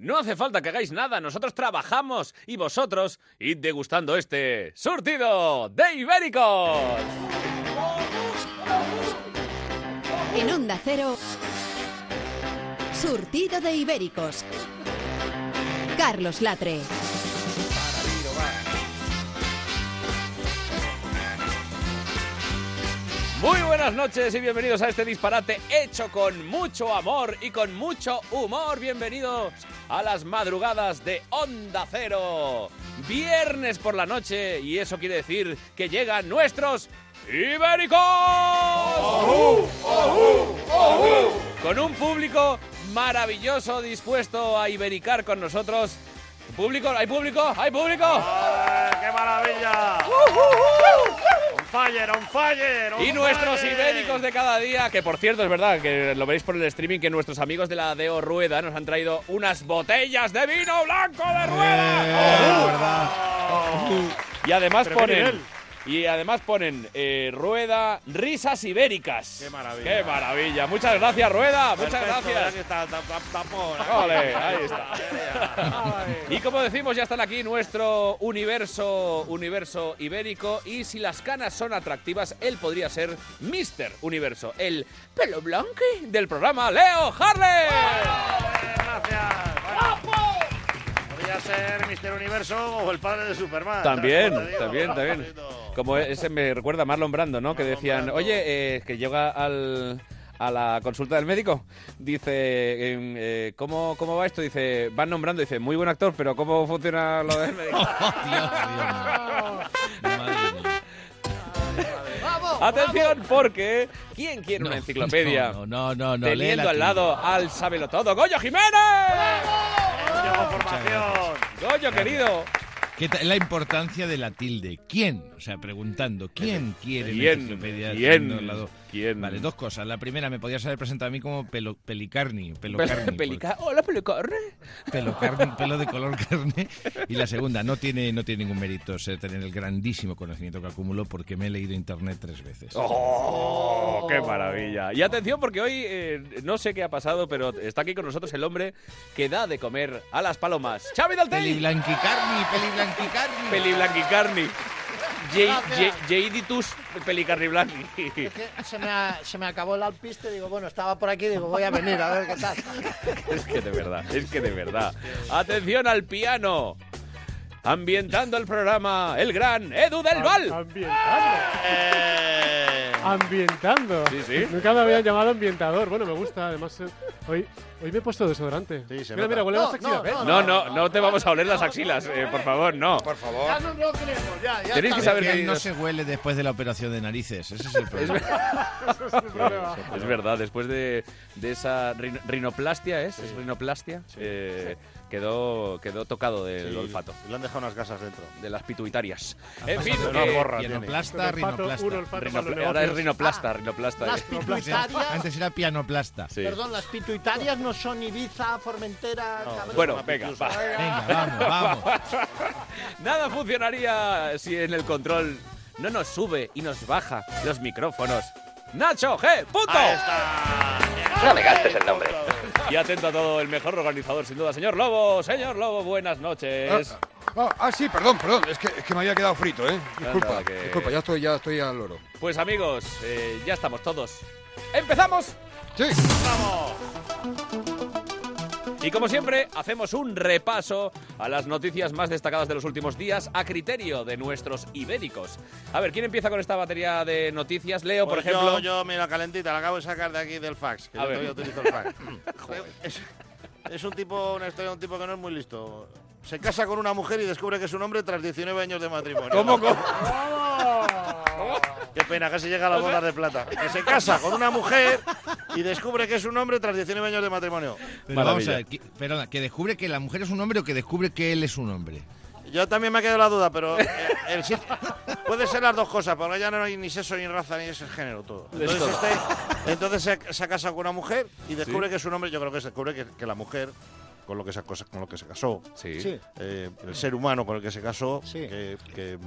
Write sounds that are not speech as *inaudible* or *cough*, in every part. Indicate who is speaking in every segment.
Speaker 1: No hace falta que hagáis nada, nosotros trabajamos y vosotros id degustando este surtido de ibéricos.
Speaker 2: En Onda Cero, surtido de ibéricos. Carlos Latre.
Speaker 1: Muy buenas noches y bienvenidos a este disparate hecho con mucho amor y con mucho humor. Bienvenidos a las madrugadas de Onda Cero. Viernes por la noche y eso quiere decir que llegan nuestros ibéricos. Con un público maravilloso dispuesto a ibericar con nosotros. ¿Público? ¿Hay público? ¿Hay público?
Speaker 3: ¡Qué maravilla! ¡On fire, on fire! on
Speaker 1: Y nuestros
Speaker 3: fire!
Speaker 1: ibéricos de cada día, que por cierto es verdad que lo veréis por el streaming, que nuestros amigos de la Deo Rueda nos han traído unas botellas de vino blanco de rueda. Y además
Speaker 3: Tremendo
Speaker 1: ponen.
Speaker 3: Oh. nivel.
Speaker 1: Y además ponen eh, rueda, risas ibéricas.
Speaker 3: Qué maravilla.
Speaker 1: Qué maravilla. Muchas gracias, rueda. Muchas
Speaker 3: Perfecto, eh.
Speaker 1: gracias.
Speaker 3: Aquí está, ta- ta- tapón.
Speaker 1: Ole, ahí está. y como decimos, ya están aquí nuestro universo, universo ibérico. Y si las canas son atractivas, él podría ser Mr. Universo, el pelo blanco del programa Leo Harley.
Speaker 3: Ole, Gracias. Bueno, Podría ser Mister Universo o el padre de Superman.
Speaker 1: También,
Speaker 3: ¿sabes cómo te
Speaker 1: también,
Speaker 3: digo?
Speaker 1: también. Como ese me recuerda a Marlon Brando, ¿no? Que
Speaker 3: Marlon
Speaker 1: decían,
Speaker 3: Brando.
Speaker 1: oye, eh, que llega al, a la consulta del médico. Dice, em, eh, ¿cómo, ¿cómo va esto? Dice, van nombrando. Dice, muy buen actor, pero ¿cómo funciona lo del
Speaker 4: *laughs*
Speaker 1: médico? Atención, porque ¿quién quiere una enciclopedia?
Speaker 4: No, no, no, no.
Speaker 1: Teniendo
Speaker 4: léela
Speaker 1: al
Speaker 4: tú.
Speaker 1: lado al sábelo todo, Goyo Jiménez.
Speaker 3: Llevo formación.
Speaker 1: Goyo, querido.
Speaker 4: ¿Qué tal- la importancia de la tilde. ¿Quién? O sea, preguntando, ¿quién quiere la
Speaker 1: ¿Quién?
Speaker 4: enciclopedia
Speaker 1: ¿Quién?
Speaker 4: teniendo al lado?
Speaker 1: ¿Quién?
Speaker 4: Vale, dos cosas. La primera, me podías haber presentado a mí como pelo, pelicarni. Pelocarni.
Speaker 1: Pelica. Hola, pelicarne.
Speaker 4: porque-
Speaker 1: *laughs*
Speaker 4: pelocarni, pelo de color carne. Y la segunda, no tiene, no tiene ningún mérito o sea, tener el grandísimo conocimiento que acumulo porque me he leído internet tres veces.
Speaker 1: ¡Oh, qué maravilla! Y atención, porque hoy eh, no sé qué ha pasado, pero está aquí con nosotros el hombre que da de comer a las palomas. ¡Xavi Daltey!
Speaker 4: Peliblanquicarni, peliblanquicarni.
Speaker 1: Peliblanquicarni. J-
Speaker 5: Gracias.
Speaker 1: J- Jaditus *laughs* pelicarniblanqui.
Speaker 5: Es que se me, ha- se me acabó el alpiste, digo, bueno, estaba por aquí, digo, voy a venir a ver qué tal.
Speaker 1: Es que de verdad, es que de verdad. Atención al piano. Ambientando el programa, el gran Edu del Val.
Speaker 6: Ambientando.
Speaker 3: Eh,
Speaker 6: Ambientando.
Speaker 1: Sí, sí.
Speaker 6: Nunca me habían llamado ambientador. Bueno, me gusta. Además, eh, hoy, hoy me he puesto desodorante.
Speaker 3: Sí, se
Speaker 6: mira,
Speaker 3: nota.
Speaker 6: mira, huele
Speaker 5: No,
Speaker 6: las axilas. ¿eh?
Speaker 5: no,
Speaker 6: ¿ves?
Speaker 1: No, no, no te vamos a oler las axilas, eh, por favor, no.
Speaker 5: Ya no lo creemos, ya, ya
Speaker 1: Tenéis que
Speaker 5: está
Speaker 1: saber
Speaker 4: Que
Speaker 1: que
Speaker 4: no se huele después de la operación de narices. Ese es el problema.
Speaker 1: Es verdad, después de, de esa rin- rinoplastia, ¿es? ¿Es rinoplastia? Eh, quedó, quedó tocado del
Speaker 3: sí,
Speaker 1: olfato,
Speaker 3: Le han dejado unas gasas dentro.
Speaker 1: de las pituitarias. En fin,
Speaker 3: de Ah, pues una
Speaker 1: eh,
Speaker 3: gorra.
Speaker 4: Pianoplasta,
Speaker 6: Un olfato, un
Speaker 4: rinoplasta.
Speaker 6: olfato para los
Speaker 1: rinopla- ahora es
Speaker 6: negocios.
Speaker 1: rinoplasta, rinoplasta.
Speaker 5: Ah, Las
Speaker 1: eh. *laughs*
Speaker 5: pituitarias,
Speaker 4: Antes era pianoplasta.
Speaker 1: Sí.
Speaker 5: perdón, las pituitarias no son Ibiza, Formentera, Cabrera.
Speaker 1: Bueno, venga, va.
Speaker 4: Venga,
Speaker 5: *laughs*
Speaker 4: vamos, vamos.
Speaker 1: *laughs* Nada funcionaría si en el control no nos sube y nos baja los micrófonos. ¡Nacho G! ¡Punto!
Speaker 3: Ahí está.
Speaker 7: No me gastes el nombre.
Speaker 1: Y atento a todo, el mejor organizador, sin duda, señor Lobo. Señor Lobo, buenas noches.
Speaker 8: Ah, ah, ah, sí, perdón, perdón. Es que, es que me había quedado frito, ¿eh?
Speaker 1: Nada,
Speaker 8: Disculpa,
Speaker 1: que-
Speaker 8: disculpa, ya estoy, ya estoy al loro.
Speaker 1: Pues amigos, eh, ya estamos todos. ¡Empezamos!
Speaker 8: Sí.
Speaker 1: Y como siempre, hacemos un repaso a las noticias más destacadas de los últimos días a criterio de nuestros ibéricos. A ver, ¿quién empieza con esta batería de noticias? Leo, por
Speaker 3: Pues
Speaker 1: ejemplo.
Speaker 3: Yo, yo, mira, calentita, la acabo de sacar de aquí del fax. Que
Speaker 1: A
Speaker 3: yo
Speaker 1: ver.
Speaker 3: todavía utilizo el
Speaker 1: *laughs*
Speaker 3: fax. es, es un tipo, una historia de un tipo que no es muy listo. Se casa con una mujer y descubre que es un hombre tras 19 años de matrimonio.
Speaker 1: ¿Cómo, cómo?
Speaker 3: Qué pena, casi llega a la boda de plata. Que se casa con una mujer y descubre que es un hombre tras 19 años de matrimonio.
Speaker 4: Pero vamos
Speaker 1: Maravilla.
Speaker 4: a ver, que, perdona, que descubre que la mujer es un hombre o que descubre que él es un hombre.
Speaker 3: Yo también me ha quedado la duda, pero eh, el sit- puede ser las dos cosas, porque ya no hay ni sexo, ni raza, ni ese género, todo. Entonces,
Speaker 1: todo.
Speaker 3: este- entonces se, se ha casado con una mujer y descubre que es un hombre, yo creo que se descubre que, que la mujer, con lo que se, cosa- con lo que se casó,
Speaker 1: Sí.
Speaker 5: Sí,
Speaker 3: eh, el ser humano con el que se casó,
Speaker 5: Sí.
Speaker 3: que, que-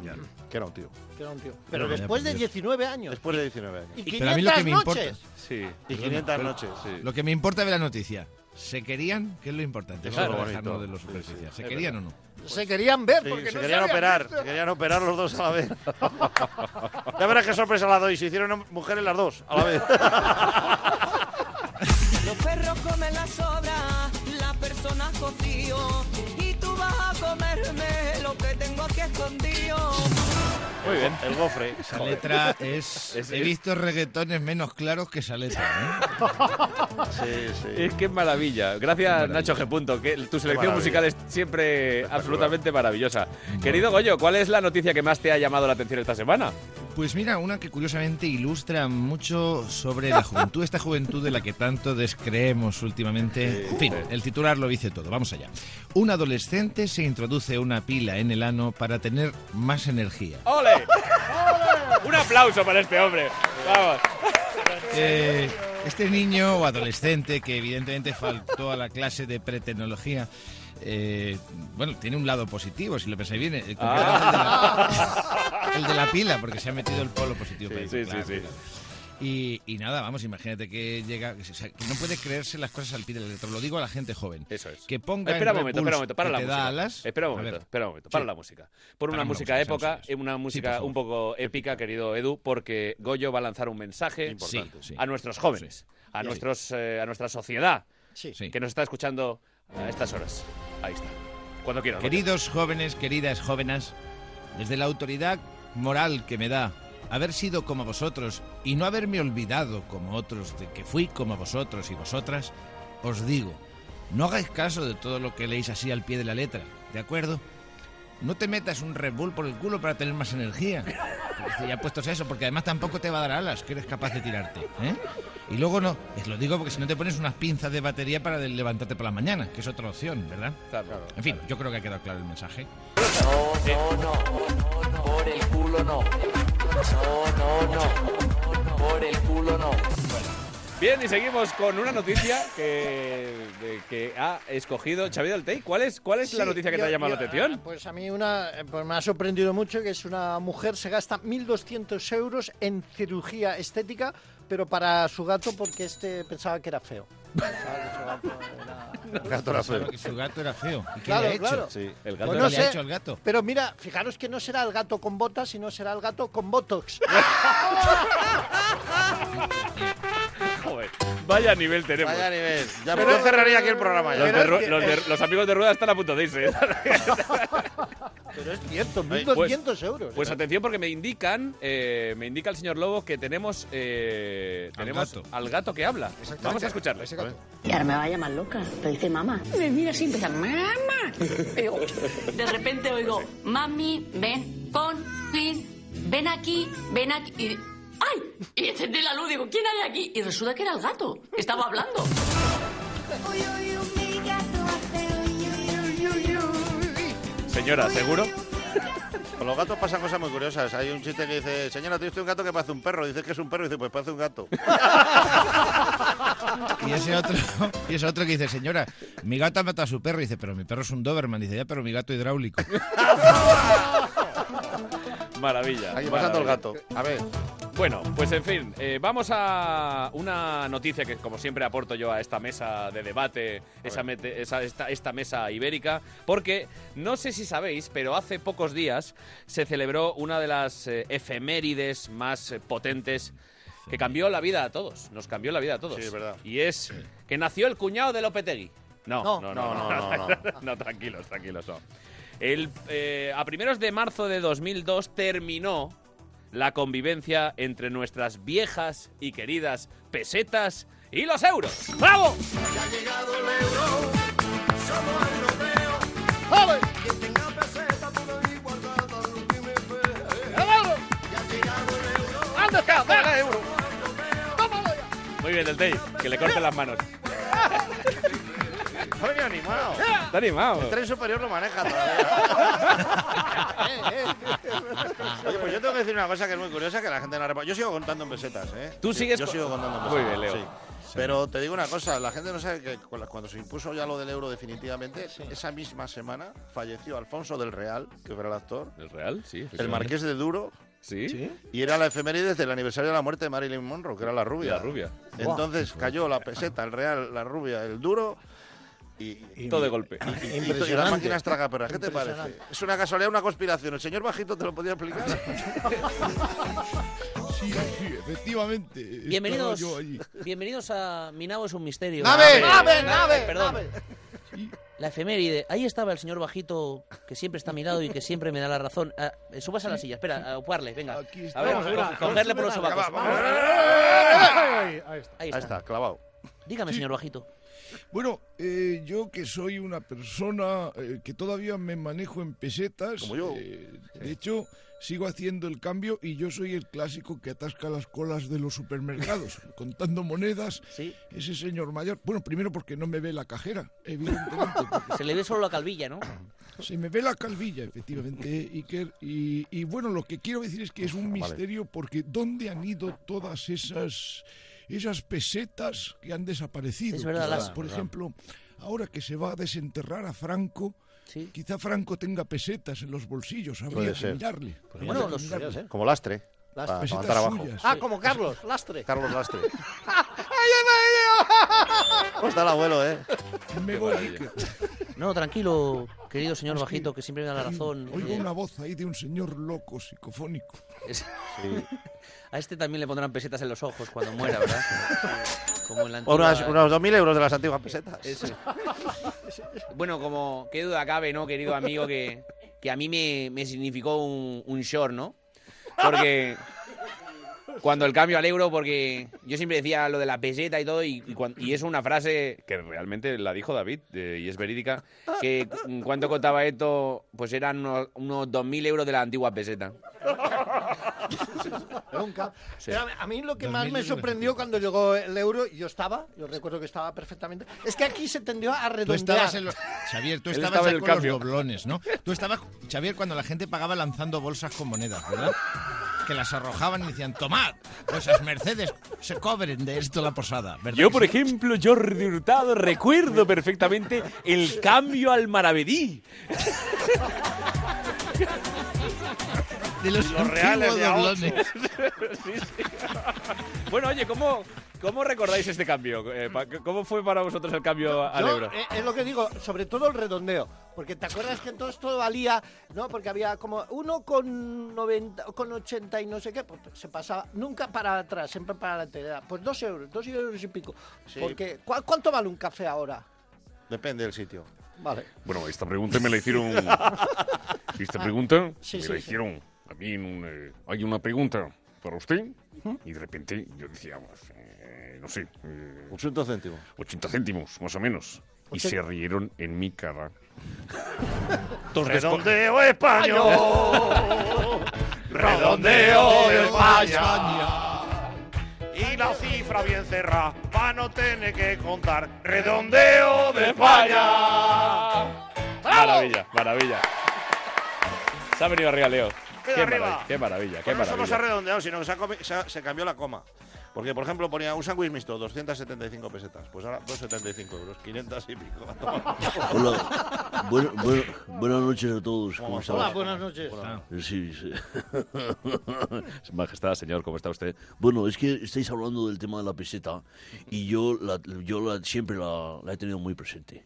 Speaker 3: que era un tío.
Speaker 5: que era un tío.
Speaker 4: Pero
Speaker 5: Pero
Speaker 4: ya,
Speaker 5: después de
Speaker 4: por Dios.
Speaker 5: 19 años.
Speaker 3: Después de 19 años.
Speaker 5: Y
Speaker 4: Pero a mí lo
Speaker 5: 500
Speaker 4: que me importa,
Speaker 5: noches.
Speaker 1: Sí.
Speaker 3: Y 500 noches.
Speaker 4: lo que me importa de la noticia. ¿Se querían? Que es lo importante.
Speaker 3: Eso
Speaker 4: Vamos
Speaker 3: es
Speaker 4: a
Speaker 3: lo
Speaker 4: dejarnos de
Speaker 3: bonito.
Speaker 4: los
Speaker 3: Sí, sí,
Speaker 4: superficiales. ¿Se
Speaker 3: es
Speaker 4: querían o no?
Speaker 5: Pues se querían ver
Speaker 3: Sí,
Speaker 5: porque
Speaker 3: se
Speaker 5: no
Speaker 3: querían
Speaker 5: habían
Speaker 3: operar,
Speaker 5: visto.
Speaker 3: se querían operar los dos a la vez. *laughs* ya verás qué sorpresa la doy. Se hicieron hom- mujeres las dos a la
Speaker 1: *laughs*
Speaker 3: vez.
Speaker 7: Los perros comen las sobras, las personas cocío. Y tú vas a comerme lo que tengo aquí escondido.
Speaker 1: Muy bien.
Speaker 3: El gofre.
Speaker 4: Esa letra es...
Speaker 1: *laughs* Es-
Speaker 4: He
Speaker 1: es-
Speaker 4: visto reggaetones menos claros que esa letra, ¿eh?
Speaker 3: Sí, sí.
Speaker 1: Es que es maravilla. Gracias,
Speaker 4: Maravilla.
Speaker 1: Nacho G. Punto, que tu selección
Speaker 3: maravilla.
Speaker 1: musical es siempre absolutamente maravillosa. Querido Goyo, ¿cuál es la noticia que más te ha llamado la atención esta semana?
Speaker 4: Pues mira, una que curiosamente ilustra mucho sobre la juventud, esta juventud de la que tanto descreemos últimamente. En fin, el titular lo dice todo, vamos allá. Un adolescente se introduce una pila en el ano para tener más energía.
Speaker 1: ¡Ole! Un aplauso para este hombre. Vamos.
Speaker 4: Eh, este niño o adolescente que evidentemente faltó a la clase de pretecnología, eh, bueno, tiene un lado positivo, si lo pensáis bien, eh, concretamente el, de la, el de la pila, porque se ha metido el polo positivo. para
Speaker 1: sí,
Speaker 4: ello,
Speaker 1: sí,
Speaker 4: claro,
Speaker 1: sí.
Speaker 4: claro. Y, y nada, vamos, imagínate que llega, o sea, que no puede creerse las cosas al pie del letrero, lo digo a la gente joven.
Speaker 1: Eso es.
Speaker 4: Que ponga
Speaker 1: espera
Speaker 4: en
Speaker 1: un momento, espera
Speaker 4: Repulse
Speaker 1: un momento, para
Speaker 4: que
Speaker 1: la
Speaker 4: te da
Speaker 1: música.
Speaker 4: alas.
Speaker 1: Espera un
Speaker 4: A
Speaker 1: momento,
Speaker 4: ver.
Speaker 1: espera un momento, para
Speaker 4: Sí.
Speaker 1: la música. Por
Speaker 4: Paramos
Speaker 1: una
Speaker 4: la
Speaker 1: música
Speaker 4: música,
Speaker 1: época,
Speaker 4: Samsung.
Speaker 1: eh, una música
Speaker 4: favor.
Speaker 1: un poco épica, querido Edu, porque Goyo va a lanzar un mensaje
Speaker 4: Importante. Sí, sí.
Speaker 1: a nuestros jóvenes, a nuestros eh, a nuestra sociedad
Speaker 5: Sí.
Speaker 4: Sí.
Speaker 1: que nos está escuchando a estas horas. Ahí está. Cuando quieras. Goyo.
Speaker 4: Queridos jóvenes, queridas jóvenes, desde la autoridad moral que me da haber sido como vosotros y no haberme olvidado como otros de que fui como vosotros y vosotras, os digo, no hagáis caso de todo lo que leéis así al pie de la letra, ¿de acuerdo? No te metas un Red Bull por el culo para tener más energía. Porque Ya puestos a eso, porque además tampoco te va a dar alas, que eres capaz de tirarte. ¿eh? Y luego no, os lo digo porque si no te pones unas pinzas de batería para levantarte por la mañana, que es otra opción, ¿verdad?
Speaker 1: Claro.
Speaker 4: En fin, yo creo que ha quedado claro el mensaje.
Speaker 1: Bien, y seguimos con una noticia que, de- que ha escogido Xavi del Tey. ¿Cuál es, cuál es la
Speaker 5: Sí,
Speaker 1: noticia que
Speaker 5: yo-
Speaker 1: te ha llamado
Speaker 5: yo-
Speaker 1: la
Speaker 3: ah,
Speaker 1: atención?
Speaker 5: Pues a mí una, eh, pues me ha sorprendido mucho que es una mujer se gasta 1.200 euros en cirugía estética, pero para su gato porque este pensaba que era feo. Pensaba que su gato era-
Speaker 3: Gato era feo.
Speaker 4: Claro que su gato era feo. ¿Y qué
Speaker 5: Claro,
Speaker 4: le ha hecho?
Speaker 5: claro.
Speaker 3: Sí.
Speaker 1: El gato
Speaker 5: Pues
Speaker 4: ¿Qué
Speaker 1: era-
Speaker 5: no
Speaker 4: le
Speaker 5: sé.
Speaker 4: ha hecho al gato?
Speaker 5: Pero mira, fijaros que no será el gato con botas, sino será el gato con botox.
Speaker 1: Joder, vaya nivel tenemos.
Speaker 3: Vaya nivel. Ya, pero yo cerraría aquí el programa ya.
Speaker 1: Los,
Speaker 5: Pero
Speaker 1: de
Speaker 5: es
Speaker 1: Ru-
Speaker 5: que-
Speaker 1: los de- los amigos de Rueda están a punto de irse.
Speaker 5: Pero es cierto,
Speaker 3: Ay,
Speaker 5: 1.200 euros.
Speaker 1: Pues atención porque me indican, eh, me indica el señor Lobo que tenemos, eh,
Speaker 4: Al
Speaker 1: tenemos
Speaker 4: gato.
Speaker 1: al gato que habla.
Speaker 8: Exactamente.
Speaker 1: Vamos a escucharle.
Speaker 8: Ese gato.
Speaker 9: Y ahora me va a llamar loca. Lo dice mamá. Me mira así y empieza, mamá. *laughs* Y digo, De repente oigo, mami, ven, pon, pin, ven aquí, ven aquí. Y, ¡Ay! Y encendí la luz digo, ¿quién hay aquí? Y resulta que era el gato. Estaba hablando.
Speaker 1: Señora, ¿seguro?
Speaker 3: Con los gatos pasan cosas muy curiosas. Hay un chiste que dice, señora, tiene usted un gato que parece un perro. Dices que es un perro y dice, pues parece un
Speaker 1: *laughs*
Speaker 3: gato.
Speaker 4: Y ese otro, *laughs* y ese otro que dice, señora, mi gato ha matado a su perro. Y dice, pero mi perro es un Doberman. Y dice, ya, pero mi gato hidráulico.
Speaker 1: Maravilla.
Speaker 3: Aquí pasando el
Speaker 1: maravilla.
Speaker 3: gato. A ver,
Speaker 1: Bueno, pues en fin, eh, vamos a una noticia que como siempre aporto yo a esta mesa de debate, esa mete- esa- esta, esta mesa ibérica, porque no sé si sabéis, pero hace pocos días se celebró una de las eh, efemérides más eh, potentes que cambió la vida a todos, nos cambió la vida a todos.
Speaker 3: Sí, es verdad.
Speaker 1: Y es que nació el cuñado de Lopetegui. No, no,
Speaker 5: No.
Speaker 1: no,
Speaker 3: No, no, no, no.
Speaker 1: *laughs* no, tranquilos, tranquilos, no. El, eh, a primeros de marzo de 2002 terminó la convivencia entre nuestras viejas y queridas pesetas y los euros. ¡Bravo!
Speaker 5: ¡Ale!
Speaker 1: ¡Anda, acá! ¡Venga, euro! Muy bien, el Tey, que le corten las manos.
Speaker 3: no venía animado.
Speaker 1: Está animado.
Speaker 3: El tren superior lo maneja todavía.
Speaker 1: *laughs*
Speaker 3: *laughs* Oye, pues yo tengo que decir una cosa que es muy curiosa que la gente no ha reparado. Yo sigo contando en pesetas, ¿eh?
Speaker 1: Tú
Speaker 3: Sí,
Speaker 1: sigues
Speaker 3: Yo
Speaker 1: co-
Speaker 3: sigo contando en
Speaker 1: Muy
Speaker 3: pesetas.
Speaker 1: bien, Leo.
Speaker 3: sí. Pero te digo una cosa, la gente no sabe que cu- cuando se impuso ya lo del euro definitivamente, esa misma semana falleció Alfonso del Real, que era el actor,
Speaker 1: ¿Es real? Sí.
Speaker 3: el marqués de Duro,
Speaker 1: ¿Sí?
Speaker 3: y era la efeméride del aniversario de la muerte de Marilyn Monroe, que era la rubia.
Speaker 1: La rubia.
Speaker 3: Entonces cayó la peseta, el real, la rubia, el duro, Y,
Speaker 1: Todo de
Speaker 3: y-
Speaker 1: golpe.
Speaker 3: y- y las
Speaker 5: Impresionante.
Speaker 3: máquinas tragaperras, ¿qué te parece?
Speaker 5: Impresionante.
Speaker 3: Es una casualidad, una conspiración. ¿El señor Bajito te lo podía explicar?
Speaker 10: Sí, sí, efectivamente. estaba
Speaker 11: Bienvenidos,
Speaker 10: yo allí.
Speaker 11: bienvenidos a Mi nabo es un misterio.
Speaker 5: ¡Nave! ¡Nave,
Speaker 11: ¡Nave,
Speaker 5: nave!
Speaker 11: Perdón.
Speaker 5: nave!
Speaker 11: La efeméride. Ahí estaba el señor bajito que siempre está a mi lado y que siempre me da la razón. Ah, eh, subas a la silla, espera, a opuarle, venga.
Speaker 10: Aquí
Speaker 11: A ver,
Speaker 10: estamos.
Speaker 11: co- cogerle por los
Speaker 3: Venga,
Speaker 11: sobacos.
Speaker 3: va, vamos.
Speaker 12: Ahí, ahí está.
Speaker 11: Ahí
Speaker 3: Ahí
Speaker 11: está.
Speaker 3: está, clavado.
Speaker 11: Dígame, señor bajito.
Speaker 10: Bueno, eh, yo que soy una persona eh, que todavía me manejo en pesetas.
Speaker 3: Como yo.
Speaker 10: eh, de hecho, sigo haciendo el cambio y yo soy el clásico que atasca las colas de
Speaker 1: *laughs*
Speaker 10: los supermercados, contando monedas.
Speaker 11: Sí.
Speaker 10: Ese señor mayor. Bueno, primero porque no me ve la cajera, evidentemente. porque
Speaker 11: Se le ve solo la calvilla, ¿no?
Speaker 10: se me ve la calvilla, efectivamente, *laughs* eh, Iker. Y, y bueno, lo que quiero decir es que es un
Speaker 3: Vale.
Speaker 10: misterio porque ¿dónde han ido todas esas, esas pesetas que han desaparecido?
Speaker 11: Es verdad,
Speaker 10: Quizá,
Speaker 11: las-
Speaker 10: Por ejemplo, ahora que se va a desenterrar a Franco,
Speaker 11: Sí.
Speaker 10: quizá Franco tenga pesetas en los bolsillos. Habría
Speaker 3: Puede
Speaker 10: que
Speaker 3: ser.
Speaker 10: mirarle. habría
Speaker 11: bueno,
Speaker 10: que
Speaker 11: los
Speaker 10: mirarle.
Speaker 5: suyos, ¿eh?
Speaker 3: Como lastre. Para
Speaker 5: Lastre.
Speaker 3: levantar
Speaker 10: Pesetas
Speaker 3: abajo.
Speaker 10: suyas.
Speaker 5: Ah, como Carlos, lastre.
Speaker 3: Carlos Lastre.
Speaker 5: *laughs*
Speaker 3: ¿Cómo está el abuelo, eh?
Speaker 10: Me voy, Iker.
Speaker 11: No, tranquilo, querido señor
Speaker 10: Es que-
Speaker 11: bajito que siempre me da la razón.
Speaker 10: Oigo
Speaker 11: Eh,
Speaker 10: una voz ahí de un señor loco, psicofónico.
Speaker 11: es-
Speaker 3: Sí.
Speaker 11: *laughs* A este también le pondrán pesetas en los ojos cuando
Speaker 5: *laughs*
Speaker 11: muera, ¿verdad? Como en la antigua...
Speaker 3: Unos, unos 2.000 euros de las antiguas pesetas.
Speaker 11: Eso.
Speaker 3: *laughs*
Speaker 11: Bueno, como qué duda cabe, ¿no, querido amigo? Que, que a mí me, me significó un, un short, ¿no? Porque cuando el cambio al euro, porque yo siempre decía lo de la peseta y todo, y, y, cuan- y es una frase
Speaker 1: Que realmente la dijo David eh, y es verídica. Que cu- cuánto costaba esto, pues eran unos, unos 2.000 euros de la antigua peseta.
Speaker 5: Nunca. Pero a mí- a mí lo que más
Speaker 10: 2000
Speaker 5: me
Speaker 10: euros.
Speaker 5: sorprendió cuando llegó el euro, yo estaba, yo recuerdo que estaba perfectamente, es que aquí se tendió a
Speaker 10: Tú
Speaker 5: redondear.
Speaker 10: estabas en los... Xavier, tú
Speaker 1: Él
Speaker 10: estabas
Speaker 1: estaba
Speaker 10: ya
Speaker 1: en el
Speaker 10: con
Speaker 1: cambio.
Speaker 10: los doblones, ¿no? Tú estabas, Xavier, cuando la gente pagaba lanzando bolsas con monedas, ¿verdad? Que las arrojaban y decían, tomad, vuestras Mercedes se cobren de esto la posada, ¿verdad?
Speaker 1: Yo, por ejemplo, Jordi Hurtado, recuerdo perfectamente el cambio al maravedí.
Speaker 10: de los, antiguos
Speaker 3: reales de a ocho. *laughs*
Speaker 10: doblones.
Speaker 1: Bueno, oye, ¿cómo, cómo recordáis este cambio? Eh, pa- ¿Cómo fue para vosotros el cambio al
Speaker 5: Yo,
Speaker 1: euro?
Speaker 5: eh, es lo que digo, sobre todo el redondeo. Porque te acuerdas que entonces todo valía, ¿no? Porque había como uno con 90, con 80 y no sé qué, pues se pasaba nunca para atrás, siempre para la anterioridad. Pues dos euros, dos euros y pico.
Speaker 3: Sí.
Speaker 5: Porque, ¿cu- ¿cuánto vale un café ahora?
Speaker 3: Depende del sitio.
Speaker 5: Vale.
Speaker 13: Bueno, esta pregunta me la hicieron.
Speaker 3: *laughs*
Speaker 13: Esta pregunta
Speaker 5: Sí,
Speaker 13: me
Speaker 5: sí,
Speaker 13: la
Speaker 5: sí.
Speaker 13: hicieron a mí en un. eh, hay una pregunta para usted. Y de repente yo decía, pues, eh, no sé, eh,
Speaker 3: 800 céntimos.
Speaker 13: 80 céntimos, más o menos. Y
Speaker 5: Ochen-
Speaker 13: se rieron en
Speaker 5: *laughs*
Speaker 13: mi cara.
Speaker 3: ¡Redondeo español! ¡Redondeo de España! Y la cifra bien cerrada, para no tener que contar. ¡Redondeo de España!
Speaker 1: Maravilla, maravilla. Se ha venido arriba, Leo.
Speaker 3: Pero
Speaker 1: Qué,
Speaker 3: arriba.
Speaker 1: maravilla, qué maravilla, qué
Speaker 3: Pero no solo se ha
Speaker 1: maravilla.
Speaker 3: redondeado, sino que se, ha comi- se ha- se cambió la coma. Porque, por ejemplo, ponía un sándwich mixto, 275 pesetas. Pues ahora 275 euros, 500 y pico.
Speaker 14: *laughs* Hola, bueno, bueno, buenas noches a todos. ¿Cómo
Speaker 5: Hola,
Speaker 14: estáis?
Speaker 5: buenas noches. Ah.
Speaker 14: Sí,
Speaker 1: *laughs*
Speaker 14: sí.
Speaker 1: Majestad, señor, ¿cómo está usted?
Speaker 14: Bueno, es que estáis hablando del tema de la peseta y yo, la, yo la- siempre la, la he tenido muy presente.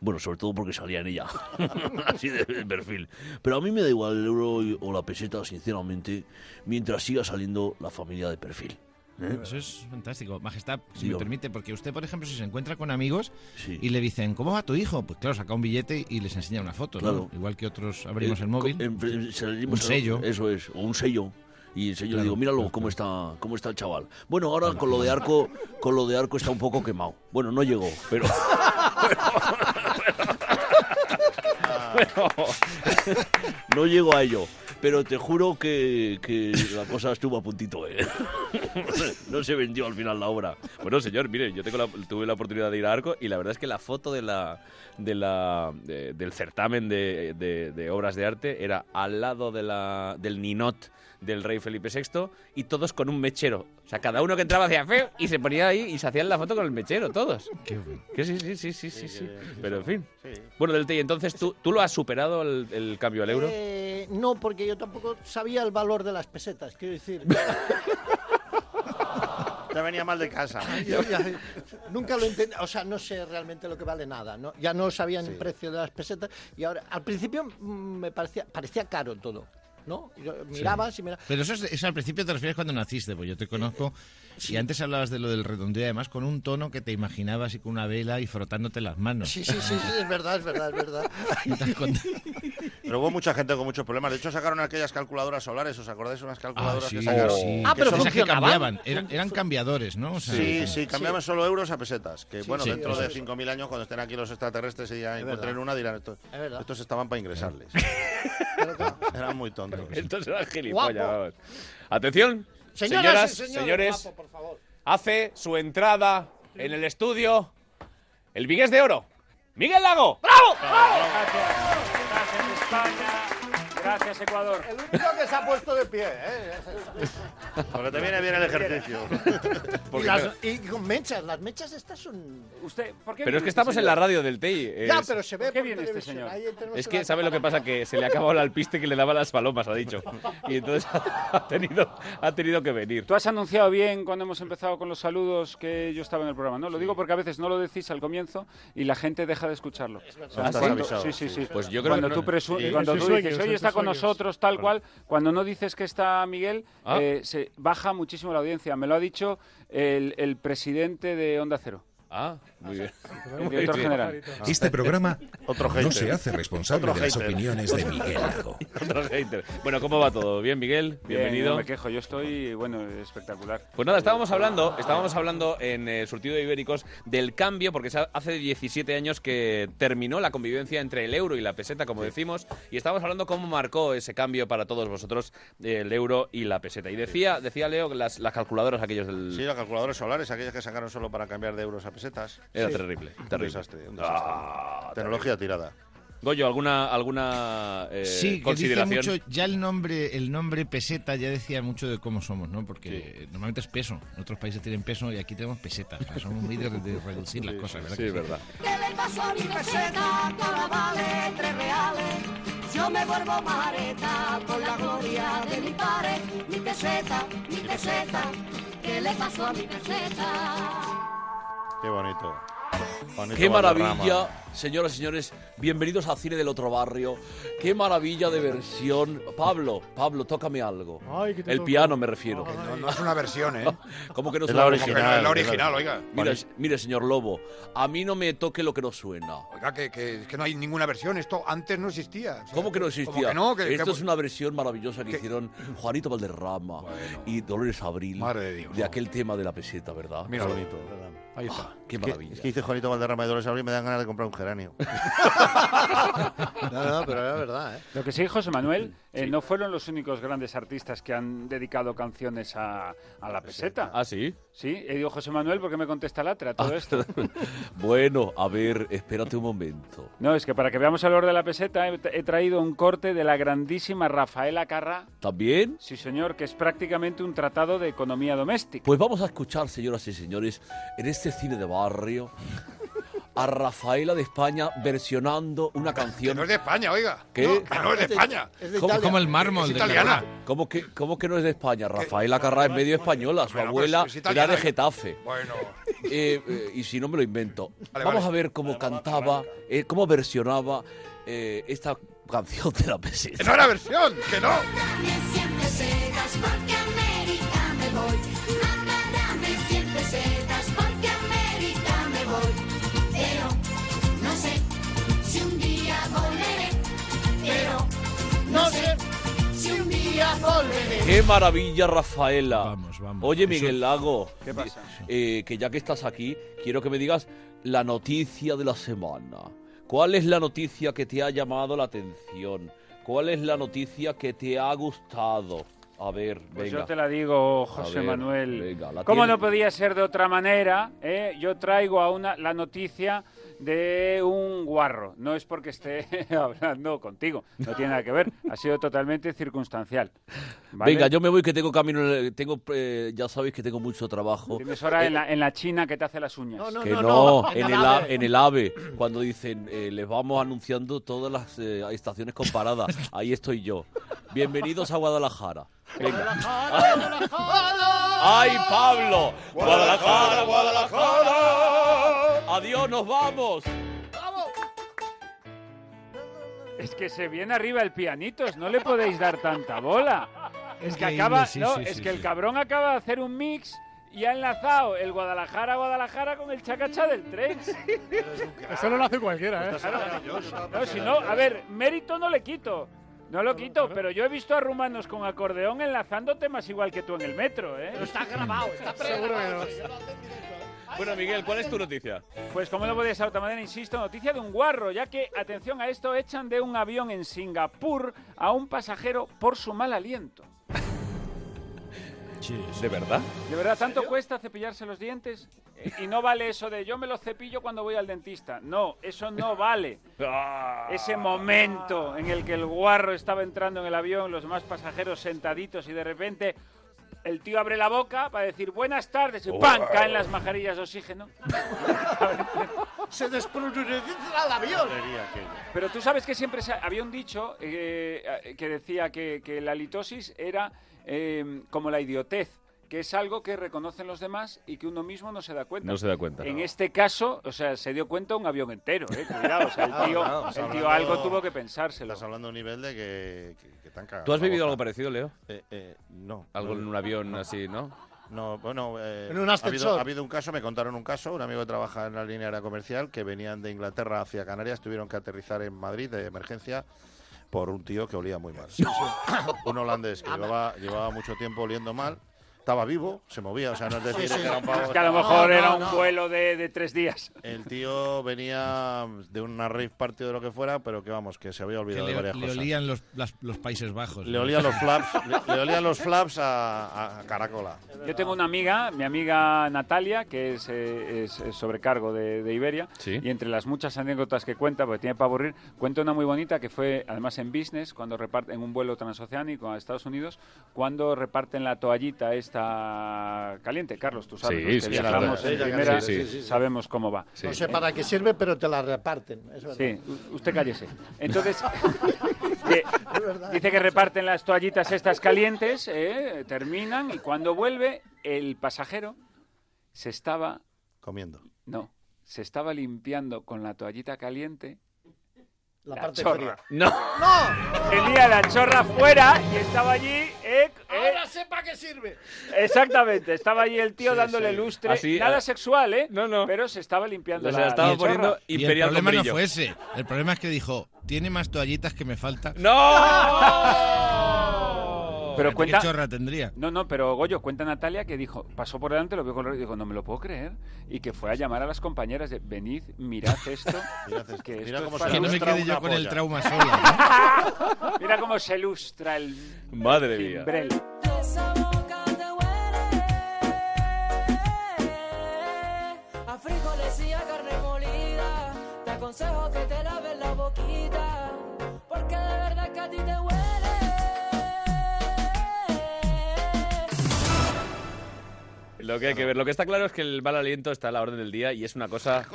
Speaker 14: Bueno, sobre todo porque salía en ella, *laughs* así de perfil. Pero a mí me da igual el euro y- o la peseta, sinceramente, mientras siga saliendo la familia de perfil.
Speaker 10: Eh, Eso es fantástico. Majestad, si me
Speaker 14: Dígame.
Speaker 10: permite, porque usted, por ejemplo, si se encuentra con amigos
Speaker 14: Sí.
Speaker 10: y le dicen, ¿cómo va tu hijo? Pues claro, saca un billete y les enseña una foto, ¿no?
Speaker 14: Claro.
Speaker 10: Igual que otros abrimos
Speaker 14: Eh,
Speaker 10: el móvil.
Speaker 14: co- en- salimos
Speaker 10: Un
Speaker 14: a-
Speaker 10: sello.
Speaker 14: Eso es, o un sello. Y el sello
Speaker 10: Claro.
Speaker 14: digo, míralo cómo está, cómo está el chaval. Bueno, ahora con lo de arco, con lo de arco está un poco quemado. Bueno, no llegó, pero *laughs* no llegó a ello. Pero te juro que, que la cosa estuvo a puntito, ¿eh? No se vendió al final la obra.
Speaker 1: Bueno, señor, mire, yo tengo la- tuve la oportunidad de ir a Arco y la verdad es que la foto de la, de la, de- del certamen de, de- de obras de arte era al lado de la, del ninot del rey Felipe VI y todos con un mechero. O sea, cada uno que entraba hacía feo y se ponía ahí y se hacían la foto con el mechero, todos.
Speaker 10: Qué bueno.
Speaker 1: Que sí, sí, sí, sí, sí, sí.
Speaker 3: que-
Speaker 1: Pero en fin.
Speaker 3: Sí.
Speaker 1: Bueno, Del Tey, entonces tú, tú lo has superado el, el cambio al euro.
Speaker 5: Eh, no, porque yo tampoco sabía el valor de las pesetas, quiero decir.
Speaker 3: Ya venía mal de casa.
Speaker 5: Yo ya- Nunca lo entendí, o sea, no sé realmente lo que vale nada, ¿no? Ya no sabían
Speaker 3: Sí.
Speaker 5: el precio de las pesetas y ahora, al principio mm, me parecía, parecía caro todo, ¿no? Yo mirabas y mirabas.
Speaker 4: Pero eso, es, eso al principio te refieres cuando naciste, pues yo te conozco.
Speaker 5: Eh,
Speaker 4: Y antes hablabas de lo del redondeo, además con un tono que te imaginabas y con una vela y frotándote las manos.
Speaker 5: Sí, sí, sí,
Speaker 4: *laughs*
Speaker 5: sí, es verdad, es verdad, es verdad.
Speaker 3: Pero hubo mucha gente con muchos problemas. De hecho, sacaron aquellas calculadoras solares. ¿os acordáis? Unas calculadoras que sacaron.
Speaker 5: Ah,
Speaker 3: que son-
Speaker 4: Esas Ah, que cambiaban, era- eran cambiadores, ¿no? O sea,
Speaker 3: Ah, Sí,
Speaker 4: que-
Speaker 3: sí, cambiaban solo euros a pesetas. Que
Speaker 4: Sí,
Speaker 3: bueno,
Speaker 4: sí,
Speaker 3: dentro
Speaker 4: eso
Speaker 3: de
Speaker 4: es.
Speaker 3: 5.000 años, cuando estén aquí los extraterrestres y ya encuentren
Speaker 4: verdad.
Speaker 3: una, dirán: estos,
Speaker 4: Es verdad.
Speaker 3: estos estaban para *laughs* ingresarles. Eran muy tontos.
Speaker 1: *laughs* Entonces eran gilipollas.
Speaker 3: Guapo.
Speaker 1: vamos. Atención, señoras,
Speaker 3: Señoras y
Speaker 1: señores,
Speaker 3: señores, guapo,
Speaker 1: hace su entrada en el estudio el Vigués de Oro, Miguel Lago. ¡Bravo!
Speaker 15: Gracias España, gracias Ecuador.
Speaker 5: El único que se ha puesto de pie, ¿eh?
Speaker 3: Porque te viene bien el ejercicio.
Speaker 5: Y,
Speaker 1: Porque-
Speaker 5: las- y con mechas, las mechas estas son...
Speaker 15: ¿Usted, por qué este
Speaker 1: Pero es que estamos en la radio del TEI.
Speaker 5: Ya,
Speaker 1: es-
Speaker 5: pero se ve
Speaker 15: qué
Speaker 5: por
Speaker 15: viene este
Speaker 5: televisión.
Speaker 15: señor?
Speaker 5: Ahí tenemos
Speaker 1: Es que,
Speaker 5: una-
Speaker 1: ¿sabe lo que pasa? Que se le ha acabado el alpiste que le daba las palomas, ha dicho. *laughs* *laughs* Y entonces ha tenido, ha tenido que venir.
Speaker 15: Tú has anunciado bien cuando hemos empezado con los saludos que yo estaba en el programa, ¿no? Lo digo porque a veces no lo decís al comienzo y la gente deja de escucharlo. O sea,
Speaker 1: Ah, ¿sí?
Speaker 15: cuando-
Speaker 1: Avisado,
Speaker 15: sí, sí,
Speaker 1: sí.
Speaker 15: sí.
Speaker 1: Pues yo creo
Speaker 15: cuando
Speaker 1: que
Speaker 15: tú,
Speaker 1: no-
Speaker 15: presu-
Speaker 1: sí.
Speaker 15: cuando
Speaker 1: En
Speaker 15: tú
Speaker 1: tus
Speaker 15: dices,
Speaker 1: sueños, en
Speaker 15: hoy está
Speaker 1: tus
Speaker 15: con
Speaker 1: sueños".
Speaker 15: nosotros, tal
Speaker 1: Claro.
Speaker 15: cual, cuando no dices que está Miguel,
Speaker 1: Ah.
Speaker 15: eh, se baja muchísimo la audiencia. Me lo ha dicho el, el presidente de Onda Cero.
Speaker 1: Ah, muy bien.
Speaker 15: *laughs* El director
Speaker 1: *laughs* Muy bien.
Speaker 15: general.
Speaker 16: Este programa
Speaker 1: Otro
Speaker 16: no
Speaker 1: hater.
Speaker 16: se hace responsable
Speaker 1: Otro
Speaker 16: de las
Speaker 1: hater.
Speaker 16: opiniones
Speaker 1: *laughs*
Speaker 16: de Miguel Lago.
Speaker 1: Otro hater. Bueno, ¿cómo va todo? ¿Bien, Miguel?
Speaker 15: Bien,
Speaker 1: Bienvenido.
Speaker 15: no me quejo, yo estoy, bueno, espectacular.
Speaker 1: Pues nada, estábamos hablando, estábamos hablando en eh, Surtido de Ibéricos del cambio, porque se ha- hace 17 años que terminó la convivencia entre el euro y la peseta, como decimos, y estábamos hablando cómo marcó ese cambio para todos vosotros eh, el euro y la peseta. Y decía, decía Leo que las, las calculadoras aquellos del...
Speaker 3: Sí, las calculadoras solares, aquellas que sacaron solo para cambiar de euros a pesetas.
Speaker 1: Era
Speaker 3: Sí.
Speaker 1: terrible,
Speaker 3: Un
Speaker 1: terrible. Ah,
Speaker 3: desastre. un desastre. Tecnología tirada.
Speaker 1: Goyo, ¿alguna, alguna eh,
Speaker 4: Sí, que dice
Speaker 1: consideración?
Speaker 4: mucho, ya el nombre, el nombre peseta ya decía mucho de cómo somos, ¿no? Porque normalmente es peso, en otros países tienen peso y aquí tenemos pesetas, o sea, somos muy de, de reducir las cosas, ¿verdad?
Speaker 1: sí,
Speaker 4: que
Speaker 1: es verdad.
Speaker 7: ¿Qué le pasó a mi peseta? Que ahora vale tres reales. Yo me vuelvo mareta con la gloria de mi padre. Mi peseta, mi peseta. ¿Qué le pasó a mi peseta?
Speaker 3: Qué bonito. Bonito
Speaker 1: ¡Qué
Speaker 3: panorama.
Speaker 1: maravilla! Señoras y señores, bienvenidos a Cine del Otro Barrio. ¡Qué maravilla de versión! Pablo, Pablo, tócame algo.
Speaker 6: Ay, ¿qué te
Speaker 1: El
Speaker 6: toco?
Speaker 1: piano me refiero.
Speaker 8: No, no es una versión, ¿eh?
Speaker 1: ¿Cómo que no
Speaker 8: Es
Speaker 1: suena?
Speaker 8: la original, Como que no es la original, oiga.
Speaker 1: Mire,
Speaker 8: Vale.
Speaker 1: se- mire, señor Lobo, a mí no me toque lo que no suena.
Speaker 8: Oiga, que, que, que no hay ninguna versión. Esto antes no existía. O sea,
Speaker 1: ¿Cómo que no
Speaker 8: Como
Speaker 1: existía?
Speaker 8: que no, que-
Speaker 1: Esto
Speaker 8: que-
Speaker 1: es una versión maravillosa que hicieron Juanito Valderrama y Dolores Abril
Speaker 8: Madre
Speaker 1: de, aquel tema de la peseta, ¿verdad?
Speaker 8: Mira,
Speaker 1: Ah,
Speaker 8: bonito.
Speaker 1: Ahí está. qué
Speaker 3: Ah, Es que-
Speaker 1: maravilla.
Speaker 3: Es que dice Juanito Valderrama y Dolores Abril me dan ganas de comprar un
Speaker 1: *laughs*
Speaker 3: geranio.
Speaker 5: No, no, pero era verdad, ¿eh?
Speaker 15: Lo que sí, José Manuel, eh, no fueron los únicos grandes artistas que han dedicado canciones a, a la peseta.
Speaker 1: ¿Ah, sí? Ah.
Speaker 15: Sí, he dicho José Manuel porque me contesta Latra todo esto.
Speaker 1: *laughs* bueno, a ver, espérate un momento.
Speaker 15: No, es que para que veamos el valor de la peseta he, he traído un corte de la grandísima Rafaela Carrá.
Speaker 1: ¿También?
Speaker 15: Sí, señor, que es prácticamente un tratado de economía doméstica.
Speaker 1: Pues vamos a escuchar, señoras y señores, en este cine de barrio, a Rafaela de España versionando una canción.
Speaker 8: No es de España, oiga.
Speaker 1: ¿Qué?
Speaker 8: No, que no Ah, es de España.
Speaker 1: ¿Cómo-
Speaker 8: Como Es italiana.
Speaker 1: ¿Cómo que, ¿Cómo que no es de España? Rafaela Carrá es medio española, su
Speaker 8: Bueno, pues,
Speaker 1: abuela
Speaker 8: es
Speaker 1: era
Speaker 8: italiana.
Speaker 1: de Getafe.
Speaker 8: Bueno.
Speaker 1: *laughs* Eh, eh, y si no me lo invento.
Speaker 8: Vale,
Speaker 1: Vamos
Speaker 8: vale.
Speaker 1: a ver cómo cantaba, eh, cómo versionaba eh, esta canción de la peseta.
Speaker 8: No era versión, que no.
Speaker 7: Dame siempre setas porque a América me voy. Mamá, dame siempre setas porque a América me voy. Pero no sé si un día volveré. Pero no sé si un día volveré.
Speaker 1: ¡Qué maravilla, Rafaela!
Speaker 4: Vamos, vamos.
Speaker 1: Oye,
Speaker 4: Eso-
Speaker 1: Miguel Lago.
Speaker 15: ¿Qué pasa?
Speaker 1: eh, que ya que estás aquí, quiero que me digas la noticia de la semana. ¿Cuál es la noticia que te ha llamado la atención? ¿Cuál es la noticia que te ha gustado? A ver,
Speaker 15: Pues
Speaker 1: venga.
Speaker 15: yo te la digo,
Speaker 1: A
Speaker 15: José
Speaker 1: ver,
Speaker 15: Manuel.
Speaker 1: venga, la
Speaker 15: ¿Cómo
Speaker 1: tiene.
Speaker 15: no podía ser de otra manera? eh? Yo traigo a una, la noticia de un guarro. No es porque esté *laughs* hablando contigo, no tiene nada que ver. Ha sido totalmente circunstancial. ¿vale?
Speaker 1: Venga, yo me voy que tengo camino, en el- tengo, eh, ya sabéis que tengo mucho trabajo.
Speaker 15: Tienes hora en la, en la China que te hace las uñas.
Speaker 1: que no, en, el a- en el AVE, cuando dicen, eh, les vamos anunciando todas las eh, estaciones *laughs* comparadas. Ahí estoy yo. Bienvenidos a Guadalajara. Venga. Ah. ¡Ay, Pablo! ¡Guadalajara, Guadalajara! Adiós, nos vamos.
Speaker 15: Es que se viene arriba el pianitos, no le podéis dar tanta bola. Es que
Speaker 4: Increíble,
Speaker 15: acaba,
Speaker 4: sí,
Speaker 15: no,
Speaker 4: sí,
Speaker 15: es
Speaker 4: sí,
Speaker 15: que el
Speaker 4: sí.
Speaker 15: cabrón acaba de hacer un mix y ha enlazado el Guadalajara Guadalajara con el chacacha del tren.
Speaker 6: Eso no lo hace cualquiera, ¿eh?
Speaker 15: No, si no, a ver, mérito no le quito. No lo quito, pero yo he visto a rumanos con acordeón enlazando temas igual que tú en el metro, ¿eh? está grabado,
Speaker 5: *laughs*
Speaker 15: está
Speaker 1: Bueno, Miguel, ¿cuál es tu noticia?
Speaker 15: Pues como no podía ser de otra manera, insisto, noticia de un guarro, ya que, atención a esto, echan de un avión en Singapur a un pasajero por su mal aliento.
Speaker 1: ¿De verdad?
Speaker 15: ¿De verdad tanto cuesta cepillarse los dientes? Eh, Y- Y no vale eso de yo me los cepillo cuando voy al dentista. No, eso
Speaker 5: *laughs*
Speaker 15: no vale.
Speaker 5: Ah.
Speaker 15: Ese momento en el que el guarro estaba entrando en el avión, los más pasajeros sentaditos y de repente el tío abre la boca para decir buenas tardes y ¡pam! caen las majarillas de oxígeno.
Speaker 5: *laughs*
Speaker 15: *laughs*
Speaker 5: Se desprururiza el avión.
Speaker 15: Pero tú sabes que siempre se- había un dicho eh, eh, que decía que, que la litosis era eh, como la idiotez, que es algo que reconocen los demás y que uno mismo no se da cuenta.
Speaker 1: No se da cuenta.
Speaker 15: En este caso, o sea, se dio cuenta un avión entero, ¿eh? Cuidado, o sea, el
Speaker 3: *laughs* Ah,
Speaker 15: tío,
Speaker 3: claro,
Speaker 15: el
Speaker 3: estás
Speaker 15: tío
Speaker 3: hablando-
Speaker 15: algo tuvo que pensárselo.
Speaker 3: Estás hablando de un nivel de que, que, que te han cagado
Speaker 1: ¿Tú has
Speaker 3: la
Speaker 1: vivido
Speaker 3: boca.
Speaker 1: algo eh, parecido, Leo?
Speaker 3: Eh, no.
Speaker 1: Algo
Speaker 3: No.
Speaker 1: en un avión así, ¿no?
Speaker 3: No, bueno, eh,
Speaker 1: En un
Speaker 3: ha
Speaker 1: ascensor.
Speaker 3: habido, ha habido un caso, me contaron un caso, un amigo que trabaja en la línea aérea comercial, que venían de Inglaterra hacia Canarias, tuvieron que aterrizar en Madrid de emergencia por un tío que olía muy mal. *coughs* un holandés que llevaba, llevaba mucho tiempo oliendo mal, estaba vivo, se movía, o sea, no es decir
Speaker 15: Sí, sí.
Speaker 3: que era un pavo-
Speaker 15: Es que a lo mejor era un vuelo de, de tres días.
Speaker 3: El tío venía de una rave party o de lo que fuera, pero que vamos, que se había
Speaker 4: Que
Speaker 3: olvidado de
Speaker 4: le,
Speaker 3: varias
Speaker 4: le
Speaker 3: cosas.
Speaker 4: olían los, las- los Países Bajos.
Speaker 3: Le
Speaker 4: ¿no?
Speaker 3: olía los flaps,
Speaker 4: *laughs*
Speaker 3: le, le olía los flaps a, a caracola.
Speaker 15: Yo tengo una amiga, mi amiga Natalia, que es, eh, es- es sobrecargo de, de Iberia, y entre las muchas anécdotas que cuenta, porque tiene para aburrir, cuenta una muy bonita que fue además en business, cuando reparten en un vuelo transoceánico a Estados Unidos, cuando reparten la toallita esta caliente. Carlos, tú sabes,
Speaker 17: Sí,
Speaker 15: los que
Speaker 17: sí,
Speaker 15: viajamos
Speaker 17: claro.
Speaker 15: en
Speaker 17: Sí, ya,
Speaker 15: primera,
Speaker 17: sí, sí, sí, sí.
Speaker 15: sabemos cómo va.
Speaker 5: No sé para qué sirve, pero te la reparten. Es verdad.
Speaker 15: Sí, u- usted cállese.
Speaker 17: *laughs*
Speaker 15: Entonces, que- dice que reparten las toallitas estas calientes, eh, terminan y cuando vuelve el pasajero se estaba,
Speaker 3: Comiendo.
Speaker 15: no, se estaba limpiando con la toallita caliente
Speaker 5: La,
Speaker 7: parte
Speaker 15: chorra.
Speaker 7: fría.
Speaker 1: No.
Speaker 15: ¡No! Tenía la chorra fuera y estaba allí, eh, eh,
Speaker 5: Ahora sé para qué sirve.
Speaker 15: Exactamente, estaba allí el tío
Speaker 5: Sí,
Speaker 15: dándole
Speaker 5: sí.
Speaker 15: lustre,
Speaker 4: Así,
Speaker 15: nada
Speaker 4: eh.
Speaker 15: sexual, ¿eh? No, no. Pero se estaba limpiando
Speaker 4: O sea,
Speaker 15: la
Speaker 4: estaba
Speaker 15: la chorra.
Speaker 4: poniendo Y el
Speaker 1: Imperial con
Speaker 4: problema no
Speaker 1: brillo.
Speaker 4: fue ese. El problema es que dijo, tiene más toallitas que me falta.
Speaker 15: Pero
Speaker 4: ¿Qué
Speaker 15: cuenta.
Speaker 4: chorra tendría?
Speaker 15: No, no, pero Goyo, cuenta Natalia que dijo, pasó por delante, lo vio con y dijo, no me lo puedo creer. Y que fue a llamar a las compañeras de, venid, mirad esto. que esto
Speaker 3: Mira
Speaker 15: es
Speaker 3: cómo
Speaker 15: para-
Speaker 3: se
Speaker 4: Que no me
Speaker 3: ilustra
Speaker 4: quede yo
Speaker 3: una
Speaker 4: con el
Speaker 3: polla.
Speaker 4: trauma sola.
Speaker 15: *laughs* Mira cómo se ilustra el
Speaker 1: Madre mía.
Speaker 15: timbrel.
Speaker 7: Esa boca te huele a frijoles y a carne molida. Te aconsejo que te laves la boquita, porque de verdad que a ti te huele.
Speaker 1: Lo que hay que ver. Lo que está claro es que el mal aliento está a la orden del día y es
Speaker 3: *laughs*
Speaker 1: una cosa,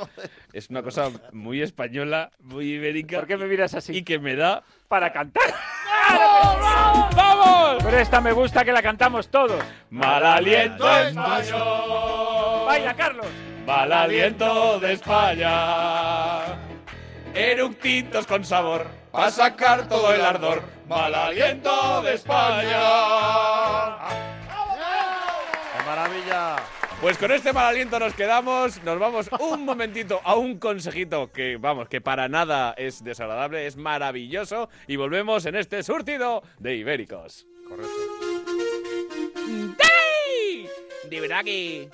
Speaker 1: es una cosa muy española, muy ibérica. ¿Por
Speaker 15: qué me miras así?
Speaker 1: Y que me da
Speaker 15: para cantar. ¡Vamos! Pero esta me gusta que la cantamos todos.
Speaker 1: mal aliento ¿eh?
Speaker 15: español. Baila, Carlos.
Speaker 1: Mal aliento de España. Eructitos con sabor, para sacar todo el ardor. Mal aliento de España.
Speaker 3: ¡Qué maravilla!
Speaker 1: Pues con este mal aliento nos quedamos, nos vamos un momentito a un consejito que, vamos, que para nada es desagradable, es maravilloso y volvemos en este surtido de Ibéricos.
Speaker 18: ¡Tay! De verdad que,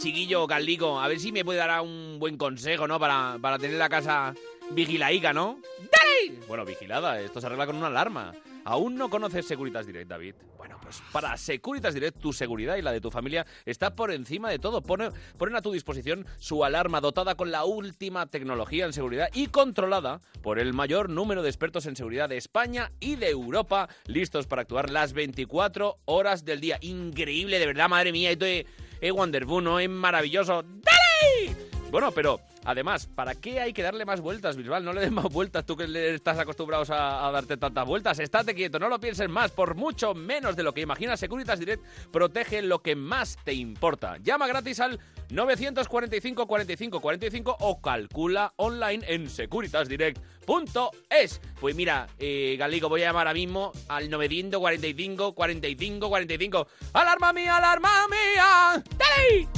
Speaker 18: chiquillo, Carlico, a ver si me puede dar un buen consejo, ¿no? Para, para tener la casa vigilaica, ¿no? ¡Tay! Bueno, vigilada, esto se arregla con una alarma. ¿Aún no conoces Securitas Direct, David? Bueno, pues para Securitas Direct, tu seguridad y la de tu familia está por encima de todo. Pone- ponen a tu disposición su alarma dotada con la última tecnología en seguridad y controlada por el mayor número de expertos en seguridad de España y de Europa, listos para actuar las 24 horas del día. Increíble, de verdad, madre mía, esto es, es wonderful, ¿no? Es maravilloso. ¡Dale!
Speaker 1: Bueno, pero además, ¿para qué hay que darle más vueltas, Bisbal? No le des más vueltas tú que le estás acostumbrados a, a darte tantas vueltas. Estate quieto, no lo pienses más. Por mucho menos de lo que imaginas, Securitas Direct protege lo que más te importa. Llama gratis al 945 45 45 o calcula online en securitasdirect.es. Pues mira, eh, Galico, voy a llamar ahora mismo al 945 45 45. ¡Alarma mía, alarma mía! ¡Dale!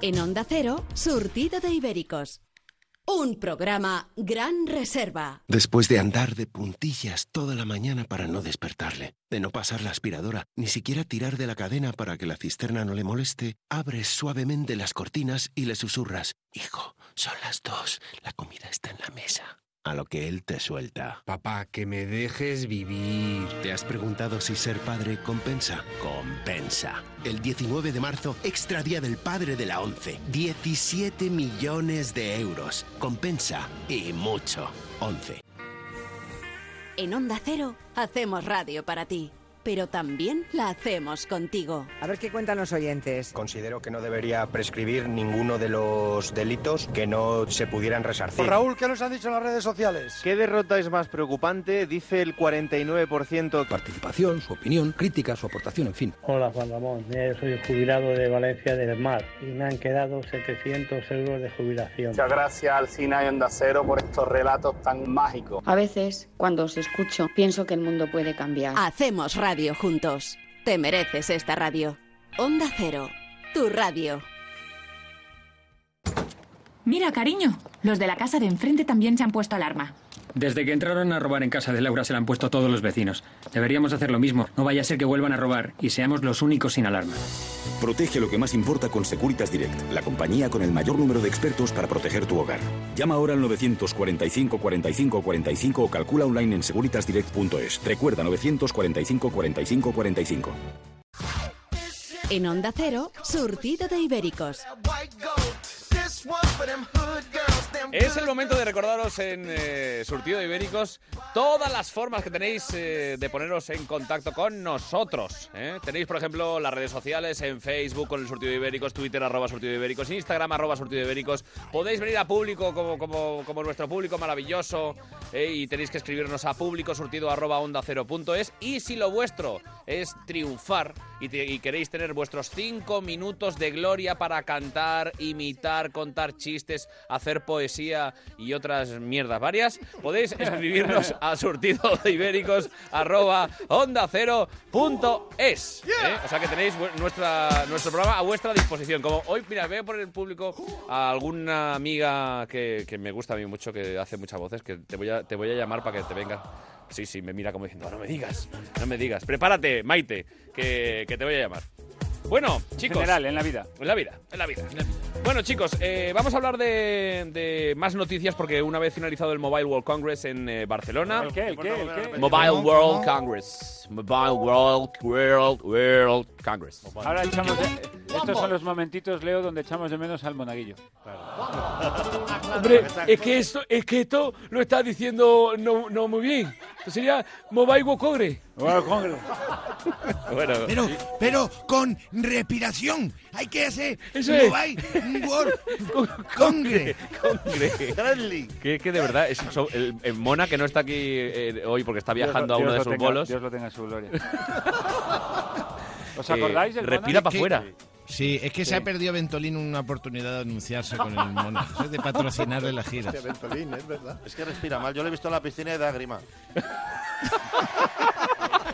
Speaker 2: En Onda Cero, surtido de ibéricos. Un programa Gran Reserva.
Speaker 19: Después de andar de puntillas toda la mañana para no despertarle, de no pasar la aspiradora, ni siquiera tirar de la cadena para que la cisterna no le moleste, abres suavemente las cortinas y le susurras, Hijo, son las dos, la comida está en la mesa. A lo que él te suelta. Papá, que me dejes vivir. ¿Te has preguntado si ser padre compensa? Compensa. El 19 de marzo, extra día del padre de la 11. 17 millones de euros. Compensa y mucho. 11.
Speaker 2: En Onda Cero, hacemos radio para ti, pero también la hacemos contigo.
Speaker 20: A ver qué cuentan los oyentes.
Speaker 21: Considero que no debería prescribir ninguno de los delitos que no se pudieran resarcir.
Speaker 5: Raúl, ¿qué nos han dicho en las redes sociales?
Speaker 22: ¿Qué derrota es más preocupante? Dice el 49%.
Speaker 11: Participación, su opinión, crítica, su aportación, en fin.
Speaker 10: Hola Juan Ramón, Eh, soy jubilado de Valencia del Mar y me han quedado 700 euros de jubilación.
Speaker 23: Muchas gracias al Cina y Onda Cero por estos relatos tan mágicos.
Speaker 9: A veces, cuando os escucho, pienso que el mundo puede cambiar.
Speaker 2: Hacemos radio juntos. Te mereces esta radio. Onda Cero, tu radio.
Speaker 24: Mira, cariño, los de la casa de enfrente también se han puesto alarma.
Speaker 25: Desde que entraron a robar en casa de Laura se la han puesto todos los vecinos. Deberíamos hacer lo mismo. No vaya a ser que vuelvan a robar y seamos los únicos sin alarma.
Speaker 26: Protege lo que más importa con Securitas Direct, la compañía con el mayor número de expertos para proteger tu hogar. Llama ahora al 945 45 45 o calcula online en securitasdirect.es. Recuerda 945 45 45.
Speaker 2: En Onda Cero, surtido de ibéricos.
Speaker 1: Es el momento de recordaros en eh, Surtido de Ibéricos todas las formas que tenéis eh, de poneros en contacto con nosotros. ¿eh? Tenéis, por ejemplo, las redes sociales en Facebook con el Surtido de Ibéricos, Twitter arroba Surtido de Ibéricos, Instagram arroba Surtido de Ibéricos. Podéis venir a público como, como, como nuestro público maravilloso ¿eh? y tenéis que escribirnos a público surtido arroba onda cero punto es. Y si lo vuestro es triunfar y, te- y queréis tener vuestros cinco minutos de gloria para cantar, imitar, contar chistes, hacer poesía y otras mierdas varias, podéis escribirnos a surtido de ibéricos arroba onda cero punto es. ¿eh? O sea que tenéis vu- nuestra, nuestro programa a vuestra disposición. Como hoy, mira, veo por el público a alguna amiga que, que me gusta a mí mucho, que hace muchas voces, que te voy a, te voy a llamar para que te vengas. Sí, sí, me mira como diciendo, no me digas, no me digas. Prepárate, Maite, que, que te voy a llamar. Bueno, chicos.
Speaker 15: general, en la vida.
Speaker 1: En la vida, en la vida. Bueno, chicos, eh, vamos a hablar de, de más noticias porque una vez finalizado el Mobile World Congress en eh, Barcelona.
Speaker 15: ¿El qué? ¿El qué? ¿El qué?
Speaker 1: Mobile World Congress. Mobile World World World Congress.
Speaker 15: Ahora echamos de- Estos son los momentitos, Leo, donde echamos de menos al monaguillo.
Speaker 13: Hombre, es que esto, es que esto lo está diciendo no, no muy bien. Esto sería Mobile World Congress.
Speaker 1: Bueno,
Speaker 4: Pero, pero con respiración. Hay que hacer.
Speaker 13: Eso es.
Speaker 4: Mobile World Congress.
Speaker 15: *laughs*
Speaker 1: que, que de verdad, es, so- el, el Mona que no está aquí eh, hoy porque está viajando a
Speaker 15: Dios
Speaker 1: uno de
Speaker 15: lo
Speaker 1: sus
Speaker 15: tenga-
Speaker 1: bolos.
Speaker 15: Dios lo tenga en su gloria.
Speaker 5: *laughs*
Speaker 15: ¿Os
Speaker 1: Eh,
Speaker 15: acordáis del
Speaker 1: respira
Speaker 15: monaguillo?
Speaker 1: para afuera.
Speaker 4: Sí, es que
Speaker 15: Sí.
Speaker 4: se ha perdido Ventolín una oportunidad de anunciarse con el mono, Eso es de patrocinarle las
Speaker 5: *laughs*
Speaker 4: giras.
Speaker 3: Hostia, Ventolín, ¿eh? es verdad. Es que respira mal. Yo le he visto en la piscina y da *laughs* grima.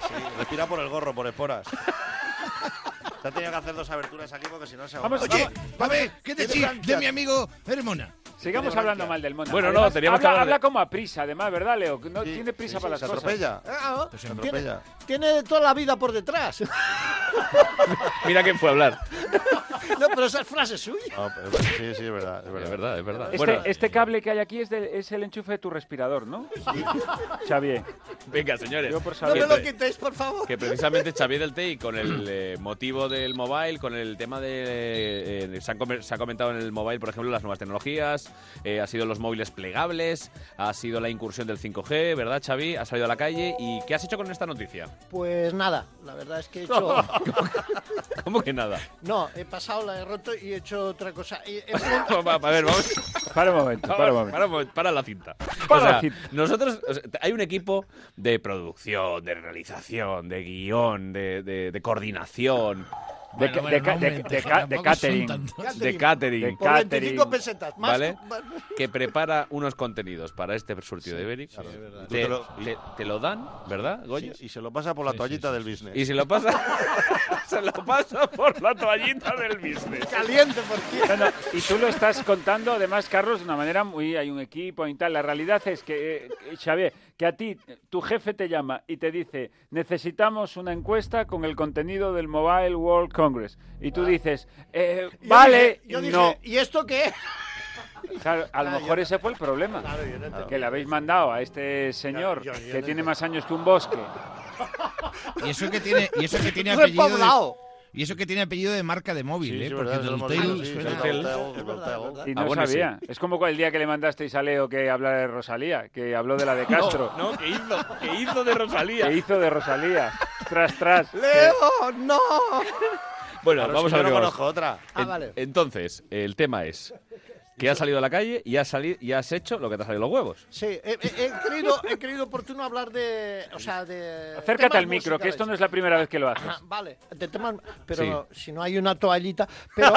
Speaker 3: Sí, respira por el gorro, por esporas. Se ha tenido que hacer dos
Speaker 5: pues
Speaker 3: aberturas aquí porque si no se va.
Speaker 4: Vamos, Oye, a ver, ¿qué decís de mi
Speaker 5: Oh,
Speaker 4: amigo Hermona?
Speaker 15: Sigamos
Speaker 3: Tiene
Speaker 15: hablando
Speaker 3: bronquias.
Speaker 15: mal del Mona.
Speaker 1: Bueno, no,
Speaker 15: Además,
Speaker 1: teníamos que
Speaker 15: habla,
Speaker 1: hablar de-
Speaker 15: habla como a prisa, además, ¿verdad, Leo? No tiene prisa
Speaker 3: sí,
Speaker 15: para
Speaker 3: se
Speaker 15: las cosas.
Speaker 3: atropella.
Speaker 5: Ah,
Speaker 3: Se
Speaker 5: tiene,
Speaker 3: atropella.
Speaker 5: tiene toda la vida por detrás. *laughs*
Speaker 1: Mira quién fue a hablar.
Speaker 5: ah. no, pero esa frase es suya.
Speaker 15: *laughs*
Speaker 3: No, pero- sí, sí, es verdad. Es verdad,
Speaker 1: Es verdad, es verdad.
Speaker 15: Este,
Speaker 1: Bueno,
Speaker 15: este cable que hay aquí es, de- es el enchufe de tu respirador, ¿no? Xavier.
Speaker 1: venga, señores.
Speaker 15: Yo por
Speaker 5: No
Speaker 15: saber.
Speaker 5: me lo quitéis, por favor.
Speaker 1: que precisamente Xavier del Tei, con el eh, motivo del mobile, con el tema de... eh, se, han comer- se ha comentado en el mobile, por ejemplo, las nuevas tecnologías, eh, ha sido los móviles plegables, ha sido la incursión del 5G, ¿verdad, Xavi? Has salido a la calle. ¿Y qué has hecho con esta noticia? *laughs*
Speaker 15: *laughs*
Speaker 5: Pues nada, la verdad es que he hecho...
Speaker 1: ¿Cómo que nada?
Speaker 5: No, he pasado la- la he roto y he hecho otra cosa.
Speaker 15: *laughs*
Speaker 5: Y he-
Speaker 1: a ver, vamos.
Speaker 15: Para un momento, para un momento.
Speaker 1: Para, la cinta.
Speaker 15: Para
Speaker 1: O sea,
Speaker 15: la cinta.
Speaker 1: Nosotros, o sea, hay un equipo de producción, de realización, de guión, de, de- de coordinación.
Speaker 15: De ca- de ca- de- de ca- de catering.
Speaker 1: De catering.
Speaker 15: Por 25 pesetas, más-
Speaker 1: ¿Vale?
Speaker 15: más-
Speaker 1: Que prepara unos contenidos para este surtido de Beric.
Speaker 3: sí, es verdad.
Speaker 1: te,
Speaker 3: Tú te lo-
Speaker 1: te- te lo dan, ¿verdad, Goyo?
Speaker 3: y se lo pasa por la toallita del business.
Speaker 1: Y si lo pasa, *laughs* se lo pasa por la toallita del business.
Speaker 5: Caliente, por cierto.
Speaker 15: Bueno, *laughs* y tú lo estás contando, además, Carlos, de una manera muy. Hay un equipo y tal. La realidad es que, eh, Xavier, que a ti, eh, tu jefe te llama y te dice: Necesitamos una encuesta con el contenido del Mobile World Congress. Y tú dices: "Eh,
Speaker 5: Yo
Speaker 15: Vale,
Speaker 5: dije- yo dije, *laughs*
Speaker 15: no.
Speaker 5: ¿y esto qué es?
Speaker 15: Claro, a lo
Speaker 5: Claro,
Speaker 15: mejor
Speaker 5: yo-
Speaker 15: ese fue el problema.
Speaker 5: Claro, yo no entendí.
Speaker 15: que le habéis mandado a este señor
Speaker 5: Yo- yo- yo
Speaker 15: que
Speaker 5: no
Speaker 15: tiene más años que un bosque.
Speaker 4: Y eso que tiene, y eso que tiene
Speaker 5: *laughs* Eso es
Speaker 4: apellido. de-
Speaker 5: poblado.
Speaker 4: y eso que tiene apellido de marca de móvil,
Speaker 3: Sí,
Speaker 4: ¿eh?
Speaker 3: sí,
Speaker 4: Porque
Speaker 3: verdad,
Speaker 4: del
Speaker 3: eso lo
Speaker 4: hotel
Speaker 3: hemos dicho, sí,
Speaker 4: suena-
Speaker 3: es verdad, es verdad, es verdad.
Speaker 15: Y no
Speaker 1: Ah, bueno, sí.
Speaker 15: sabía. Es como el día que le mandasteis a Leo que hablara de Rosalía, que habló de la de
Speaker 1: *laughs* No,
Speaker 15: Castro.
Speaker 1: No, que hizo, que hizo de Rosalía.
Speaker 15: Que hizo de
Speaker 5: *laughs*
Speaker 15: Rosalía. Tras, tras.
Speaker 5: ¡Leo, no!
Speaker 1: Bueno,
Speaker 3: Claro,
Speaker 1: vamos
Speaker 3: si
Speaker 1: a
Speaker 3: yo
Speaker 1: ver.
Speaker 3: no
Speaker 1: qué vamos.
Speaker 3: conozco otra.
Speaker 5: Ah,
Speaker 1: En-
Speaker 5: vale.
Speaker 1: Entonces, el tema es que has salido a la calle y has, sali- y has hecho lo que te ha salido los huevos.
Speaker 5: Sí, he, he- he creído, he creído oportuno hablar de. O sea, de.
Speaker 15: Acércate
Speaker 5: temas
Speaker 15: al micro, que esto no
Speaker 5: musicales.
Speaker 15: es la primera vez que lo haces.
Speaker 5: Ajá, vale, de temas. Pero si no hay una toallita. Pero.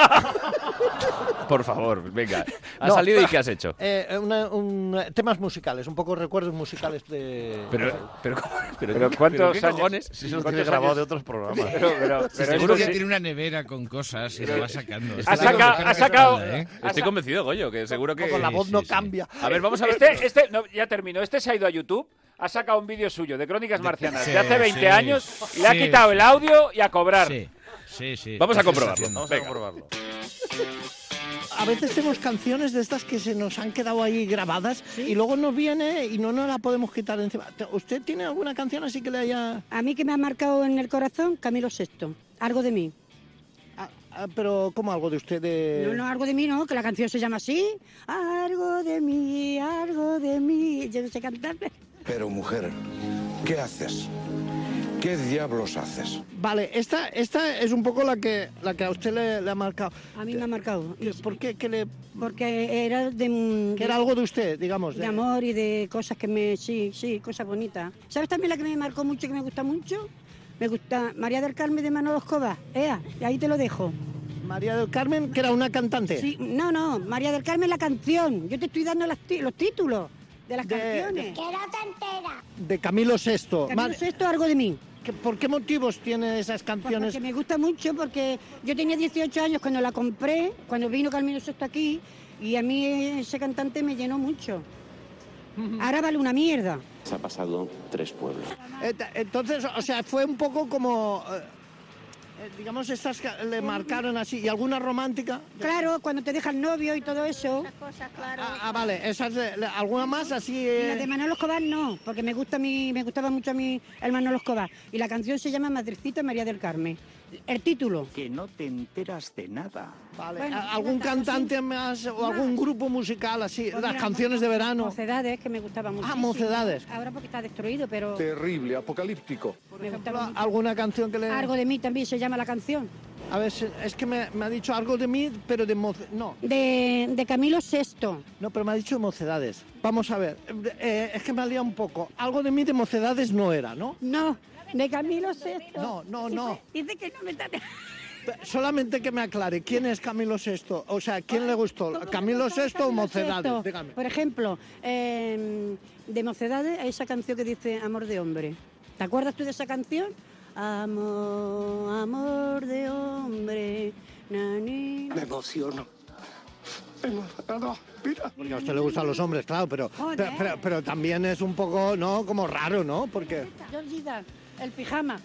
Speaker 15: *laughs*
Speaker 1: Por
Speaker 5: *laughs*
Speaker 1: favor, venga. Has
Speaker 5: No.
Speaker 1: salido y ¿qué has hecho?
Speaker 5: Eh, una- un- temas musicales, un poco recuerdos musicales de.
Speaker 1: Pero, pero, ¿cómo- pero,
Speaker 15: Pero ¿cuántos
Speaker 1: qué
Speaker 15: años-
Speaker 1: cojones?
Speaker 3: Si eso lo tiene
Speaker 15: ¿Cuántos
Speaker 3: grabado
Speaker 15: años?
Speaker 3: de otros programas.
Speaker 15: Pero, pero,
Speaker 4: Sí,
Speaker 15: pero
Speaker 4: seguro
Speaker 15: esto
Speaker 4: que
Speaker 15: sí-
Speaker 4: tiene una nevera con cosas y lo va sacando.
Speaker 1: Ha
Speaker 4: Está
Speaker 15: sacado-
Speaker 4: con la
Speaker 15: ha sacado-
Speaker 4: espalda, ¿eh?
Speaker 1: Estoy convencido, Goyo, que seguro que.
Speaker 5: Con la voz
Speaker 4: sí,
Speaker 5: no
Speaker 4: sí.
Speaker 5: cambia.
Speaker 1: A ver, vamos a ver.
Speaker 15: Este, este, no, ya termino. Este se ha ido a YouTube, ha sacado un vídeo suyo de Crónicas Marcianas
Speaker 4: sí,
Speaker 15: de hace 20
Speaker 4: sí,
Speaker 15: años, y le ha
Speaker 4: sí,
Speaker 15: quitado
Speaker 4: sí.
Speaker 15: el audio y a cobrar.
Speaker 4: Sí, sí, sí.
Speaker 1: Vamos a
Speaker 4: Así está
Speaker 1: comprobarlo.
Speaker 4: haciendo.
Speaker 3: Vamos
Speaker 1: Venga.
Speaker 3: a probarlo.
Speaker 5: A veces tenemos canciones de estas que se nos han quedado ahí grabadas y luego nos viene y no nos la podemos quitar de encima. Te- ¿Usted tiene alguna canción así que le haya.?
Speaker 6: A mí que me ha marcado en el corazón Camilo VI. Algo de mí.
Speaker 5: Ah, ah, pero, ¿cómo algo de usted? De...
Speaker 6: No, no, algo de mí, no, que la canción se llama así. Algo de mí, algo de mí. Yo no sé cantarle.
Speaker 8: Pero mujer, ¿qué haces? ¿Qué diablos haces?
Speaker 5: Vale, esta, esta es un poco la que, la que a usted le, le ha marcado.
Speaker 6: A mí me ha marcado.
Speaker 5: ¿Qué- ¿Por qué? Que, le,
Speaker 6: Porque era de. un-
Speaker 5: que era algo de usted, digamos.
Speaker 6: de amor y de cosas que me. Sí, sí, cosas bonitas. ¿Sabes también la que me marcó mucho, que me gusta mucho? Me gusta María del Carmen de Manolo Escobar. Ea, ahí te lo dejo.
Speaker 5: María del Carmen, que era una cantante.
Speaker 6: Sí, no, no, María del Carmen la canción. Yo te estoy dando las ti- los títulos de las
Speaker 5: De-
Speaker 6: canciones.
Speaker 5: De Camilo VI.
Speaker 6: Camilo
Speaker 5: Vale,
Speaker 6: VI, algo de mí.
Speaker 5: ¿que- ¿Por qué motivos tiene esas
Speaker 6: Pues
Speaker 5: canciones?
Speaker 6: porque me gusta mucho, porque yo tenía 18 años cuando la compré, cuando vino Carmelo Sesto aquí, y a mí ese cantante me llenó mucho. Ahora vale una mierda.
Speaker 17: Se ha pasado tres pueblos.
Speaker 5: Eh, ta- Entonces, o sea, fue un poco como... eh, eh, digamos, estas que le marcaron así. ¿Y alguna romántica?
Speaker 6: Claro, cuando te deja el novio y todo eso.
Speaker 5: Ah, ah, vale. Esas, de- le- ¿Alguna más así? eh?
Speaker 6: Y la de Manolo Escobar no, porque me gusta mi, me gustaba mucho a mi el Manolo Escobar. Y la canción se llama Madrecita María del Carmen. El título.
Speaker 17: Que no te enteras de nada.
Speaker 5: Vale,
Speaker 6: bueno,
Speaker 5: a- ¿Algún
Speaker 6: ya está,
Speaker 5: cantante
Speaker 6: sí.
Speaker 5: más o
Speaker 6: Más.
Speaker 5: algún grupo musical así?
Speaker 6: Pues
Speaker 5: Las
Speaker 6: mira,
Speaker 5: canciones de verano. Ah,
Speaker 6: Mocedades, que me gustaba mucho.
Speaker 5: Mocedades.
Speaker 6: Ahora porque está destruido, pero
Speaker 8: Terrible, apocalíptico.
Speaker 6: me gustaba mucho.
Speaker 5: ¿Alguna canción que le...?
Speaker 6: Algo de mí también se llama la canción.
Speaker 5: A ver, se- es que me, me ha dicho algo de mí, pero de moce- No,
Speaker 6: De, de Camilo VI.
Speaker 5: no, pero me ha dicho mocedades. Vamos a ver, eh, es que me ha liado un poco. Algo de mí de mocedades no era, ¿no?
Speaker 6: No, de Camilo VI.
Speaker 5: No, no,
Speaker 6: Sí,
Speaker 5: no.
Speaker 6: pues, Dice que no me está...
Speaker 5: Pe- Solamente que me aclare, ¿quién es Camilo VI? O sea, ¿quién le gustó? ¿Camilo VI o mocedades?
Speaker 6: Sexto,
Speaker 5: Dígame.
Speaker 6: Por ejemplo, eh, de Mocedades, esa canción que dice Amor de Hombre. ¿Te acuerdas tú de esa canción? Amor, amor de hombre. na, ni,
Speaker 8: Me
Speaker 6: na.
Speaker 8: emociono. Emocionado. Mira.
Speaker 5: Porque a usted le gustan los hombres, claro, pero,
Speaker 6: Joder.
Speaker 5: pero, pero- pero también es un poco, ¿no? Como raro, ¿no? Porque
Speaker 6: Georgida, el pijama.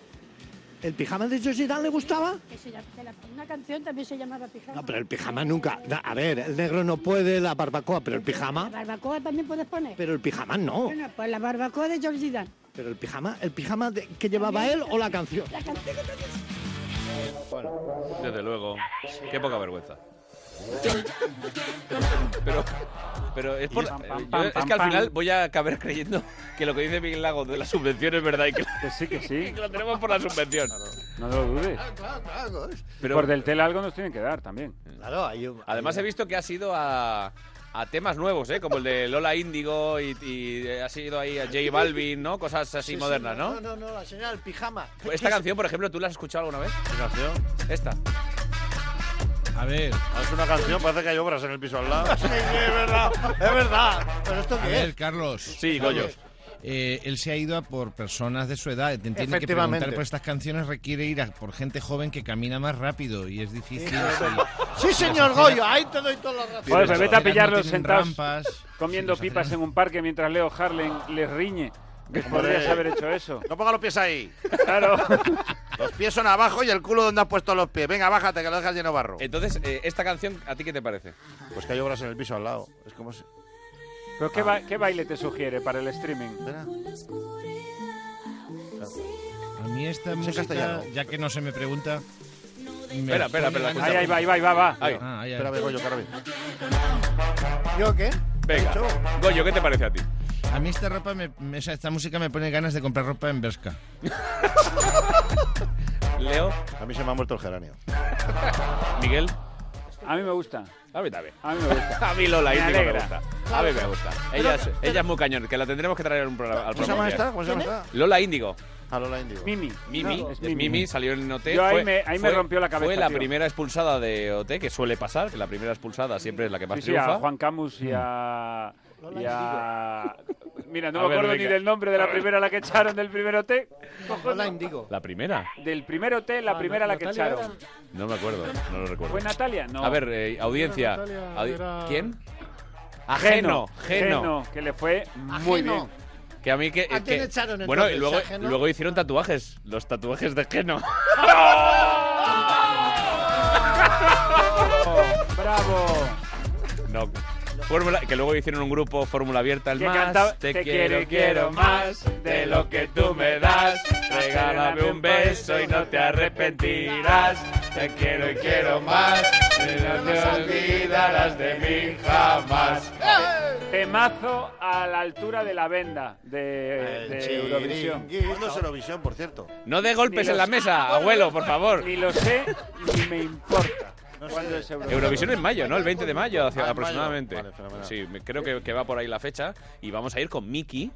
Speaker 5: el pijama de Josie Dan le gustaba.
Speaker 6: Que se llama- que la- una canción también se llamaba pijama.
Speaker 5: No, pero el pijama nunca. Na- A ver, el negro no puede, la barbacoa, pero el
Speaker 6: ¿La
Speaker 5: pijama.
Speaker 6: barbacoa también puedes poner?
Speaker 5: Pero el pijama no.
Speaker 6: Bueno, pues la barbacoa de Georgida.
Speaker 5: Pero el pijama, el pijama de- que llevaba él o la canción.
Speaker 6: La canción que tú dices.
Speaker 24: Oh,
Speaker 1: Desde luego. Qué poca vergüenza. Pero, pero es, por-
Speaker 15: Y es pam, pam,
Speaker 1: yo-
Speaker 15: pam,
Speaker 1: es
Speaker 15: pam,
Speaker 1: que al
Speaker 15: pam.
Speaker 1: final voy a acabar creyendo que lo que dice Miguel Lago de la subvención es verdad y que,
Speaker 15: sí, que sí.
Speaker 1: lo tenemos por la subvención.
Speaker 15: No lo dudes.
Speaker 5: Ah,
Speaker 1: Pero-
Speaker 15: Por del tel algo nos tienen que dar también.
Speaker 1: Además he visto que ha sido a, a temas nuevos, ¿eh? como el de Lola Índigo y, y eh, ha sido ahí a J Balvin, ¿no? Cosas así
Speaker 5: Sí, sí,
Speaker 1: modernas, ¿no?
Speaker 5: No, no, no, la señora del pijama.
Speaker 1: Esta canción, por ejemplo, ¿tú la has escuchado alguna vez?
Speaker 3: ¿Qué canción?
Speaker 1: Esta. *laughs*
Speaker 4: A ver.
Speaker 3: eh, Es una canción, parece que hay obras en el piso al lado. sí, sí, es verdad, es verdad. ¿Pero esto
Speaker 4: A ver, Carlos.
Speaker 3: Sí,
Speaker 4: Carlos,
Speaker 3: Goyo.
Speaker 4: eh, él se ha ido a por personas de su edad. Te Tiene que
Speaker 5: Efectivamente.
Speaker 4: preguntar por estas canciones. Requiere ir a por gente joven que camina más rápido y es difícil.
Speaker 5: Sí, señor Goyo, ahí te doy toda la razón.
Speaker 15: Joder, pero vete a
Speaker 4: no
Speaker 15: pillarlos
Speaker 4: tienen
Speaker 15: sentados
Speaker 4: rampas.
Speaker 15: comiendo pipas en un parque mientras Leo Harlem les riñe. Que podrías haber
Speaker 5: *laughs*
Speaker 15: hecho eso.
Speaker 3: No ponga los pies ahí.
Speaker 15: Claro.
Speaker 3: *laughs* Los pies son abajo y el culo donde has puesto los pies. Venga, bájate, que lo dejas lleno de barro.
Speaker 1: Entonces, eh, esta canción, ¿a ti qué te parece?
Speaker 3: Pues que hay obras en el piso al lado. Es como si...
Speaker 15: ¿Pero qué, ba- qué baile te sugiere para el streaming?
Speaker 4: A mí esta música,
Speaker 15: castellano.
Speaker 4: ya que no se me pregunta. me
Speaker 15: Espera, espera,
Speaker 4: pone
Speaker 15: espera,
Speaker 4: ganas-
Speaker 15: ahí, ahí va, ahí va, ahí va, va.
Speaker 4: Ahí. Ah, ahí, ahí.
Speaker 3: Espera, ve, Goyo, que ahora viene.
Speaker 5: ¿Yo qué?
Speaker 1: Venga. Goyo, ¿qué te parece a ti?
Speaker 4: A mí esta ropa, me- me- esa- esta música me pone ganas de comprar ropa en Berska.
Speaker 1: Leo.
Speaker 3: A mí se me ha muerto el geranio.
Speaker 1: Miguel.
Speaker 15: A mí me gusta.
Speaker 1: A mí también.
Speaker 15: A mí me gusta.
Speaker 1: *laughs* A mí Lola
Speaker 15: Me
Speaker 1: Índigo me
Speaker 15: alegra.
Speaker 1: gusta. A mí me gusta. Ella es, ella es muy cañón, que la tendremos que traer a un programa- al
Speaker 3: ¿Cómo se
Speaker 1: programa.
Speaker 3: llama
Speaker 1: un día.
Speaker 3: esta? ¿Cómo se llama esta?
Speaker 1: Lola Índigo.
Speaker 3: A Lola Índigo.
Speaker 15: Mimi.
Speaker 1: Mimi,
Speaker 15: No, es
Speaker 1: de Mimi. salió en OT.
Speaker 15: Yo ahí
Speaker 1: Fue-
Speaker 15: me- ahí me
Speaker 1: fue-
Speaker 15: rompió la cabeza,
Speaker 1: Fue la
Speaker 15: tío.
Speaker 1: primera expulsada de OT, que suele pasar, que la primera expulsada siempre es la que más
Speaker 15: Sí, sí,
Speaker 1: triunfa.
Speaker 15: a Juan Camus y a... y a- Mira, no
Speaker 1: A
Speaker 15: me
Speaker 1: ver,
Speaker 15: acuerdo ni
Speaker 1: venga.
Speaker 15: del nombre de
Speaker 1: A
Speaker 15: la
Speaker 1: ver.
Speaker 15: primera a la que echaron del primer OT.
Speaker 5: Hola, Indigo.
Speaker 1: La primera.
Speaker 15: Del primer OT, la
Speaker 5: Ah,
Speaker 15: primera a la que
Speaker 5: Natalia
Speaker 15: echaron.
Speaker 1: No me acuerdo, no lo recuerdo.
Speaker 15: ¿Fue Natalia? No.
Speaker 1: A ver, eh, audiencia.
Speaker 15: Natalia,
Speaker 1: Audi-
Speaker 15: era-
Speaker 1: ¿Quién? Ajeno,
Speaker 15: Geno,
Speaker 1: Geno.
Speaker 15: que le fue muy
Speaker 5: Ajeno.
Speaker 15: bien.
Speaker 1: Que a mí que.
Speaker 5: ¿A quién
Speaker 1: que-
Speaker 5: echaron
Speaker 1: Bueno, y
Speaker 5: entonces?
Speaker 1: luego,
Speaker 5: ¿A Geno?
Speaker 1: luego hicieron tatuajes. Los tatuajes de Geno. *laughs*
Speaker 15: ¡Bravo!
Speaker 1: No. Fórmula, que luego hicieron un grupo Fórmula Abierta el
Speaker 15: Que
Speaker 1: más.
Speaker 15: cantaba,
Speaker 1: te, quiero, quiero más de lo que tú me das. Regálame un beso y no te arrepentirás. Te quiero y quiero más. Y no te olvidarás de mí jamás.
Speaker 15: Temazo a la altura de la venda de, de
Speaker 1: Eh,
Speaker 15: Eurovisión.
Speaker 3: ¿Cuándo es Eurovisión, por cierto?
Speaker 1: No dé golpes
Speaker 15: Ni
Speaker 1: en la
Speaker 15: los-
Speaker 1: mesa, abuelo, por favor.
Speaker 15: Ni lo sé ni me importa. ¿Cuándo es Eurovisión?
Speaker 1: Eurovisión en mayo, ¿no? El 20 de mayo hacia-
Speaker 3: Ah, en mayo.
Speaker 1: aproximadamente.
Speaker 3: Vale, fenomenal.
Speaker 1: sí, me- creo que, que va por ahí la fecha. Y vamos a ir con Mickey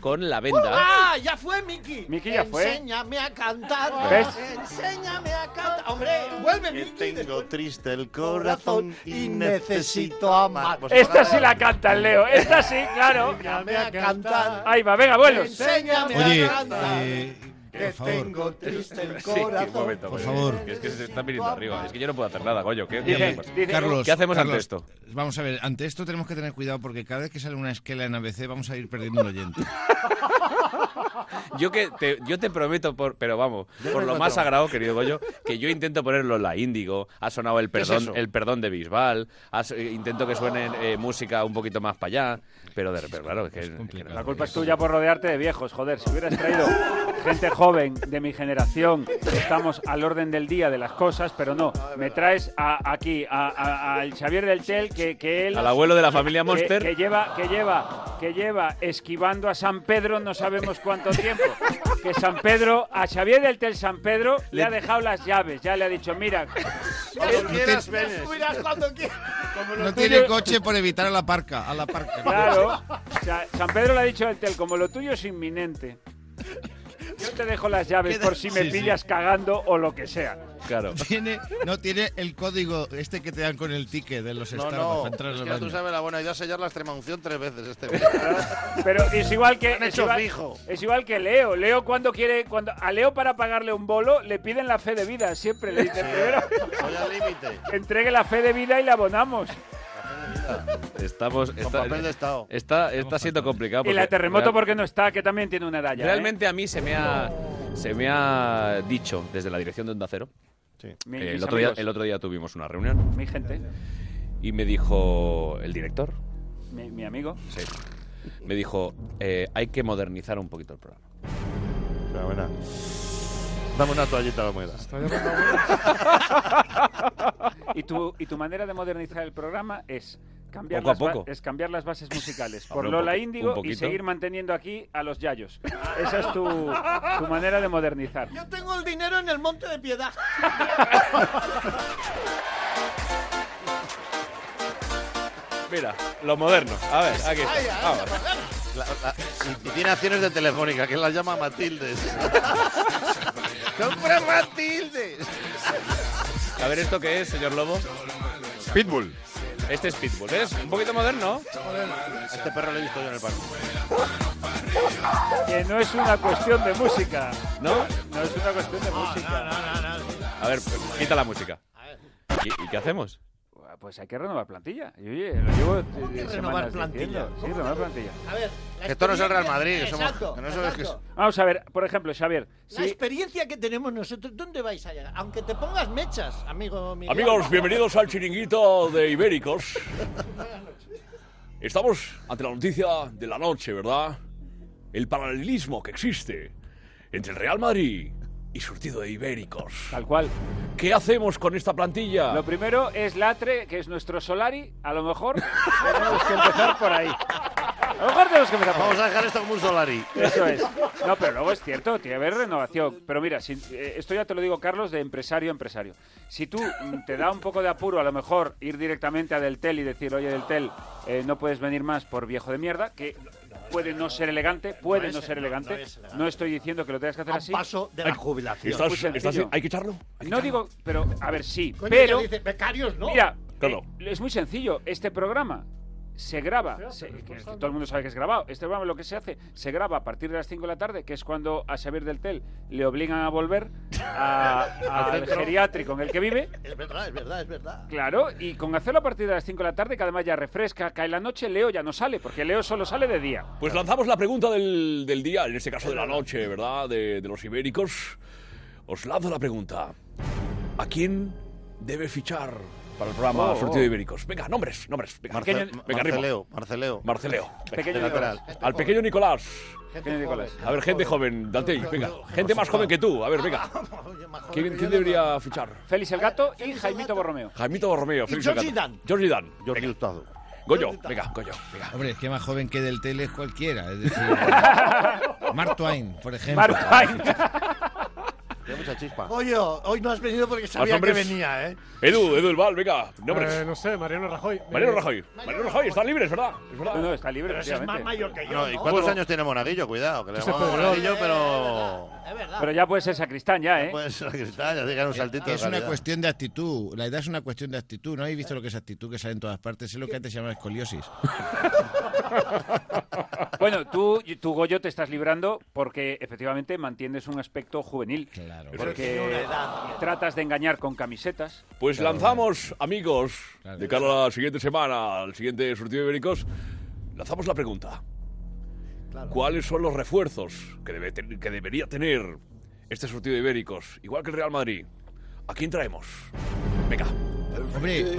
Speaker 1: con la venda.
Speaker 5: ¡Ah! ¡Ya fue, Miki!
Speaker 15: Miki ya fue.
Speaker 5: Enséñame a cantar.
Speaker 15: ¿Ves?
Speaker 5: Enséñame a cantar. Hombre, vuelve,
Speaker 3: Que
Speaker 5: Miki.
Speaker 3: tengo triste el corazón y necesito
Speaker 5: amar.
Speaker 3: amar. Pues
Speaker 15: Esta
Speaker 3: para-
Speaker 15: sí la canta el Leo. Esta sí, claro.
Speaker 5: Enséñame a cantar.
Speaker 15: Ahí va, venga, abuelos.
Speaker 5: Enséñame
Speaker 4: Oye,
Speaker 5: a cantar.
Speaker 4: eh,
Speaker 5: que
Speaker 4: por favor.
Speaker 5: tengo triste el
Speaker 1: *laughs* Sí, un
Speaker 5: corazón.
Speaker 4: Por
Speaker 1: momento, porque-
Speaker 4: favor.
Speaker 1: que Es que se está viniendo arriba. Es que yo no puedo hacer nada, Goyo. ¿Qué, qué
Speaker 15: Dicen-
Speaker 1: hacemos?
Speaker 15: dicen-
Speaker 4: Carlos,
Speaker 1: ¿Qué hacemos ante
Speaker 4: Carlos,
Speaker 1: esto?
Speaker 4: Vamos a ver, ante esto tenemos que tener cuidado porque cada vez que sale una esquela en ABC vamos a ir perdiendo un oyente.
Speaker 1: Yo, que te, yo te prometo, por, pero vamos,
Speaker 3: Yo me
Speaker 1: por lo
Speaker 3: encuentro.
Speaker 1: más sagrado, querido Goyo, que yo intento ponerlo la índigo. Ha sonado el
Speaker 3: ¿Qué es
Speaker 1: perdón,
Speaker 3: eso?
Speaker 1: el perdón de Bisbal. ha so- eh, intento que suene eh, música un poquito más para allá. Pero de repente, claro, es que-
Speaker 4: complicado.
Speaker 1: que
Speaker 15: La culpa es tuya por rodearte de viejos, joder. Si hubieras traído gente joven de mi generación, estamos al orden del día de las cosas, pero no. Me traes a- aquí a- a- al Xavier del Tel, que, que él.
Speaker 1: al abuelo de la familia
Speaker 15: que-
Speaker 1: Monster.
Speaker 15: que lleva, que lleva, que lleva esquivando a San Pedro no sabemos cuánto tiempo. Que San Pedro, a Xavier del Tel San Pedro le,
Speaker 1: Le-
Speaker 15: ha dejado las llaves, ya le ha dicho, mira,
Speaker 3: Cuando quieras, venes.
Speaker 5: Subirás cuando quieras.
Speaker 4: No tiene coche por evitar a la parca, a la parca.
Speaker 15: claro. o sea, San Pedro le ha dicho al Tel, como lo tuyo es inminente. Yo te dejo las llaves por si me
Speaker 4: Sí, sí.
Speaker 15: pillas cagando o lo que sea.
Speaker 1: Claro.
Speaker 4: *laughs* Tiene, no tiene el código este que te dan con el ticket de los
Speaker 3: No,
Speaker 4: Starbucks
Speaker 3: no.
Speaker 4: para entrar
Speaker 3: Es
Speaker 4: al
Speaker 3: que ya tú
Speaker 4: baño.
Speaker 3: sabes la buena idea sellar la extrema unción tres veces
Speaker 1: *laughs*
Speaker 3: este mes.
Speaker 15: Pero es igual que
Speaker 3: Han
Speaker 15: es
Speaker 3: hecho
Speaker 15: igual,
Speaker 3: fijo.
Speaker 15: es igual que Leo. Leo cuando quiere cuando a Leo para pagarle un bolo le piden la fe de vida, siempre le dicen primero
Speaker 3: Voy al límite.
Speaker 15: que *laughs* entregue la fe de vida y la abonamos.
Speaker 1: Ah, *laughs* Estamos.
Speaker 3: Con
Speaker 1: Está,
Speaker 3: papel de Estado.
Speaker 1: está, está siendo complicado.
Speaker 15: y la
Speaker 1: porque
Speaker 15: terremoto
Speaker 1: real-
Speaker 15: porque no está, que también tiene una edad ya, ¿eh?
Speaker 1: Realmente a mí se me ha. Se me ha dicho desde la dirección de Onda Cero.
Speaker 3: Sí.
Speaker 15: Mi-
Speaker 1: eh,
Speaker 15: mis
Speaker 1: el, otro día,
Speaker 15: amigos,
Speaker 1: el otro día tuvimos una reunión
Speaker 15: mi gente,
Speaker 1: y me dijo el director,
Speaker 15: mi, mi amigo.
Speaker 1: Sí. Me dijo, eh, hay que modernizar un poquito el programa.
Speaker 3: Fenomenal. Dame una toallita a la muela.
Speaker 15: y, tu, y tu manera de modernizar el programa es cambiar,
Speaker 1: Poco a
Speaker 15: las, ba-
Speaker 1: poco.
Speaker 15: es cambiar las bases musicales por
Speaker 1: Hombre, un
Speaker 15: Lola
Speaker 1: poqui- un
Speaker 15: Índigo y
Speaker 1: poquito.
Speaker 15: seguir manteniendo aquí a los Yayos. Esa es tu, tu manera de modernizar.
Speaker 5: Yo tengo el dinero en el monte de piedad.
Speaker 1: Mira, lo moderno. A ver, aquí está.
Speaker 5: Ay, ay,
Speaker 1: Vamos.
Speaker 3: La- la- y, y tiene acciones de Telefónica, que las llama Matildes. ¡Compra Matildes!
Speaker 1: *laughs* A ver, ¿esto qué es, señor Lobo? Pitbull. Este es Pitbull, ¿ves? Un poquito moderno.
Speaker 3: Este perro lo he visto yo en el parque.
Speaker 15: Que no es una cuestión de música.
Speaker 1: ¿No?
Speaker 15: No es una cuestión de música.
Speaker 1: A ver, pues, quita la música. ¿Y, y qué hacemos?
Speaker 15: Pues hay que renovar plantilla. Y oye, lo llevo eh, semanas
Speaker 5: renovar plantilla?
Speaker 15: diciendo. Sí,
Speaker 5: ¿Cómo
Speaker 15: renovar
Speaker 5: que-
Speaker 15: plantilla.
Speaker 5: A ver, la
Speaker 3: Que esto no es el Real Madrid, que
Speaker 5: experiencia-
Speaker 3: somos-
Speaker 5: exacto,
Speaker 3: que no sabes
Speaker 5: exacto.
Speaker 15: Vamos a ver, por ejemplo, Xavier.
Speaker 5: La
Speaker 15: Si,
Speaker 5: experiencia que tenemos nosotros, ¿dónde vais a llegar? Aunque te pongas mechas, amigo Miguel.
Speaker 13: Amigos, bienvenidos al chiringuito de Ibéricos. Estamos ante la noticia de la noche, ¿verdad? El paralelismo que existe entre el Real Madrid y surtido de Ibéricos.
Speaker 15: Tal cual.
Speaker 13: ¿Qué hacemos con esta plantilla?
Speaker 15: lo primero es Latre, que es nuestro Solari. A lo mejor tenemos que empezar por ahí. A lo mejor tenemos que empezar por ahí.
Speaker 3: Vamos a dejar esto como un Solari.
Speaker 15: Eso es. No, pero luego es cierto, tiene que haber renovación. Pero mira, si- eh, esto ya te lo digo, Carlos, de empresario a empresario. Si tú mm, te da un poco de apuro, a lo mejor ir directamente a Deltel y decir, oye, Deltel, eh, no puedes venir más por viejo de mierda, que puede no ser elegante, puede
Speaker 5: es-
Speaker 15: no ser
Speaker 5: no, no
Speaker 15: elegante.
Speaker 5: es elegante.
Speaker 15: No estoy diciendo que lo tengas que hacer
Speaker 5: A un
Speaker 15: así.
Speaker 5: paso de la jubilación.
Speaker 15: Muy
Speaker 13: ¿Estás- estás-
Speaker 15: sencillo.
Speaker 13: ¿Hay que echarlo? ¿Hay que
Speaker 15: No
Speaker 13: echarlo?
Speaker 15: digo, pero a ver, sí,
Speaker 5: Coño,
Speaker 15: pero...
Speaker 5: que dice, becarios no.
Speaker 15: Mira,
Speaker 13: Claro.
Speaker 15: eh, es muy sencillo. Este programa se graba. se- que- que todo el mundo sabe que es grabado. Este programa lo que se hace, se graba a partir de las 5 de la tarde, que es cuando a Xavier del Tel le obligan a volver a-
Speaker 5: *laughs* Al
Speaker 15: al
Speaker 5: centro.
Speaker 15: geriátrico en el que vive.
Speaker 5: Es verdad, es verdad, es verdad.
Speaker 15: Claro, y con hacerlo a partir de las 5 de la tarde, que además ya refresca, cae la noche, Leo ya no sale, porque Leo solo sale de día.
Speaker 13: Pues lanzamos la pregunta del, del día, en este caso de la noche, ¿verdad? De, de los ibéricos. Os lanzo la pregunta. ¿A quién debe fichar para el programa
Speaker 1: Oh, oh.
Speaker 13: Sorteo de Ibéricos? Venga, nombres, nombres. Venga,
Speaker 3: Marce-
Speaker 13: pequeño- venga, arriba.
Speaker 3: Marceleo, Marceleo.
Speaker 13: Marceleo.
Speaker 15: Pequeño
Speaker 3: de lateral.
Speaker 15: Nicolás.
Speaker 13: Al pequeño Nicolás.
Speaker 15: Pequeño Nicolás.
Speaker 13: A ver, gente joven, Dante, venga. Gente más joven que tú. A ver, venga. ¿Quién, quién debería fichar?
Speaker 15: Félix el Gato y Jaimito Borromeo.
Speaker 13: Jaimito Borromeo, Félix
Speaker 5: Jordi
Speaker 13: Elgato.
Speaker 5: Dan.
Speaker 13: Jordi Dan.
Speaker 3: Jordi Hurtado.
Speaker 13: Goyo, venga, Goyo, venga.
Speaker 4: Hombre, es que más joven que del tele es cualquiera. Es
Speaker 13: *laughs*
Speaker 4: decir, Mark Twain, por ejemplo.
Speaker 15: Mark Twain.
Speaker 3: Tiene mucha chispa.
Speaker 5: Oye, hoy no has venido porque
Speaker 13: Más
Speaker 5: sabía que
Speaker 13: hombres.
Speaker 5: venía, ¿eh?
Speaker 13: Edu, Edu el Val, venga. Nombres.
Speaker 7: Eh, no sé, Mariano Rajoy.
Speaker 13: Mariano
Speaker 7: Eh,
Speaker 13: Rajoy. Mariano Rajoy, están libres, ¿verdad? Es verdad.
Speaker 15: No, no, está libre,
Speaker 5: Pero ese es más
Speaker 15: efectivamente.
Speaker 5: mayor que yo.
Speaker 3: No, ¿Y
Speaker 5: ¿no?
Speaker 3: cuántos años tiene Monaguillo? Cuidado, que le
Speaker 7: Ese
Speaker 3: llamamos
Speaker 7: Pedro.
Speaker 3: Monaguillo, pero...
Speaker 5: Es verdad.
Speaker 15: Pero ya puede ser sacristán ya, ¿eh?
Speaker 3: Puede ser que está, ya digan un saltito de
Speaker 4: eh, Es una
Speaker 3: calidad.
Speaker 4: cuestión de actitud. La edad es una cuestión de actitud. ¿No habéis visto lo que es actitud que sale en todas partes? Es lo que antes se llamaba escoliosis.
Speaker 15: Bueno, tú, tú, Goyo, te estás librando porque efectivamente mantienes un aspecto juvenil.
Speaker 4: Claro.
Speaker 15: Porque tratas de engañar con camisetas.
Speaker 13: Pues
Speaker 4: Claro,
Speaker 13: lanzamos, amigos, de cara a la siguiente semana, al siguiente surtido de ibéricos, lanzamos la pregunta.
Speaker 5: Claro.
Speaker 13: ¿Cuáles son los refuerzos que, debe ten- que debería tener este surtido de ibéricos? Igual que el Real Madrid. ¿A quién traemos? Venga,
Speaker 4: Hombre, eh,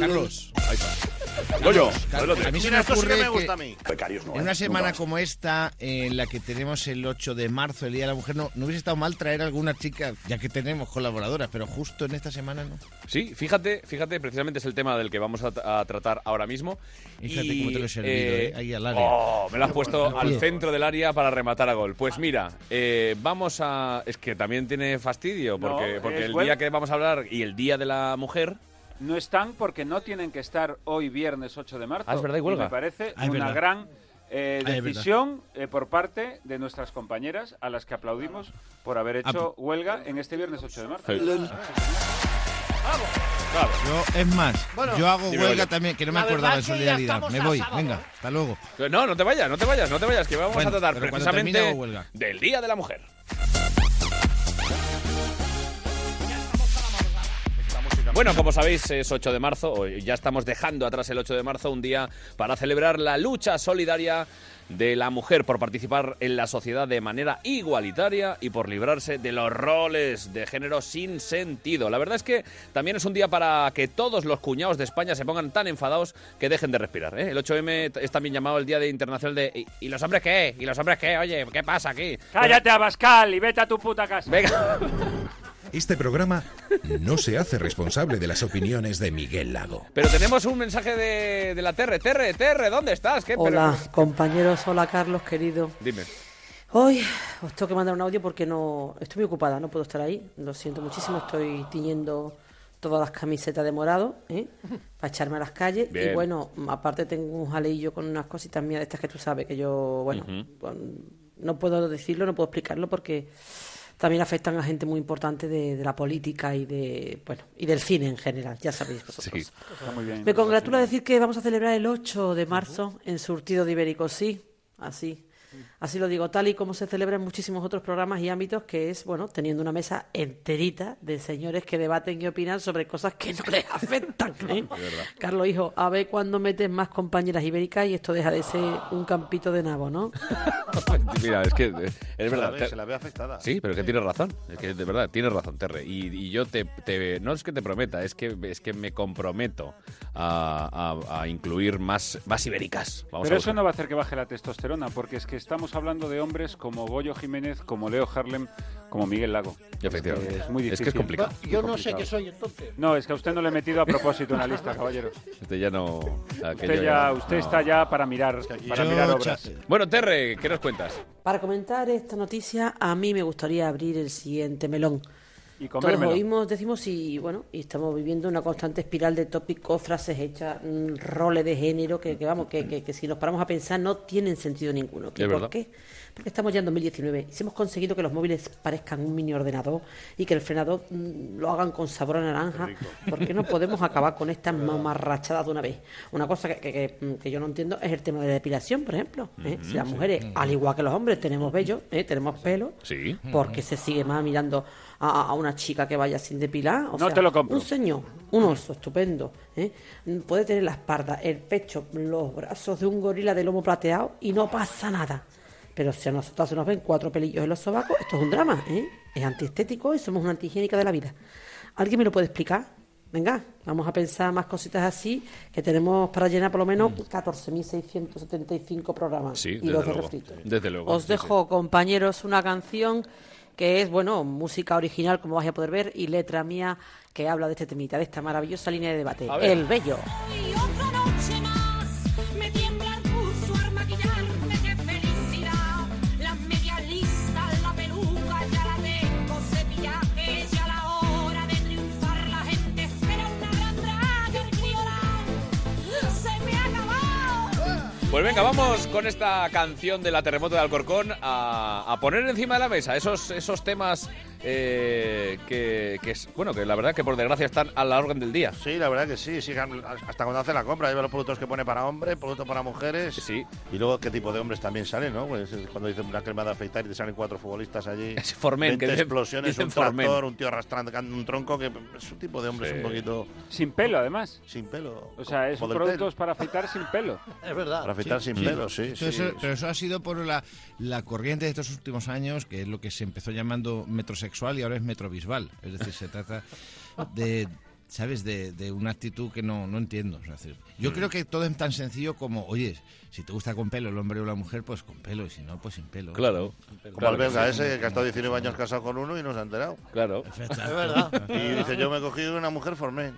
Speaker 4: Carlos,
Speaker 13: ahí está. Goyo,
Speaker 4: Carlos,
Speaker 13: adelante.
Speaker 4: a mí se
Speaker 3: Mira,
Speaker 4: me
Speaker 3: esto sí que
Speaker 4: ocurre
Speaker 3: me gusta
Speaker 4: que-
Speaker 3: a mí.
Speaker 4: En una semana como esta, eh, en la que tenemos el 8 de marzo, el Día de la Mujer, no, no hubiese estado mal traer alguna chica, ya que tenemos colaboradoras, pero justo en esta semana no.
Speaker 1: Sí, fíjate, fíjate, precisamente es el tema del que vamos a, tra- a tratar ahora mismo.
Speaker 4: Fíjate
Speaker 1: Y,
Speaker 4: cómo te lo he servido, ¿eh? Ahí al área.
Speaker 13: Oh, me lo has puesto al
Speaker 4: Oye.
Speaker 13: centro del área para rematar a gol. Pues mira, eh, vamos a. Es que también tiene fastidio, porque,
Speaker 15: No,
Speaker 13: porque
Speaker 15: es
Speaker 13: el
Speaker 15: bueno.
Speaker 13: día que vamos a hablar y el día de la mujer.
Speaker 15: No están porque no tienen que estar hoy viernes 8 de marzo.
Speaker 13: Ah, es verdad, y
Speaker 15: Y
Speaker 13: huelga.
Speaker 15: me parece
Speaker 4: Ah, es
Speaker 15: una
Speaker 4: verdad.
Speaker 15: gran eh,
Speaker 4: Ah, es
Speaker 15: decisión eh, por parte de nuestras compañeras a las que aplaudimos por haber
Speaker 4: Ah,
Speaker 15: hecho
Speaker 4: pues
Speaker 15: huelga en este viernes 8 de marzo.
Speaker 4: Yo, es más,
Speaker 5: Bueno,
Speaker 4: yo hago
Speaker 13: dime,
Speaker 4: huelga
Speaker 13: Goyo.
Speaker 4: también, que no me
Speaker 5: la verdad
Speaker 4: acordaba de
Speaker 5: es que ya
Speaker 4: solidaridad.
Speaker 5: estamos
Speaker 4: Me
Speaker 5: a
Speaker 4: voy,
Speaker 5: sábado.
Speaker 4: venga, hasta luego.
Speaker 13: No, no te vayas, no te vayas, no te vayas, que vamos
Speaker 4: Bueno,
Speaker 13: a tratar
Speaker 4: pero cuando termine
Speaker 13: precisamente
Speaker 4: hago huelga.
Speaker 13: del día de la mujer.
Speaker 3: La música
Speaker 1: Bueno, como sabéis, es 8 de marzo, o ya estamos dejando atrás el 8 de marzo, un día para celebrar la lucha solidaria de la mujer por participar en la sociedad de manera igualitaria y por librarse de los roles de género sin sentido. La verdad es que también es un día para que todos los cuñados de España se pongan tan enfadados que dejen de respirar. ¿eh? El 8M es también llamado el Día de Internacional de... ¿Y- ¿Y los hombres qué? ¿Y los hombres qué? Oye, ¿qué pasa aquí?
Speaker 15: Cállate, Abascal, y vete a tu puta casa.
Speaker 1: Venga. *laughs*
Speaker 7: Este programa no se hace responsable de las opiniones de Miguel Lago.
Speaker 1: Pero tenemos un mensaje de, de la Terre. Terre, Terre, ¿dónde estás? ¿Qué?
Speaker 18: Hola,
Speaker 1: pero-
Speaker 18: compañeros, hola Carlos, querido.
Speaker 1: Dime.
Speaker 18: Hoy os tengo que mandar un audio porque no estoy muy ocupada, no puedo estar ahí. Lo siento muchísimo, estoy tiñendo todas las camisetas de morado
Speaker 1: *laughs*
Speaker 18: ¿eh? para echarme a las calles.
Speaker 14: Bien.
Speaker 18: Y bueno, aparte tengo un jaleillo con unas cositas mías de estas que tú sabes, que yo, bueno,
Speaker 14: Ujú.
Speaker 18: con- no puedo decirlo, no puedo explicarlo porque también afectan a gente muy importante de, de la política y de bueno y del cine en general, ya sabéis vosotros.
Speaker 15: Está muy bien.
Speaker 7: pues,
Speaker 18: Me congratula decir que vamos a celebrar el 8 de marzo en Surtido de Ibérico, sí, así. Así lo digo, tal y como se celebra en muchísimos otros programas y ámbitos, que es, bueno, teniendo una mesa enterita de señores que debaten y opinan sobre cosas que no *laughs* les afectan. ¿eh? Carlos, hijo, a ver cuándo metes más compañeras ibéricas y esto deja de ser un campito de nabo, ¿no?
Speaker 1: Mira, es que eh, es
Speaker 3: Se la
Speaker 1: verdad.
Speaker 3: ve-
Speaker 1: Ter-
Speaker 3: se la ve afectada.
Speaker 1: Sí, pero es que tienes razón. Es que de verdad tienes razón, Terre. Y, y yo te, te- no es que te prometa, es que es que me comprometo a, a- a incluir más más ibéricas. Vamos
Speaker 15: Pero
Speaker 1: a
Speaker 15: eso
Speaker 1: buscar.
Speaker 15: no va a hacer que baje la testosterona, porque es que estamos hablando de hombres como Goyo Jiménez, como Leo Harlem, como Miguel Lago.
Speaker 1: Efectivamente.
Speaker 15: Es, muy
Speaker 1: Es que es
Speaker 15: difícil.
Speaker 1: complicado.
Speaker 5: Yo no sé qué soy entonces.
Speaker 15: No, es que a usted no le he metido a propósito en la
Speaker 1: *laughs*
Speaker 15: lista, caballero.
Speaker 1: Usted Este ya no. aquello
Speaker 15: Usted, Este ya, usted está ya para mirar, para
Speaker 1: Yo,
Speaker 15: mirar
Speaker 1: cha-
Speaker 15: obras.
Speaker 1: Bueno, Terre, ¿qué nos cuentas?
Speaker 18: Para comentar esta noticia, a mí me gustaría abrir el siguiente melón.
Speaker 15: Y
Speaker 18: Todos
Speaker 15: comérmelo.
Speaker 18: oímos, decimos y bueno, y estamos viviendo una constante espiral de tópicos, frases hechas, mm, roles de género que, que vamos, que, que- que si nos paramos a pensar no tienen sentido ninguno. ¿Y
Speaker 14: Es
Speaker 18: ¿Por
Speaker 14: verdad.
Speaker 18: qué? Porque estamos ya en 2019 y si hemos conseguido que los móviles parezcan un mini ordenador y que el frenador mm, lo hagan con sabor a naranja, ¿por qué no podemos
Speaker 14: *laughs*
Speaker 18: acabar con estas mamarrachadas de una vez? Una cosa que, que- que, mm, que yo no entiendo es el tema de la depilación, por ejemplo. ¿eh?
Speaker 14: Ujú,
Speaker 18: si las
Speaker 14: sí.
Speaker 18: mujeres, al igual que los hombres, tenemos vello, ¿eh? tenemos pelo,
Speaker 1: Sí.
Speaker 18: porque se sigue más mirando a, a una chica que vaya sin depilar. O
Speaker 15: No
Speaker 18: sea,
Speaker 15: te lo compro.
Speaker 18: Un señor, un oso estupendo, ¿eh? puede tener la espalda, el pecho, los brazos de un gorila de lomo plateado y no pasa nada. Pero si a nosotros se nos ven cuatro pelillos en los sobacos, esto es un drama, ¿eh? Es antiestético y somos una antihigiénica de la vida. ¿Alguien me lo puede explicar? Venga, vamos a pensar más cositas así, que tenemos para llenar por lo menos 14.675 programas.
Speaker 1: Sí,
Speaker 18: y
Speaker 1: desde
Speaker 18: dos de
Speaker 1: luego.
Speaker 18: refrito.
Speaker 1: Desde luego.
Speaker 18: Os
Speaker 1: sí, sí.
Speaker 18: dejo, compañeros, una canción que es, bueno, música original, como vais a poder ver, y letra mía que habla de este temita, de esta maravillosa línea de debate.
Speaker 14: A ver.
Speaker 18: El bello.
Speaker 14: Otra noche más, me tiembla el pulso al maquillarme, qué felicidad. La media lista, la peluca, ya la tengo cepillada, ya la hora de triunfar, la gente espera una gran draga, el criolar se me ha acabado.
Speaker 1: Pues venga, vamos con esta canción de la terremoto de Alcorcón a, a poner encima de la mesa esos, esos temas eh, que, que es, bueno, que la verdad que por desgracia están a la orden del día.
Speaker 3: Sí, la verdad que sí. sigan hasta cuando hacen la compra, lleva los productos que pone para hombres, productos para mujeres.
Speaker 1: Sí.
Speaker 3: Y luego qué tipo de hombres también salen, ¿no? Pues es cuando dicen una crema de afeitar y te salen cuatro futbolistas allí.
Speaker 1: *laughs* Es Formen,
Speaker 3: 20
Speaker 1: que dicen-
Speaker 3: explosiones,
Speaker 1: dicen
Speaker 3: un tractor,
Speaker 1: Formen.
Speaker 3: un tío arrastrando un tronco, que es un tipo de hombres
Speaker 1: Sí.
Speaker 3: un poquito...
Speaker 15: Sin pelo, además.
Speaker 3: Sin pelo.
Speaker 15: O sea, es
Speaker 3: Como del
Speaker 15: productos para afeitar sin
Speaker 3: *laughs*
Speaker 15: pelo.
Speaker 5: Es verdad.
Speaker 3: Para afeitar sin pelo, sí,
Speaker 4: Pero
Speaker 3: sí.
Speaker 4: eso, eh, pero eso ha sido por la, la corriente de estos últimos años, que es lo que se empezó llamando metrosexual y ahora es metrobisbal. Es decir, se trata de, ¿sabes?, de, de una actitud que no, no entiendo. Es decir, yo
Speaker 16: Mm.
Speaker 4: creo que todo es tan sencillo como, oye, si te gusta con pelo el hombre o la mujer, pues con pelo, y si no, pues sin pelo. pues
Speaker 1: Claro.
Speaker 3: Como el belga ese que ha estado 19 años casado con uno y no se ha enterado.
Speaker 1: Claro.
Speaker 3: Es verdad. Y dice, yo me he cogido una mujer formen.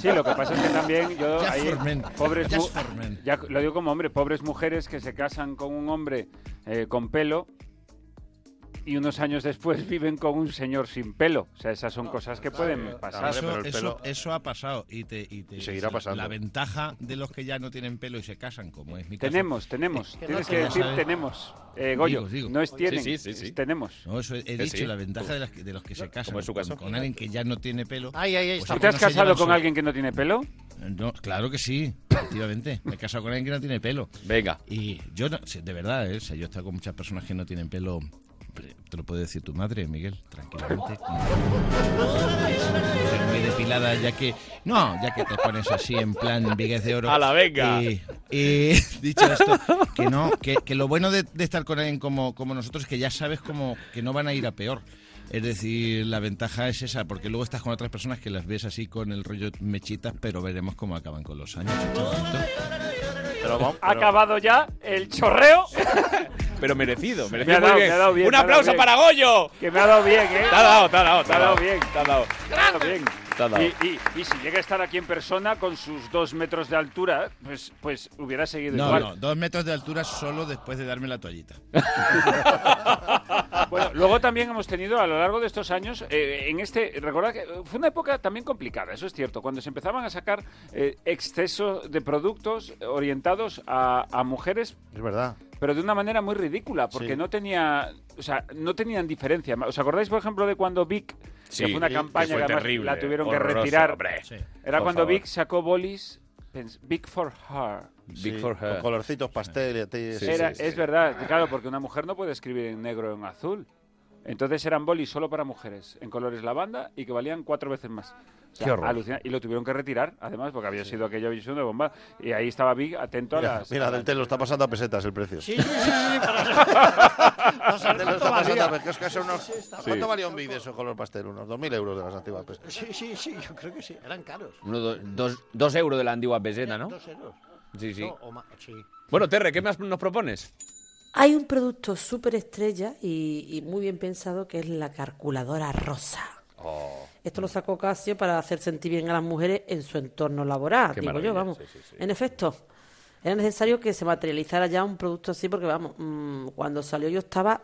Speaker 15: Sí, lo que pasa es que también yo
Speaker 3: Ya
Speaker 15: ahí,
Speaker 3: formen,
Speaker 15: pobres
Speaker 3: ya
Speaker 15: mu-
Speaker 3: formen.
Speaker 15: ya lo digo como hombre, pobres mujeres que se casan con un hombre eh, con pelo y unos años después viven con un señor sin pelo. O sea, esas son cosas que pueden pasar. ¿eh?
Speaker 4: Eso, eso- eso ha pasado y te, y te-
Speaker 15: Y seguirá pasando.
Speaker 4: La ventaja de los que ya no tienen pelo y se casan, como es mi caso.
Speaker 15: Tenemos, tenemos.
Speaker 4: es que
Speaker 15: Tienes
Speaker 4: no
Speaker 15: que decir
Speaker 4: sabes-
Speaker 15: tenemos. Eh, Goyo,
Speaker 4: Digo, digo.
Speaker 15: no es tienen,
Speaker 4: Sí, sí, sí, sí.
Speaker 15: es tenemos.
Speaker 4: No, eso he he
Speaker 15: Que
Speaker 4: dicho,
Speaker 15: sí.
Speaker 4: la ventaja de, las que- de los que se casan
Speaker 15: como es su
Speaker 4: con-
Speaker 15: caso.
Speaker 4: con alguien que ya no tiene pelo.
Speaker 15: Ay, ay, ay,
Speaker 4: pues
Speaker 15: ¿Tú
Speaker 4: es
Speaker 15: te
Speaker 4: que
Speaker 15: has
Speaker 4: no se
Speaker 15: casado
Speaker 4: llevan
Speaker 15: con
Speaker 4: su-
Speaker 15: alguien que no tiene pelo?
Speaker 4: No, claro que sí, efectivamente. Me he casado con alguien que no tiene pelo.
Speaker 1: Venga.
Speaker 4: Y yo, no- sí, de verdad, ¿eh? O sea, yo he estado con muchas personas que no tienen pelo. Te lo puede decir tu madre, Miguel, tranquilamente. Estoy Muy depilada, ya que. No, ya que te pones así en plan Viguez de Oro.
Speaker 1: A la venga.
Speaker 4: Y, y, *laughs* dicho esto, que no, que, que lo bueno de, de estar con alguien como, como nosotros es que ya sabes como que no van a ir a peor. Es decir, la ventaja es esa, porque luego estás con otras personas que las ves así con el rollo mechitas, pero veremos cómo acaban con los años.
Speaker 3: Pero vamos-
Speaker 15: Ha acabado ya el chorreo.
Speaker 1: Pero merecido, merecido.
Speaker 15: Me ha dado-
Speaker 1: muy bien.
Speaker 15: me ha dado bien,
Speaker 1: Un
Speaker 15: me ha dado
Speaker 1: aplauso
Speaker 15: bien.
Speaker 1: para Goyo.
Speaker 15: Que me ha dado bien, ¿eh?
Speaker 1: Te ha dado, te ha dado, te
Speaker 15: Me
Speaker 1: ha
Speaker 15: ha dado
Speaker 1: dado.
Speaker 15: bien.
Speaker 1: Te ha dado.
Speaker 15: Está bien.
Speaker 1: Te ha dado.
Speaker 15: Y, y- y si llega a estar aquí en persona con sus dos metros de altura, pues, pues hubiera seguido
Speaker 4: No,
Speaker 15: igual.
Speaker 4: no, dos metros de altura solo después de darme la
Speaker 1: *laughs*
Speaker 4: toallita.
Speaker 15: Ah, Bueno, luego también hemos tenido a lo largo de estos años, eh, en este, recordad que fue una época también complicada, eso es cierto, cuando se empezaban a sacar eh, exceso de productos orientados a, a mujeres.
Speaker 3: Es verdad.
Speaker 15: Pero de una manera muy ridícula, porque
Speaker 3: Sí.
Speaker 15: no tenía, o sea, no tenían diferencia. ¿Os acordáis, por ejemplo, de cuando Vic,
Speaker 1: Sí,
Speaker 15: que fue una
Speaker 1: Vic,
Speaker 15: campaña
Speaker 1: que fue
Speaker 15: además
Speaker 1: terrible,
Speaker 15: la tuvieron que
Speaker 1: horroroso,
Speaker 15: retirar?
Speaker 1: hombre. Sí.
Speaker 15: Era
Speaker 1: Por
Speaker 15: cuando
Speaker 1: favor.
Speaker 15: Vic sacó bolis, pens- Vic for her.
Speaker 3: Sí,
Speaker 1: eh.
Speaker 3: Con colorcitos pastel y a ti. sí,
Speaker 15: Era-
Speaker 3: sí, sí.
Speaker 15: es verdad, claro, porque una mujer no puede escribir en negro o en azul. Entonces eran bolis solo para mujeres, en colores lavanda y que valían cuatro veces más. O sea,
Speaker 3: Qué horror.
Speaker 15: alucina- Y lo tuvieron que retirar, además, porque había sido aquella visión de bomba. Y ahí estaba Big atento a
Speaker 3: Mira,
Speaker 15: las.
Speaker 3: mira,
Speaker 15: a
Speaker 3: del
Speaker 15: las-
Speaker 3: té lo está pasando a pesetas el precio.
Speaker 5: Sí, sí, sí, sí,
Speaker 3: *laughs*
Speaker 5: para saber
Speaker 3: Del té lo
Speaker 5: cuánto
Speaker 3: está pasando
Speaker 5: valía.
Speaker 3: a pe- que es que son unos-
Speaker 5: Sí, sí, está-
Speaker 3: ¿Cuánto valía un bid de esos color pastel? Unos 2.000 euros de las antiguas pesetas.
Speaker 5: Sí, sí, sí, yo creo que sí. Eran caros.
Speaker 1: Uno, do- dos, dos euros de la antigua peseta, ¿no?
Speaker 5: Dos euros.
Speaker 1: Sí, sí.
Speaker 5: No, o más, sí.
Speaker 1: Bueno, Terre, ¿qué más nos propones?
Speaker 18: Hay un producto súper estrella y, y muy bien pensado que es la calculadora rosa.
Speaker 16: Oh.
Speaker 18: Esto
Speaker 16: Mm.
Speaker 18: lo sacó Casio para hacer sentir bien a las mujeres en su entorno laboral,
Speaker 16: Qué
Speaker 18: digo
Speaker 16: maravilla,
Speaker 18: yo, vamos.
Speaker 16: sí, sí, sí.
Speaker 18: En efecto, era necesario que se materializara ya un producto así porque, vamos, mm, cuando salió yo estaba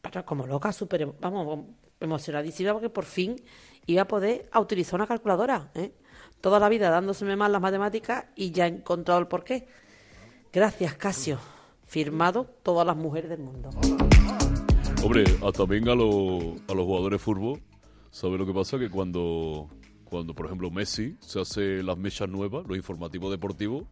Speaker 18: pero como loca, súper, em- vamos, emocionadísima porque por fin iba a poder a utilizar una calculadora, ¿eh? Toda la vida dándoseme mal las matemáticas y ya he encontrado el porqué. Gracias, Casio. Firmado todas las mujeres del mundo.
Speaker 13: Hombre, hasta venga a, lo- a los jugadores de fútbol. ¿Sabes lo que pasa? Que cuando, cuando, por ejemplo, Messi se hace las mechas nuevas, los informativos deportivos,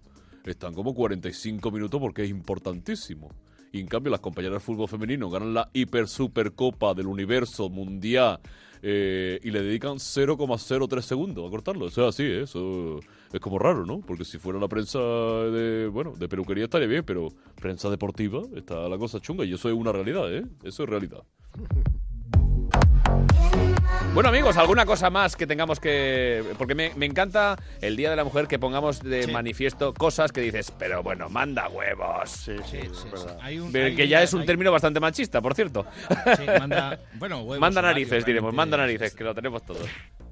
Speaker 13: están como 45 minutos porque es importantísimo. Y en cambio, las compañeras de fútbol femenino ganan la hiper super copa del universo mundial eh, y le dedican 0,03 segundos a cortarlo. Eso es así, ¿eh? eso es como raro, ¿no? Porque si fuera la prensa de, bueno, de peluquería estaría bien, pero prensa deportiva está la cosa chunga y eso es una realidad, ¿eh? Eso es realidad.
Speaker 1: Bueno, amigos, ¿alguna cosa más que tengamos que...? Porque me, me encanta el Día de la Mujer que pongamos de manifiesto cosas que dices, pero bueno, manda huevos. Sí,
Speaker 3: sí, es verdad.
Speaker 4: Hay un-
Speaker 1: Pero
Speaker 4: hay
Speaker 1: que
Speaker 4: un-
Speaker 1: ya es un
Speaker 4: hay-
Speaker 1: término bastante machista, por cierto.
Speaker 4: Sí, manda, bueno, huevos,
Speaker 1: manda
Speaker 4: horario,
Speaker 1: narices, diremos,
Speaker 4: realmente,
Speaker 1: manda
Speaker 4: sí,
Speaker 1: narices,
Speaker 4: sí.
Speaker 1: que lo tenemos todos.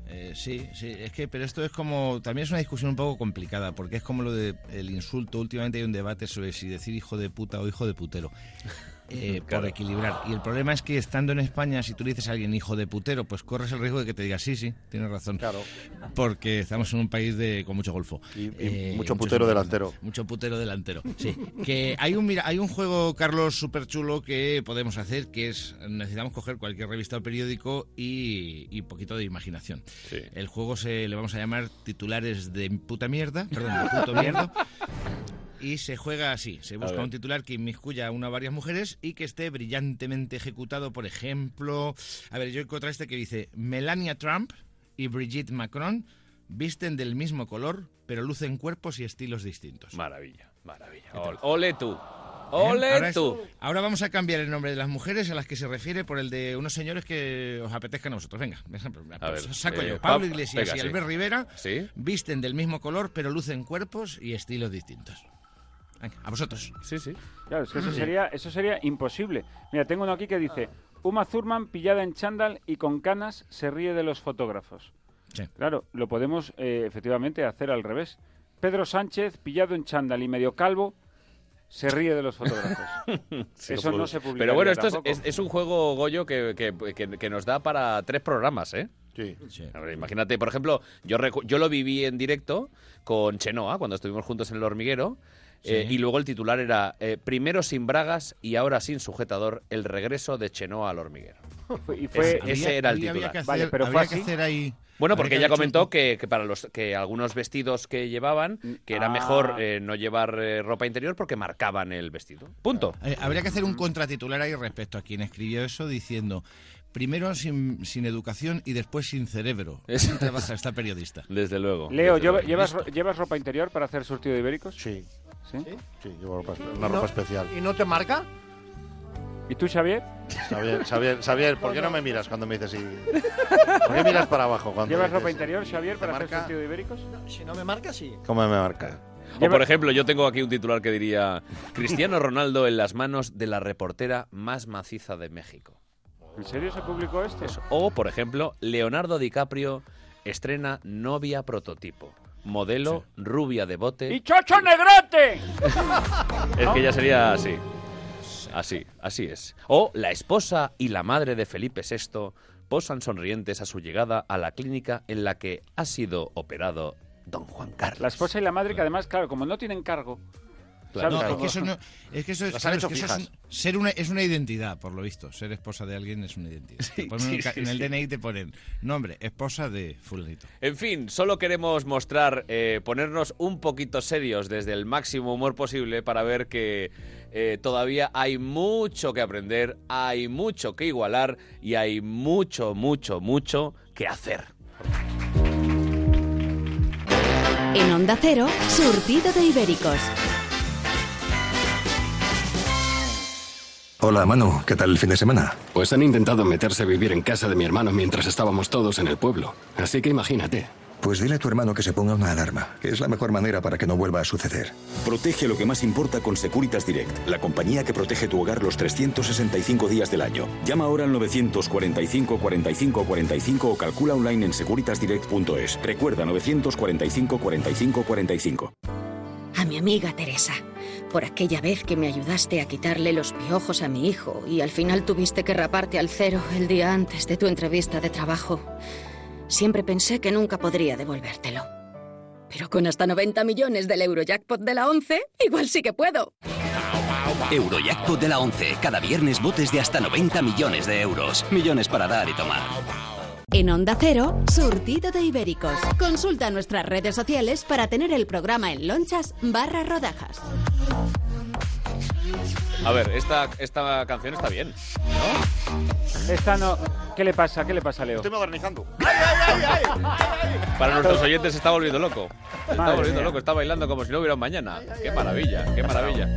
Speaker 4: Eh, sí, sí, es que, pero esto es como, también es una discusión un poco complicada, porque es como lo del insulto. Últimamente hay un debate sobre si decir hijo de puta o hijo de putero,
Speaker 3: *laughs*
Speaker 4: eh,
Speaker 1: Claro.
Speaker 4: por equilibrar. Y el problema es que estando en España, si tú le dices a alguien hijo de putero, pues corres el riesgo de que te diga sí, sí, tienes razón. Claro. Porque estamos en un país de, con mucho golfo. Eh,
Speaker 3: Y- y mucho putero delantero.
Speaker 4: Mucho putero delantero, sí. que hay un, mira, hay un juego, Carlos, súper chulo que podemos hacer, que es, necesitamos coger cualquier revista o periódico y, y poquito de imaginación. El juego se le vamos a llamar titulares de puta mierda, perdón, de puto mierda. Y se juega así, se busca
Speaker 1: ver.
Speaker 4: un titular que inmiscuya a una o varias mujeres y que esté brillantemente ejecutado, por ejemplo... A ver, yo encontré este que dice, Melania Trump y Brigitte Macron visten del mismo color, pero lucen cuerpos y estilos distintos.
Speaker 1: Maravilla, maravilla. Ol- Ole tú, ole
Speaker 4: Ahora es-
Speaker 1: tú.
Speaker 4: ahora vamos a cambiar el nombre de las mujeres a las que se refiere por el de unos señores que os apetezcan a vosotros. Venga, por ejemplo,
Speaker 1: A ver,
Speaker 4: saco
Speaker 1: eh,
Speaker 4: yo. Pablo
Speaker 1: Pab-
Speaker 4: Iglesias
Speaker 1: venga,
Speaker 4: y
Speaker 1: sí.
Speaker 4: Albert Rivera
Speaker 1: Sí.
Speaker 4: visten del mismo color, pero lucen cuerpos y estilos distintos. Venga, a vosotros. Mm.
Speaker 1: Sí, sí.
Speaker 15: Claro, es que eso
Speaker 4: Sí.
Speaker 15: sería, eso sería imposible. Mira, tengo uno aquí que dice: Uma Thurman pillada en chándal y con canas se ríe de los fotógrafos.
Speaker 4: Sí.
Speaker 15: Claro, lo podemos eh, efectivamente hacer al revés. Pedro Sánchez pillado en chándal y medio calvo se ríe de los
Speaker 4: *laughs*
Speaker 15: fotógrafos.
Speaker 1: Sí,
Speaker 15: eso
Speaker 1: lo
Speaker 15: no
Speaker 1: puedo-
Speaker 15: se publica.
Speaker 1: Pero bueno, esto es, es- es un juego, Goyo, que, que- que- que nos da para tres programas, ¿eh?
Speaker 3: Sí.
Speaker 1: A ver, imagínate, por ejemplo, yo, recu- yo lo viví en directo con Chenoa cuando estuvimos juntos en El Hormiguero. eh,
Speaker 4: Sí.
Speaker 1: y luego el titular era eh, Primero sin bragas y ahora sin sujetador, el regreso de Chenoa al hormiguero.
Speaker 15: Y fue-
Speaker 1: ese, ese era el
Speaker 4: Había
Speaker 1: titular.
Speaker 4: que hacer,
Speaker 15: Vale, pero fue
Speaker 4: habría que
Speaker 15: así.
Speaker 4: hacer ahí
Speaker 1: Bueno,
Speaker 4: Marica,
Speaker 1: porque ella
Speaker 4: de hecho,
Speaker 1: comentó que, que para los que algunos vestidos que llevaban, que era
Speaker 4: Ah.
Speaker 1: mejor eh, no llevar eh, ropa interior porque marcaban el vestido. Punto.
Speaker 4: Eh, Habría que hacer un contratitular ahí respecto a quien escribió eso diciendo primero sin, sin educación y después sin
Speaker 1: *laughs*
Speaker 4: cerebro. Así trabaja esta periodista.
Speaker 1: Desde luego.
Speaker 15: Leo,
Speaker 4: Desde
Speaker 15: ¿lleva-
Speaker 4: luego.
Speaker 15: ¿llevas, ro- ¿llevas ropa interior para hacer surtido de ibéricos?
Speaker 3: Sí.
Speaker 15: ¿Sí?
Speaker 3: Sí, llevo ropa espe-
Speaker 15: ¿Y
Speaker 3: una
Speaker 15: no?
Speaker 3: ropa especial.
Speaker 5: ¿Y no te marca?
Speaker 15: ¿Y tú, Xavier?
Speaker 3: Xavier, Xavier, Xavier, ¿por qué no me miras cuando me dices sí? ¿Por qué miras para abajo cuando
Speaker 15: ¿Llevas
Speaker 3: dices-
Speaker 15: ropa interior, Xavier, para hacer surtido de ibéricos?
Speaker 5: si no me marca, sí.
Speaker 3: ¿Cómo me marca?
Speaker 1: O por ejemplo, yo tengo aquí un titular que diría Cristiano Ronaldo en las manos de la reportera más maciza de México.
Speaker 15: ¿En serio se publicó esto?
Speaker 1: O por ejemplo, Leonardo DiCaprio estrena novia prototipo, modelo rubia de bote.
Speaker 15: ¡Y Chocho *laughs* Negrete!
Speaker 1: Es que ya sería así. Así, así es. O la esposa y la madre de Felipe VI posan sonrientes a su llegada a la clínica en la que ha sido operado don Juan Carlos.
Speaker 15: La esposa y la madre, que además, claro, como no tienen cargo.
Speaker 4: No,
Speaker 15: ¿sabes
Speaker 4: es
Speaker 15: cómo?
Speaker 4: que eso no- es que eso es-
Speaker 15: Las han
Speaker 4: claro, es
Speaker 15: hecho
Speaker 4: que eso es
Speaker 15: fijas.
Speaker 4: un- ser una es una identidad, por lo visto. Ser esposa de alguien es una identidad. Te ponen
Speaker 1: sí,
Speaker 4: un ca-
Speaker 1: sí,
Speaker 4: en el
Speaker 1: sí.
Speaker 4: DNI te ponen nombre, esposa de fulanito.
Speaker 1: En fin, solo queremos mostrar, eh, ponernos un poquito serios desde el máximo humor posible para ver que eh, todavía hay mucho que aprender, hay mucho que igualar y hay mucho, mucho, mucho que hacer.
Speaker 2: En Onda Cero, surtido de ibéricos.
Speaker 16: Hola, Manu. ¿Qué tal el fin de semana?
Speaker 19: Pues han intentado meterse a vivir en casa de mi hermano mientras estábamos todos en el pueblo. Así que imagínate.
Speaker 16: Pues dile a tu hermano que se ponga una alarma, que es la mejor manera para que no vuelva a suceder.
Speaker 26: Protege lo que más importa con Securitas Direct, la compañía que protege tu hogar los 365 días del año. Llama ahora al 945 45 45 o calcula online en securitasdirect.es. Recuerda 945 45 45.
Speaker 20: A mi amiga Teresa, por aquella vez que me ayudaste a quitarle los piojos a mi hijo y al final tuviste que raparte al cero el día antes de tu entrevista de trabajo. Siempre pensé que nunca podría devolvértelo. Pero con hasta 90 millones del Eurojackpot de la 11, igual sí que puedo. Eurojackpot de la 11. Cada viernes botes de hasta 90 millones de euros. Millones para dar y tomar.
Speaker 2: En Onda Cero, surtido de ibéricos. Consulta nuestras redes sociales para tener el programa en lonchas barra rodajas.
Speaker 1: A ver, esta, esta canción está bien.
Speaker 15: Esta no. ¿Qué le pasa? ¿Qué le pasa, Leo?
Speaker 3: Estoy modernizando.
Speaker 1: Para nuestros oyentes se está volviendo loco. Se Está
Speaker 15: Madre
Speaker 1: volviendo
Speaker 15: mía.
Speaker 1: loco, está bailando como si no hubiera un mañana. Qué maravilla, qué maravilla.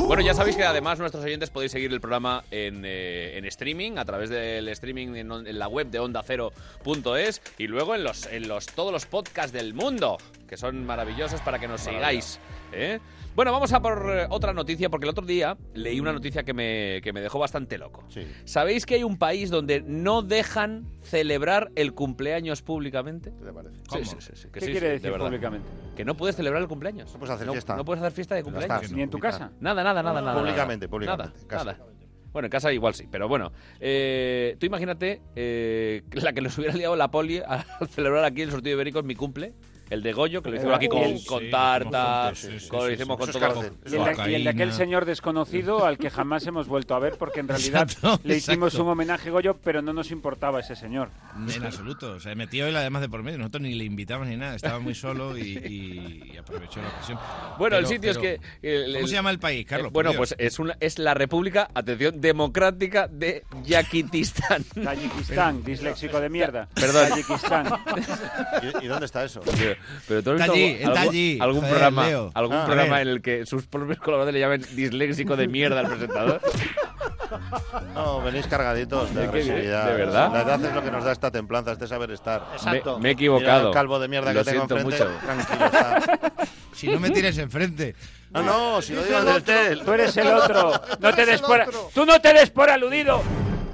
Speaker 1: Bueno, ya sabéis que además nuestros oyentes podéis seguir el programa en, eh, en streaming, a través del streaming en, on- en la web de ondacero.es y luego en los en los todos los podcasts del mundo, que son maravillosos para que nos sigáis. ¿eh? Bueno, vamos a por eh, otra noticia, porque el otro día leí una noticia que me, que me dejó bastante loco. ¿Sabéis que hay un país donde no dejan celebrar el cumpleaños públicamente?
Speaker 3: ¿Qué te parece?
Speaker 1: Sí, sí, sí, sí, que
Speaker 15: ¿Qué
Speaker 1: sí,
Speaker 15: quiere
Speaker 1: sí, de
Speaker 15: decir
Speaker 1: verdad.
Speaker 15: públicamente?
Speaker 1: Que no puedes celebrar el cumpleaños. No
Speaker 3: puedes hacer
Speaker 1: no,
Speaker 3: fiesta.
Speaker 1: puedes hacer fiesta de
Speaker 3: Ya
Speaker 1: cumpleaños.
Speaker 3: está. Ni en tu casa.
Speaker 1: Nada, nada, nada, nada.
Speaker 3: Públicamente,
Speaker 1: nada.
Speaker 3: públicamente, en casa.
Speaker 1: Nada, nada. Bueno, en casa igual sí, pero bueno. Eh, tú imagínate eh, *laughs* la que nos hubiera liado la poli al *laughs* celebrar aquí el sorteo ibérico en mi cumple. El de Goyo, que lo hicimos
Speaker 15: Eh,
Speaker 1: aquí con,
Speaker 15: sí,
Speaker 1: con
Speaker 15: sí,
Speaker 1: tarta,
Speaker 15: hicimos juntos, sí, sí,
Speaker 1: con-
Speaker 15: sí,
Speaker 1: lo
Speaker 15: sí, sí.
Speaker 1: hicimos con
Speaker 15: Eso es
Speaker 1: todo. pues,
Speaker 15: cárcel. Y el de- y el de aquel señor desconocido al que jamás hemos vuelto a ver, porque en realidad
Speaker 4: Exacto,
Speaker 15: le hicimos
Speaker 4: exacto.
Speaker 15: un homenaje Goyo, pero no nos importaba ese señor.
Speaker 4: En absoluto. O sea, metió él además de por medio. Nosotros ni le invitamos ni nada. Estaba muy solo y, y- y aprovechó la ocasión.
Speaker 1: Bueno, el
Speaker 4: Pero-
Speaker 1: sitio
Speaker 4: pero-
Speaker 1: es que. el-
Speaker 4: ¿Cómo se llama el país, Carlos?
Speaker 1: Eh, bueno,
Speaker 4: Por Dios.
Speaker 1: pues es, una, es la República, atención, Democrática de Yakitistán.
Speaker 15: Tayikistán, disléxico de mierda.
Speaker 1: Perdón.
Speaker 15: Tayikistán.
Speaker 3: *laughs* ¿Y, y dónde está eso?
Speaker 1: *laughs* Pero tú has
Speaker 3: Está
Speaker 1: visto
Speaker 3: allí,
Speaker 1: algún-
Speaker 3: está
Speaker 1: algún-
Speaker 3: allí.
Speaker 1: algún
Speaker 3: Joder,
Speaker 1: programa,
Speaker 3: Leo.
Speaker 1: algún
Speaker 3: Ah, a
Speaker 1: programa
Speaker 3: ver.
Speaker 1: en el que sus propios colaboradores le llamen disléxico de mierda al
Speaker 3: *laughs*
Speaker 1: presentador.
Speaker 3: No, venís cargaditos de
Speaker 1: ¿De qué?
Speaker 3: agresividad.
Speaker 1: ¿De verdad?
Speaker 3: La edad es lo que nos da esta templanza, este saber estar.
Speaker 1: Me, me he equivocado.
Speaker 3: Mira el calvo de mierda
Speaker 1: Lo
Speaker 3: que tengo
Speaker 1: siento
Speaker 3: enfrente.
Speaker 1: mucho.
Speaker 3: Tranquilo, está.
Speaker 4: Si no me tires enfrente.
Speaker 3: No, no, si lo digo desde él.
Speaker 15: Tú eres el otro.
Speaker 4: *laughs*
Speaker 15: No te
Speaker 4: eres
Speaker 15: des
Speaker 4: el
Speaker 15: por,
Speaker 4: otro.
Speaker 15: tú no te des por aludido,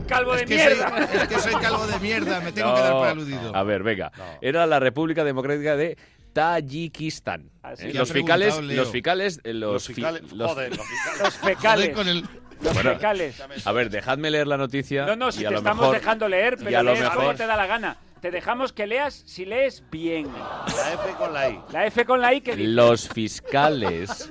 Speaker 15: calvo de
Speaker 4: que
Speaker 15: mierda.
Speaker 4: soy- *laughs* es que soy calvo de mierda. Me tengo que
Speaker 1: No.
Speaker 4: dar por aludido.
Speaker 1: A ver, venga. Era la República Democrática de Tayikistán.
Speaker 15: Así
Speaker 1: ¿Eh?
Speaker 15: que
Speaker 1: Los,
Speaker 15: ha
Speaker 1: ficales,
Speaker 15: preguntado, Leo.
Speaker 1: los ficales, eh, los, fi-
Speaker 15: ficales-
Speaker 1: los-
Speaker 15: joder, los ficales. Los fecales. Joder con el- Los fecales.
Speaker 1: A ver, dejadme leer la noticia.
Speaker 15: No, no, si
Speaker 1: y a
Speaker 15: te
Speaker 1: lo
Speaker 15: estamos
Speaker 1: mejor-
Speaker 15: dejando leer,
Speaker 1: y a
Speaker 15: pero
Speaker 1: lo
Speaker 15: leer
Speaker 1: mejor-
Speaker 15: como te da la gana. te dejamos que leas si lees bien. La
Speaker 3: F con la I.
Speaker 15: La F con la I que dice.
Speaker 1: Los fiscales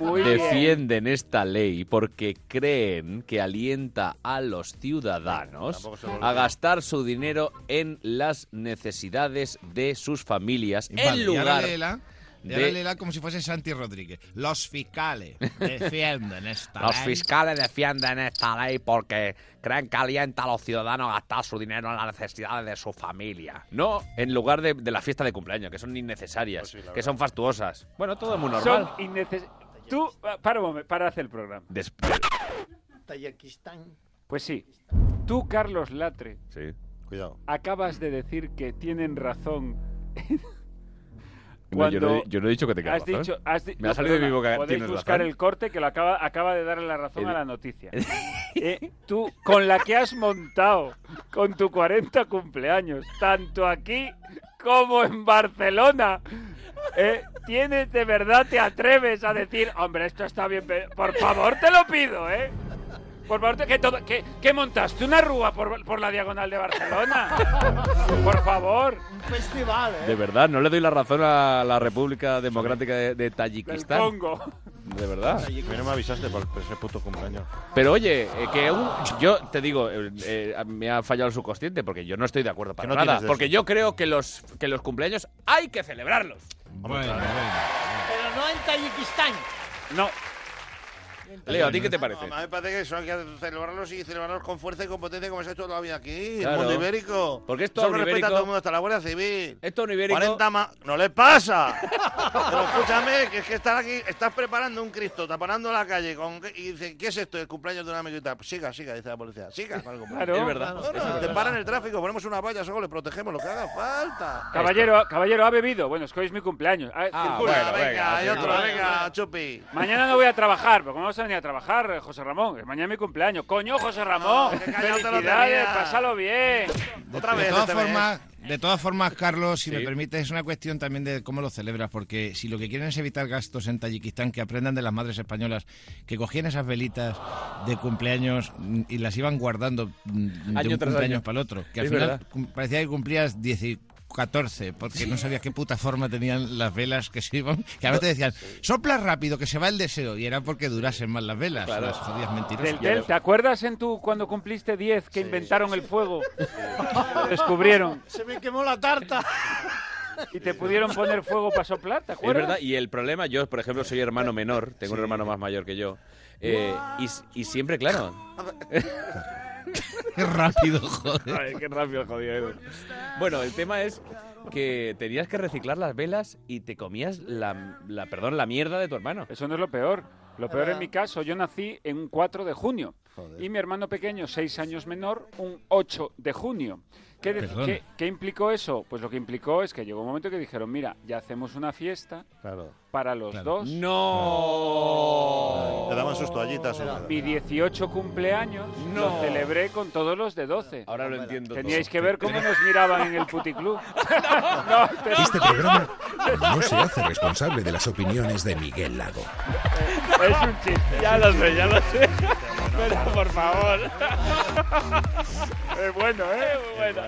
Speaker 15: *laughs* Muy bien.
Speaker 1: defienden esta ley porque creen que alienta a los ciudadanos
Speaker 3: Tampoco se vuelve.
Speaker 1: a gastar su dinero en las necesidades de sus familias
Speaker 4: Vale,
Speaker 1: en
Speaker 4: y ahora
Speaker 1: lugar
Speaker 4: léela, y ahora
Speaker 1: de
Speaker 4: léela como si fuese Santi Rodríguez. Los
Speaker 1: *laughs*
Speaker 4: fiscales defienden esta
Speaker 1: Los
Speaker 4: ley.
Speaker 1: fiscales defienden esta ley porque creen que alienta a los ciudadanos a gastar su dinero en las necesidades de su familia. No en lugar de, de la fiesta de cumpleaños, que son innecesarias,
Speaker 15: Pues
Speaker 1: que son fastuosas. Bueno, todo es muy normal.
Speaker 15: Son innecesarios. Tú, pa- para un momen- para hacer el programa.
Speaker 1: Después.
Speaker 5: Tayakistán.
Speaker 15: Pues sí. Tú, Carlos Latre,
Speaker 1: Sí.
Speaker 3: Cuidado.
Speaker 15: acabas de decir que tienen razón.
Speaker 1: No, yo no he-
Speaker 15: cuando
Speaker 1: yo no he dicho que tenga
Speaker 15: has
Speaker 1: razón.
Speaker 15: Dicho, has di-
Speaker 1: Me ha
Speaker 15: no,
Speaker 1: salido de mi
Speaker 15: perdona,
Speaker 1: boca,
Speaker 15: Podéis
Speaker 1: tienes
Speaker 15: buscar
Speaker 1: razón.
Speaker 15: el corte que lo acaba, acaba de darle la razón
Speaker 1: El-
Speaker 15: a la
Speaker 1: *laughs*
Speaker 15: noticia. Eh, tú, con la que has montado con tu 40 cumpleaños, tanto aquí como en Barcelona, eh, tienes de verdad, te atreves a decir, hombre, esto está bien, pe- por favor, te lo pido, ¿eh? Por favor, te- que, todo, que, que montaste una rúa por, por la diagonal de Barcelona. Por favor.
Speaker 5: Un festival, ¿eh?
Speaker 1: De verdad, no le doy la razón a la República Democrática de, de Tayikistán. De verdad.
Speaker 3: Pero no me avisaste por ese puto cumpleaños.
Speaker 1: Pero oye, eh, que un- yo te digo, eh, eh, me ha fallado el subconsciente porque yo no estoy de acuerdo para
Speaker 3: Que no
Speaker 1: nada.
Speaker 3: tienes de
Speaker 1: Porque yo creo que los, que los cumpleaños hay que celebrarlos.
Speaker 5: Pero no en Tayikistán.
Speaker 15: No.
Speaker 1: Leo, ¿a ti qué te parece?
Speaker 3: No, a mí me parece que son hay que celebrarlos y celebrarlos con fuerza y con potencia como se ha hecho toda la vida aquí,
Speaker 1: Claro.
Speaker 3: el mundo ibérico.
Speaker 1: Porque esto
Speaker 3: Eso
Speaker 1: es
Speaker 3: lo respeta
Speaker 1: ibérico.
Speaker 3: a todo el mundo, hasta la Guardia Civil.
Speaker 1: Esto es ibérico.
Speaker 3: 40 más. ¡No le pasa! Pero escúchame, que es que estás aquí, estás preparando un Cristo, taponando la calle con, y dicen, ¿qué es esto? El cumpleaños de una amiguita. Pues siga, siga, dice la policía. Siga con el cumpleaños.
Speaker 15: Claro. Es verdad,
Speaker 3: Bueno,
Speaker 15: es
Speaker 3: te
Speaker 15: verdad.
Speaker 3: paran el tráfico, ponemos una valla, solo le protegemos lo que haga falta.
Speaker 15: Caballero, caballero, ha bebido. Bueno, es que hoy es mi cumpleaños. Ah, circula.
Speaker 3: bueno, venga, hay otro, venga, chupi.
Speaker 15: Mañana no voy a trabajar, porque vamos a venir a trabajar, eh, José Ramón. que Mañana es mi cumpleaños. Coño, José Ramón.
Speaker 3: que callado te lo
Speaker 15: Felicidades,
Speaker 3: tenía.
Speaker 15: pásalo bien.
Speaker 3: Otra
Speaker 4: de
Speaker 3: vez, este
Speaker 4: todas
Speaker 3: otra vez.
Speaker 4: formas, de todas formas, Carlos, si me permites, es una cuestión también de cómo lo celebras, porque si lo que quieren es evitar gastos en Tayikistán, que aprendan de las madres españolas que cogían esas velitas de cumpleaños mm, y las iban guardando mm, de
Speaker 1: Año
Speaker 4: un
Speaker 1: tras
Speaker 4: cumpleaños
Speaker 1: año.
Speaker 4: para el otro, que al
Speaker 1: Es
Speaker 4: final
Speaker 1: verdad.
Speaker 4: cum- parecía que cumplías 10 14, porque no sabías qué puta forma tenían las velas que se iban. Que a veces decían, sopla rápido, que se va el deseo. Y era porque durasen más las velas,
Speaker 1: Claro.
Speaker 4: las jodidas mentirosas.
Speaker 15: Del Tel, ¿te acuerdas en tu cuando cumpliste 10 que inventaron el
Speaker 5: *laughs*
Speaker 15: fuego? Lo descubrieron.
Speaker 5: Se me quemó la tarta.
Speaker 15: Y te pudieron poner fuego para soplar, ¿te
Speaker 1: Es
Speaker 15: acuerdas?
Speaker 1: verdad, y el problema, yo por ejemplo soy hermano menor, tengo un hermano más mayor que yo, eh, y, s- y siempre, claro.
Speaker 4: *laughs* Qué rápido, joder.
Speaker 1: Ay, qué rápido, jodido. eres. Bueno, el tema es que tenías que reciclar las velas y te comías la, la- perdón, la mierda de tu hermano.
Speaker 15: Eso no es lo peor. Lo peor en mi caso, yo nací en un 4 de junio y mi hermano pequeño, 6 años menor, un 8 de junio. ¿Qué, de-
Speaker 4: Perdón.
Speaker 15: qué- qué implicó eso? Pues lo que implicó es que llegó un momento que dijeron, mira, ya hacemos una fiesta
Speaker 3: Claro.
Speaker 15: para los dos.
Speaker 1: ¡No!
Speaker 3: Te daban sus toallitas. húmedas.
Speaker 15: Mi 18 cumpleaños lo celebré con todos los de 12.
Speaker 1: Ahora lo entiendo.
Speaker 15: Teníais
Speaker 1: todo.
Speaker 15: que ver cómo nos miraban en el puticlub. no, te- *laughs*
Speaker 7: Este programa no se hace responsable de las opiniones de Miguel Lago.
Speaker 15: Es un chiste. Ya lo sé, ya lo sé. Pero por favor. Es bueno, ¿eh? Muy bueno.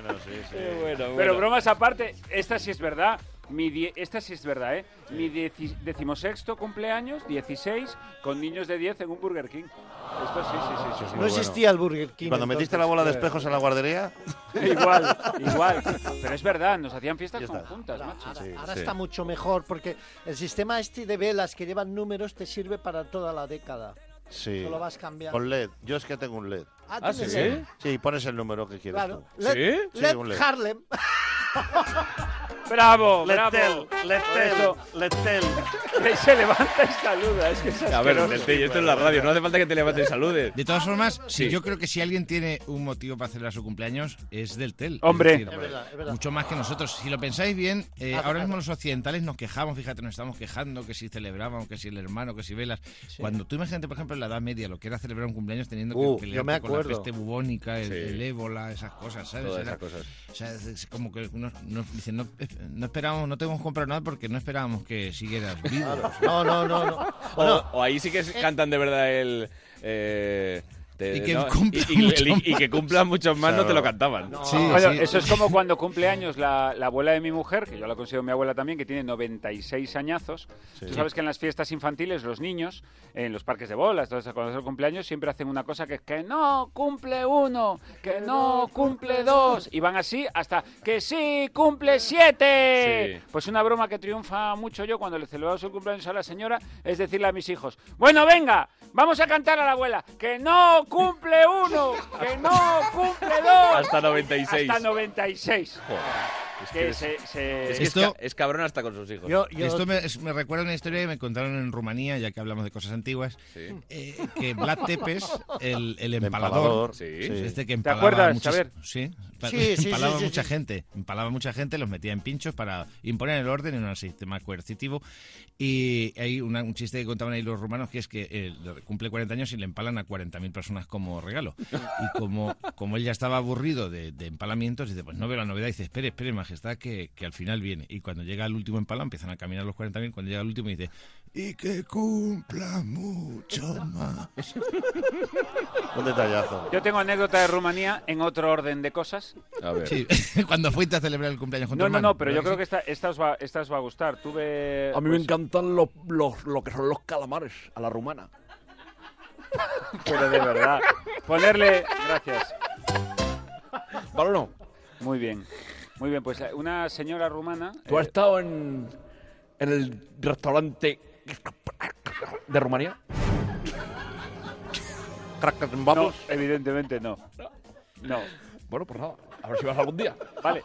Speaker 1: Qué bueno, bueno.
Speaker 15: Pero bromas aparte, esta sí es verdad. Mi die- esta sí es verdad, ¿eh? Mi dieci- decimosexto cumpleaños, 16, con niños de 10 en un Burger King. Esto sí, sí, Ah, sí. sí, sí.
Speaker 5: No existía el Burger
Speaker 3: Y
Speaker 5: King. eh,
Speaker 3: cuando metiste la bola de espejos en la guardería,
Speaker 15: *laughs* Igual, igual. Pero es verdad, nos hacían fiestas
Speaker 3: Ya está.
Speaker 15: conjuntas, macho.
Speaker 5: Ahora
Speaker 3: Sí.
Speaker 5: está mucho mejor porque el sistema este de velas que llevan números te sirve para toda la década.
Speaker 3: sí.
Speaker 5: Solo vas cambiando.
Speaker 3: Con LED. Yo es que tengo un LED.
Speaker 5: Ah,
Speaker 1: ¿Ah,
Speaker 5: tienes
Speaker 1: sí?
Speaker 5: LED.
Speaker 3: Sí, pones el número que quieres.
Speaker 5: Claro.
Speaker 3: tú.
Speaker 5: LED,
Speaker 3: Sí,
Speaker 5: LED
Speaker 3: un LED.
Speaker 5: Harlem. *laughs*
Speaker 15: ¡Bravo, bravo!
Speaker 3: Letel, Letel,
Speaker 15: Eso. *laughs*
Speaker 3: Letel.
Speaker 15: Se levanta y saluda. Es que es
Speaker 1: A ver,
Speaker 15: asqueroso.
Speaker 1: Deltey, esto es la radio, no hace falta que te levantes y saludes.
Speaker 4: De todas formas,
Speaker 1: Sí.
Speaker 4: si yo creo que si alguien tiene un motivo para celebrar su cumpleaños, es del TEL.
Speaker 15: Hombre.
Speaker 4: Es decir,
Speaker 5: Es verdad, es verdad.
Speaker 4: mucho más que nosotros. Si lo pensáis bien, eh,
Speaker 5: Claro,
Speaker 4: ahora
Speaker 5: claro.
Speaker 4: mismo los occidentales nos quejamos, fíjate, nos estamos quejando que si celebraban, que si el hermano, que si velas. Cuando tú imagínate, por ejemplo, en la Edad Media, lo que era celebrar un cumpleaños teniendo que
Speaker 5: Uh, yo
Speaker 4: pelearte
Speaker 5: me
Speaker 4: con la
Speaker 5: acuerdo.
Speaker 4: peste bubónica, el,
Speaker 1: Sí.
Speaker 4: el ébola, esas cosas, ¿sabes?
Speaker 1: Todas
Speaker 4: Era-
Speaker 1: esas cosas.
Speaker 4: o sea, es- es como que unos- nos dicen, no, eh, no esperábamos, no te hemos comprado nada porque no esperábamos
Speaker 5: *laughs*
Speaker 4: que siguieras vivo.
Speaker 5: No, no, no. no.
Speaker 1: O, o ahí sí que es- cantan de verdad el. eh, Te-
Speaker 4: Y que
Speaker 1: no,
Speaker 4: cumplan
Speaker 1: y- y-
Speaker 4: muchos
Speaker 1: y- y que
Speaker 4: más.
Speaker 1: cumplan muchos más no te lo
Speaker 4: Claro.
Speaker 1: cantaban.
Speaker 4: No.
Speaker 15: Bueno, eso es como cuando cumple años la, la abuela de mi mujer, que yo la considero mi abuela también, que tiene 96 añazos.
Speaker 3: Sí.
Speaker 15: Tú sabes que en las fiestas infantiles los niños, en los parques de bolas, todas esas cosas, los cumpleaños, siempre hacen una cosa que es que no cumple uno, que no cumple dos, y van así hasta que sí cumple siete.
Speaker 1: Sí.
Speaker 15: Pues una broma que triunfa mucho yo cuando le celebramos el cumpleaños a la señora es decirle a mis hijos, bueno, venga, vamos a cantar a la abuela, que no cumple uno, que no cumple dos.
Speaker 1: Hasta 96.
Speaker 15: Hasta 96.
Speaker 1: Joder, es
Speaker 15: Que
Speaker 1: que
Speaker 15: se- se-
Speaker 1: es, que es
Speaker 4: Esto-
Speaker 1: ca- es cabrón hasta con sus hijos.
Speaker 4: Esto me, es- me recuerda una historia que me contaron en Rumanía, ya que hablamos de cosas antiguas, eh, que Vlad Tepes, el, el empalador,
Speaker 3: empalador, sí.
Speaker 4: este
Speaker 3: ¿Te
Speaker 4: que empalaba
Speaker 15: acuerdas,
Speaker 4: muchas-
Speaker 15: Xavier?
Speaker 4: Sí, *laughs* pa-
Speaker 15: Sí, sí, sí,
Speaker 4: empalaba
Speaker 15: sí, sí,
Speaker 4: mucha
Speaker 15: sí.
Speaker 4: gente, empalaba mucha gente, los metía en pinchos para imponer el orden en un sistema coercitivo. Y hay una- un chiste que contaban ahí los rumanos que es que eh, cumple 40 años y le empalan a 40.000 personas como regalo. Y como, como él ya estaba aburrido de, de empalamientos, dice, pues no veo la novedad. dice, espere, espere, majestad, que, que al final viene. Y cuando llega el último empalado, empiezan a caminar los 40.000. Cuando llega el último, dice, y que cumpla mucho más.
Speaker 3: Un detallazo.
Speaker 15: Yo tengo anécdota de Rumanía en otro orden de cosas.
Speaker 1: A ver.
Speaker 4: Sí, *laughs* *laughs* cuando fuiste a celebrar el cumpleaños con tu
Speaker 15: No, no,
Speaker 4: hermano,
Speaker 15: no, pero yo creo que esta, esta, os, va, esta os va a gustar. Tuve...
Speaker 21: A mí me
Speaker 15: pues,
Speaker 21: encantan los, los, lo que son los calamares a la
Speaker 1: *laughs*
Speaker 21: rumana.
Speaker 15: Pero de verdad. Ponerle... Gracias.
Speaker 21: ¿Vale o no?
Speaker 15: Muy bien. Muy bien, pues eh, una señora rumana...
Speaker 21: ¿Tú
Speaker 15: eh,
Speaker 21: has estado en, en el restaurante de Rumanía? ¿Cracas en
Speaker 15: no,
Speaker 21: babos?
Speaker 15: evidentemente no. No.
Speaker 21: Bueno, pues nada. A ver si vas algún día. *laughs*
Speaker 15: Vale.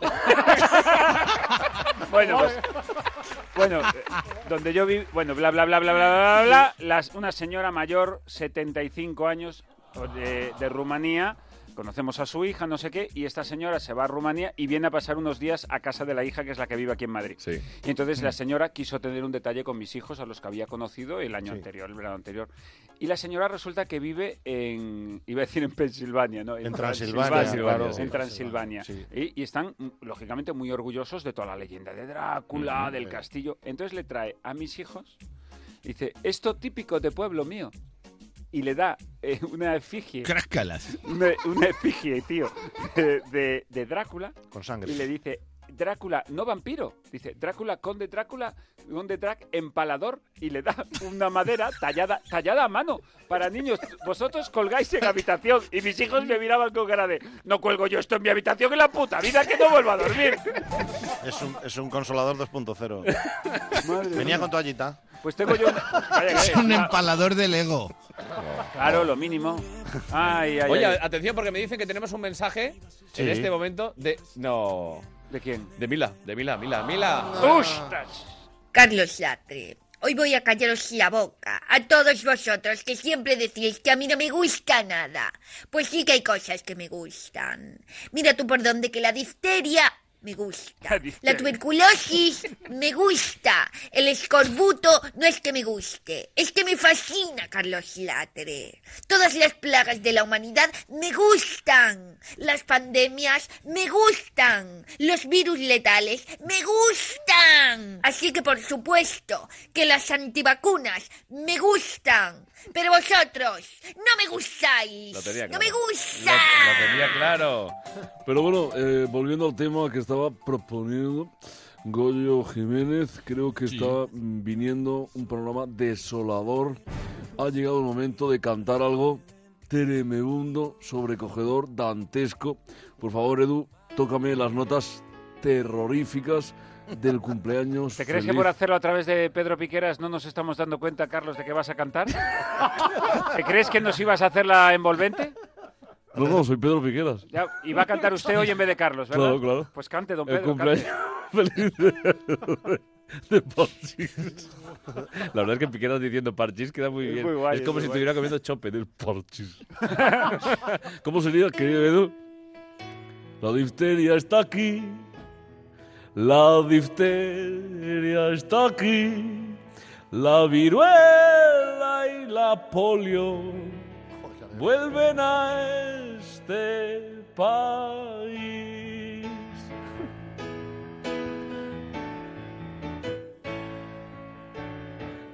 Speaker 15: bueno, pues, bueno, eh, donde yo vi, bueno, bla bla bla bla bla bla bla, bla, las, una señora mayor, 75 años o de, de Rumanía, conocemos a su hija, no sé qué, y esta señora se va a Rumanía y viene a pasar unos días a casa de la hija que es la que vive aquí en Madrid. Y entonces
Speaker 3: Mm.
Speaker 15: la señora quiso tener un detalle con mis hijos a los que había conocido el año anterior, el verano anterior. Y la señora resulta que vive en, iba a decir en Pensilvania, ¿no?
Speaker 3: En Transilvania, claro.
Speaker 15: En Transilvania.
Speaker 3: Sí.
Speaker 15: Y, y están, mm, lógicamente, muy orgullosos de toda la leyenda de Drácula,
Speaker 3: Ujú,
Speaker 15: del
Speaker 3: sí.
Speaker 15: castillo. Entonces le trae a mis hijos, dice, esto típico de pueblo mío. Y le da eh, una efigie.
Speaker 4: Cráscalas.
Speaker 15: Una, una efigie, tío, de, de- de Drácula.
Speaker 3: Con sangre.
Speaker 15: Y le dice, Drácula, no vampiro. Dice, Drácula, conde Drácula, conde Drac, empalador. Y le da una madera tallada, tallada a mano para niños. Vosotros colgáis en habitación. Y mis hijos me miraban con cara de, no cuelgo yo esto en mi habitación en la puta vida que no vuelvo a dormir.
Speaker 3: Es un, es un consolador 2.0. Venía con toallita.
Speaker 15: Pues tengo yo una... Vaya,
Speaker 4: Es
Speaker 15: que-
Speaker 4: un empalador del ego.
Speaker 15: Claro, lo mínimo. Ay, ay,
Speaker 1: Oye,
Speaker 15: ay.
Speaker 1: atención porque me dicen que tenemos un mensaje
Speaker 15: Sí.
Speaker 1: en este momento de no
Speaker 15: ¿De quién?
Speaker 1: De Mila, de Mila, Mila, Mila.
Speaker 15: ¡Ostras!
Speaker 22: Carlos Latre, hoy voy a callaros la boca a todos vosotros que siempre decís que a mí no me gusta nada. Pues sí que hay cosas que me gustan. Mira tú por dónde que la difteria me gusta. La tuberculosis me gusta. El escorbuto no es que me guste, es que me fascina, Carlos Latre. Todas las plagas de la humanidad me gustan. Las pandemias me gustan. Los virus letales me gustan. Así que por supuesto que las antivacunas me gustan. Pero vosotros no me gustáis.
Speaker 13: Lo tenía
Speaker 22: No
Speaker 13: claro.
Speaker 22: me
Speaker 13: Lo,
Speaker 22: gusta.
Speaker 13: lo tenía claro. Pero bueno, eh, volviendo al tema que estaba proponiendo Goyo Jiménez, creo que está mm, viniendo un programa desolador. Ha llegado el momento de cantar algo tremebundo, sobrecogedor, dantesco. Por favor, Edu, tócame las notas terroríficas del cumpleaños.
Speaker 15: ¿Te crees que
Speaker 13: feliz.
Speaker 15: por hacerlo a través de Pedro Piqueras no nos estamos dando cuenta, Carlos, de que vas a cantar? ¿Te crees que nos ibas a hacer la envolvente?
Speaker 13: No, no, soy Pedro Piqueras.
Speaker 15: Ya, y va a cantar usted hoy en vez de Carlos, ¿verdad?
Speaker 13: Claro, claro.
Speaker 15: Pues cante, don
Speaker 13: El
Speaker 15: Pedro.
Speaker 13: cumpleaños *laughs* feliz de, *laughs* de
Speaker 15: *laughs*
Speaker 13: Parchís.
Speaker 1: La verdad es que Piqueras diciendo parchís queda muy
Speaker 13: Es
Speaker 1: bien.
Speaker 13: muy guay,
Speaker 1: es como
Speaker 13: es
Speaker 1: si
Speaker 13: muy
Speaker 1: estuviera
Speaker 13: guay.
Speaker 1: comiendo chope del parchís. *laughs*
Speaker 13: ¿Cómo sería, querido Edu? La difteria está aquí. La difteria está aquí. La viruela y la polio vuelven a este país.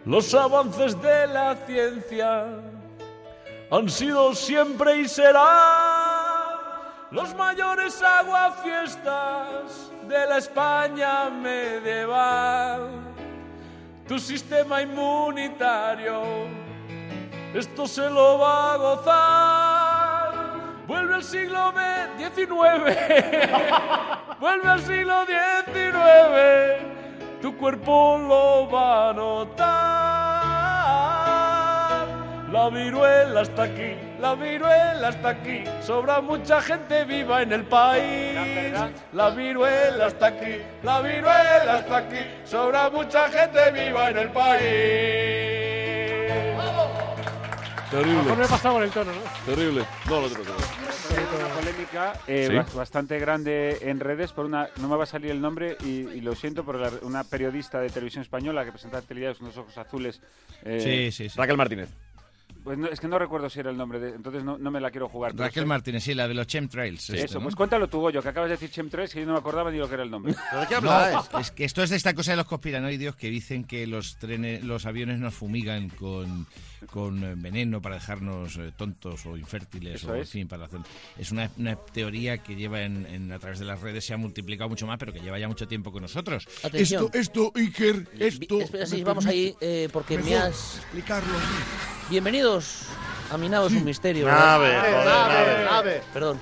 Speaker 13: Los avances de la ciencia
Speaker 9: han sido siempre y serán los mayores aguafiestas de la España medieval. Tu sistema inmunitario, esto se lo va a gozar. Vuelve el siglo XIX. *laughs* Vuelve al siglo XIX, tu cuerpo lo va a notar. La viruela está aquí, la viruela está aquí, sobra mucha gente viva en el país. La viruela está aquí, la viruela está aquí, sobra mucha gente viva en el país.
Speaker 15: A lo mejor me he pasado
Speaker 9: con el tono, ¿no?
Speaker 13: Terrible. No, no te preocupes.
Speaker 15: Una polémica eh,
Speaker 13: Sí.
Speaker 15: bas- bastante grande en redes por una no me va a salir el nombre y, y lo siento por la- una periodista de televisión española que presenta telediarios con unos ojos azules eh,
Speaker 4: Sí, sí, sí.
Speaker 15: Raquel Martínez pues no- es que no recuerdo si era el nombre de- entonces no, no me la quiero jugar pero
Speaker 4: Raquel
Speaker 15: sé-
Speaker 4: Martínez, sí, la de los chemtrails.
Speaker 15: eso
Speaker 4: esta, ¿no?
Speaker 15: pues cuéntalo tú Goyo que acabas de decir Chem3 que yo no me acordaba ni lo que era el nombre
Speaker 4: No, es que esto es de esta cosa de los conspiranoidios que dicen que los trenes, los aviones nos fumigan con, con eh, veneno para dejarnos eh, tontos o infértiles
Speaker 15: Eso
Speaker 4: o en
Speaker 15: es.
Speaker 4: fin, para hacer- Es una, una teoría que lleva en, en- a través de las redes se ha multiplicado mucho más, pero que lleva ya mucho tiempo con nosotros.
Speaker 11: Atención.
Speaker 4: Esto, esto, Iker, esto.
Speaker 11: Espera,
Speaker 4: me
Speaker 11: sí, vamos ahí,
Speaker 4: permite-
Speaker 11: eh, porque me
Speaker 4: Mejor
Speaker 11: has... explicarlo. Bienvenidos a mi nave es un misterio.
Speaker 3: Nave,
Speaker 11: ¿verdad?
Speaker 3: joder, Nave, nave.
Speaker 5: nave.
Speaker 11: Perdón.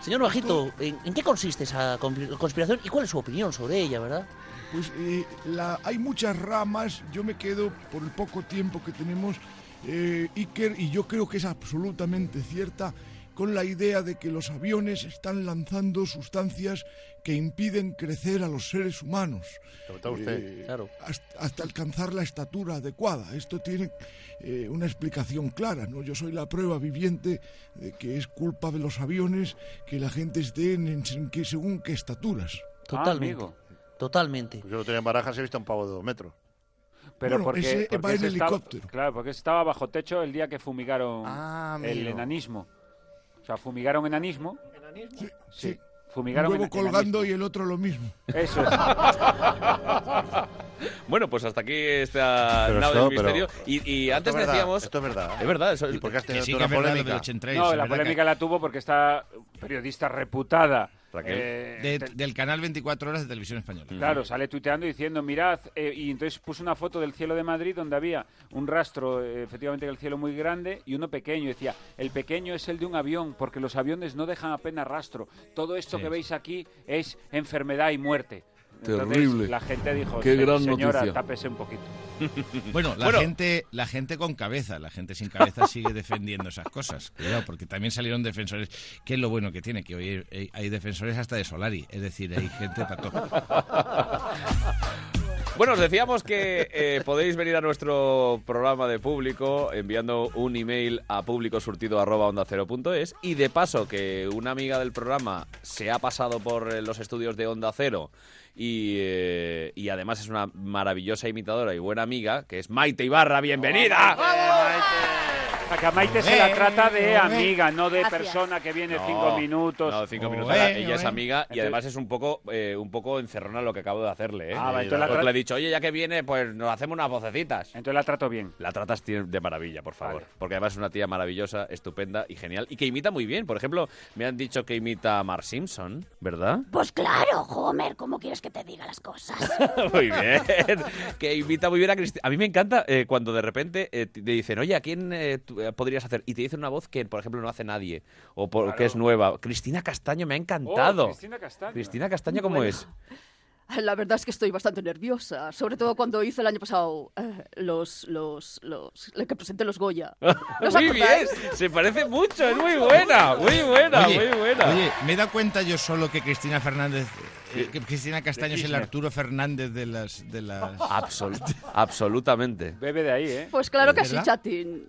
Speaker 11: Señor Bajito, ¿en, en qué consiste esa conspir- conspiración y cuál es su opinión sobre ella, verdad?
Speaker 10: Pues eh, la, hay muchas ramas, yo me quedo por el poco tiempo que tenemos, eh, Iker, y yo creo que es absolutamente cierta, con la idea de que los aviones están lanzando sustancias que impiden crecer a los seres humanos. Eh,
Speaker 11: Claro.
Speaker 10: hasta, hasta alcanzar la estatura adecuada. Esto tiene eh, una explicación clara, ¿no? Yo soy la prueba viviente de que es culpa de los aviones que la gente esté en, en que- según qué estaturas.
Speaker 15: Ah,
Speaker 11: Totalmente. Totalmente.
Speaker 3: Pues Yo lo tenía en barajas y he visto un pavo de dos metros.
Speaker 15: Pero
Speaker 10: Bueno,
Speaker 15: porque,
Speaker 10: ese
Speaker 15: porque
Speaker 10: va en
Speaker 15: se estaba-
Speaker 10: helicóptero.
Speaker 15: claro, porque estaba bajo techo el día que fumigaron
Speaker 10: Ah,
Speaker 15: el
Speaker 10: amigo.
Speaker 15: enanismo. O sea, fumigaron enanismo. ¿Enanismo? Sí. Fumigaron
Speaker 10: un huevo
Speaker 15: ena-
Speaker 10: colgando y el otro lo mismo.
Speaker 15: Eso es.
Speaker 4: *laughs*
Speaker 1: Bueno, pues hasta aquí esta
Speaker 3: Pero
Speaker 1: nave
Speaker 3: esto-
Speaker 1: del misterio.
Speaker 3: pero-
Speaker 1: y y
Speaker 3: esto
Speaker 1: antes
Speaker 3: es verdad,
Speaker 1: decíamos.
Speaker 3: Esto es verdad. ¿eh?
Speaker 1: Es verdad, eso es-
Speaker 3: ¿Y por qué has
Speaker 1: que
Speaker 3: tenido
Speaker 1: sí
Speaker 3: tú una
Speaker 1: que es verdad lo de
Speaker 3: polémica?
Speaker 1: los
Speaker 4: Chemtrails,
Speaker 15: No,
Speaker 4: es
Speaker 15: la
Speaker 4: verdad que-
Speaker 15: polémica la tuvo porque está periodista reputada. eh,
Speaker 4: De- del canal 24 horas de televisión española.
Speaker 15: Claro, sale tuiteando diciendo, mirad, eh, y entonces puso una foto del cielo de Madrid donde había un rastro, eh, efectivamente, del cielo muy grande y uno pequeño. Decía, el pequeño es el de un avión, porque los aviones no dejan apenas rastro. Todo esto
Speaker 13: Sí.
Speaker 15: que veis aquí es enfermedad y muerte. Entonces,
Speaker 13: Terrible.
Speaker 15: la gente dijo,
Speaker 13: Qué
Speaker 15: "Se-
Speaker 13: gran
Speaker 15: señora,
Speaker 13: noticia".
Speaker 15: tápese un poquito.
Speaker 4: Bueno, la,
Speaker 15: Bueno.
Speaker 4: Gente, la gente con cabeza, la gente sin
Speaker 1: *laughs*
Speaker 4: cabeza sigue defendiendo esas cosas. Cuidado, porque también salieron defensores, que es lo bueno que tiene, que hoy hay- hay defensores hasta de Solari, es decir, hay gente para todo.
Speaker 1: *laughs* Bueno, os decíamos que eh, podéis venir a nuestro programa de público enviando un email a públicosurtido.onda0.es y de paso que una amiga del programa se ha pasado por eh, los estudios de Onda Cero y, eh, y además es una maravillosa imitadora y buena amiga, que es Maite Ibarra, bienvenida.
Speaker 15: O sea, que a Maite se la
Speaker 1: Olé,
Speaker 15: trata de
Speaker 1: olé.
Speaker 15: amiga, no de
Speaker 1: Gracias.
Speaker 15: persona que viene
Speaker 1: No,
Speaker 15: cinco minutos. Oh,
Speaker 1: No, cinco minutos.
Speaker 15: Olé,
Speaker 1: Ahora, ella es
Speaker 15: olé.
Speaker 1: amiga y
Speaker 15: Entonces-
Speaker 1: además es un poco, eh, un poco encerrona lo que acabo de hacerle. ¿eh?
Speaker 15: Ah, vale, entonces la
Speaker 1: Porque
Speaker 15: tra-
Speaker 1: le he dicho, oye, ya que viene, pues nos hacemos unas vocecitas.
Speaker 15: Entonces la trato bien.
Speaker 1: La tratas ti- de maravilla, por favor. Porque además es una tía maravillosa, estupenda y genial. Y que imita muy bien. Por ejemplo, me han dicho que imita a Mark Simpson, ¿verdad?
Speaker 23: Pues claro, Homer, ¿cómo quieres que te diga las cosas?
Speaker 1: *laughs* Muy bien. que invita muy bien a Cristina. A mí me encanta eh, cuando de repente eh, te te dicen, oye, ¿a quién eh, tú, eh, podrías hacer? Y te dicen una voz que, por ejemplo, no hace nadie. O por- que es nueva. Cristina Castaño, me ha encantado.
Speaker 24: Oh, Cristina Castaño.
Speaker 1: Cristina Castaño, ¿cómo
Speaker 24: Bueno.
Speaker 1: es?
Speaker 24: Ah, La verdad es que estoy bastante nerviosa, sobre todo cuando hice el año pasado eh, los, los, los, la que presenté los Goya. ¿Los
Speaker 1: muy bien.
Speaker 24: acordáis?
Speaker 1: Se parece mucho, es muy buena. Muy buena,
Speaker 4: Oye,
Speaker 1: muy buena.
Speaker 4: Oye, me he dado cuenta yo solo que Cristina Fernández, eh, que Cristina Castaño
Speaker 1: De
Speaker 4: es el
Speaker 1: Kirchner.
Speaker 4: Arturo Fernández de las... De las...
Speaker 1: Absol- *laughs* absolutamente.
Speaker 15: Bebe de ahí, ¿eh?
Speaker 24: Pues claro que sí,
Speaker 4: ¿Verdad?
Speaker 24: chatín.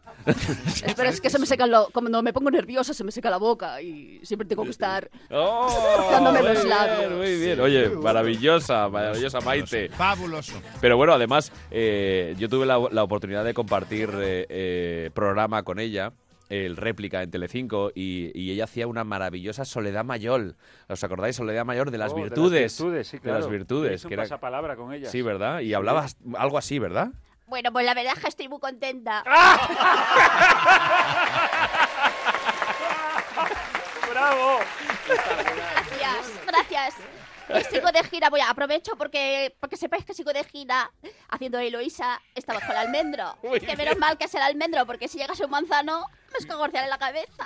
Speaker 24: Espera, es que se me seca lo- cuando me pongo nerviosa se me seca la boca y siempre tengo que estar dándome
Speaker 1: muy
Speaker 24: los
Speaker 1: bien,
Speaker 24: labios.
Speaker 1: Oh, Muy bien. Oye, maravillosa, maravillosa Maite.
Speaker 4: Fabuloso.
Speaker 1: Pero bueno, además, eh, yo tuve la, la oportunidad de compartir eh, eh, programa con ella, el réplica en Telecinco, y, y ella hacía una maravillosa Soledad Mayor. ¿Os acordáis? Soledad Mayor de las
Speaker 15: Oh, de las
Speaker 1: virtudes.
Speaker 15: virtudes, sí,
Speaker 1: De las
Speaker 15: claro.
Speaker 1: virtudes.
Speaker 15: Hice un pasapalabra con ella.
Speaker 1: Sí, ¿verdad? Y hablabas algo así, ¿verdad?
Speaker 23: Bueno, pues la verdad es que estoy muy contenta.
Speaker 15: ¡Bravo!
Speaker 23: Gracias, gracias. Eh, Sigo de gira, voy a aprovecho porque, porque sepáis que sigo de gira haciendo Eloisa, está bajo el almendro.
Speaker 15: Muy
Speaker 23: que
Speaker 15: bien.
Speaker 23: menos mal que es el almendro, porque si llegas a un manzano, es cogorciar en la cabeza.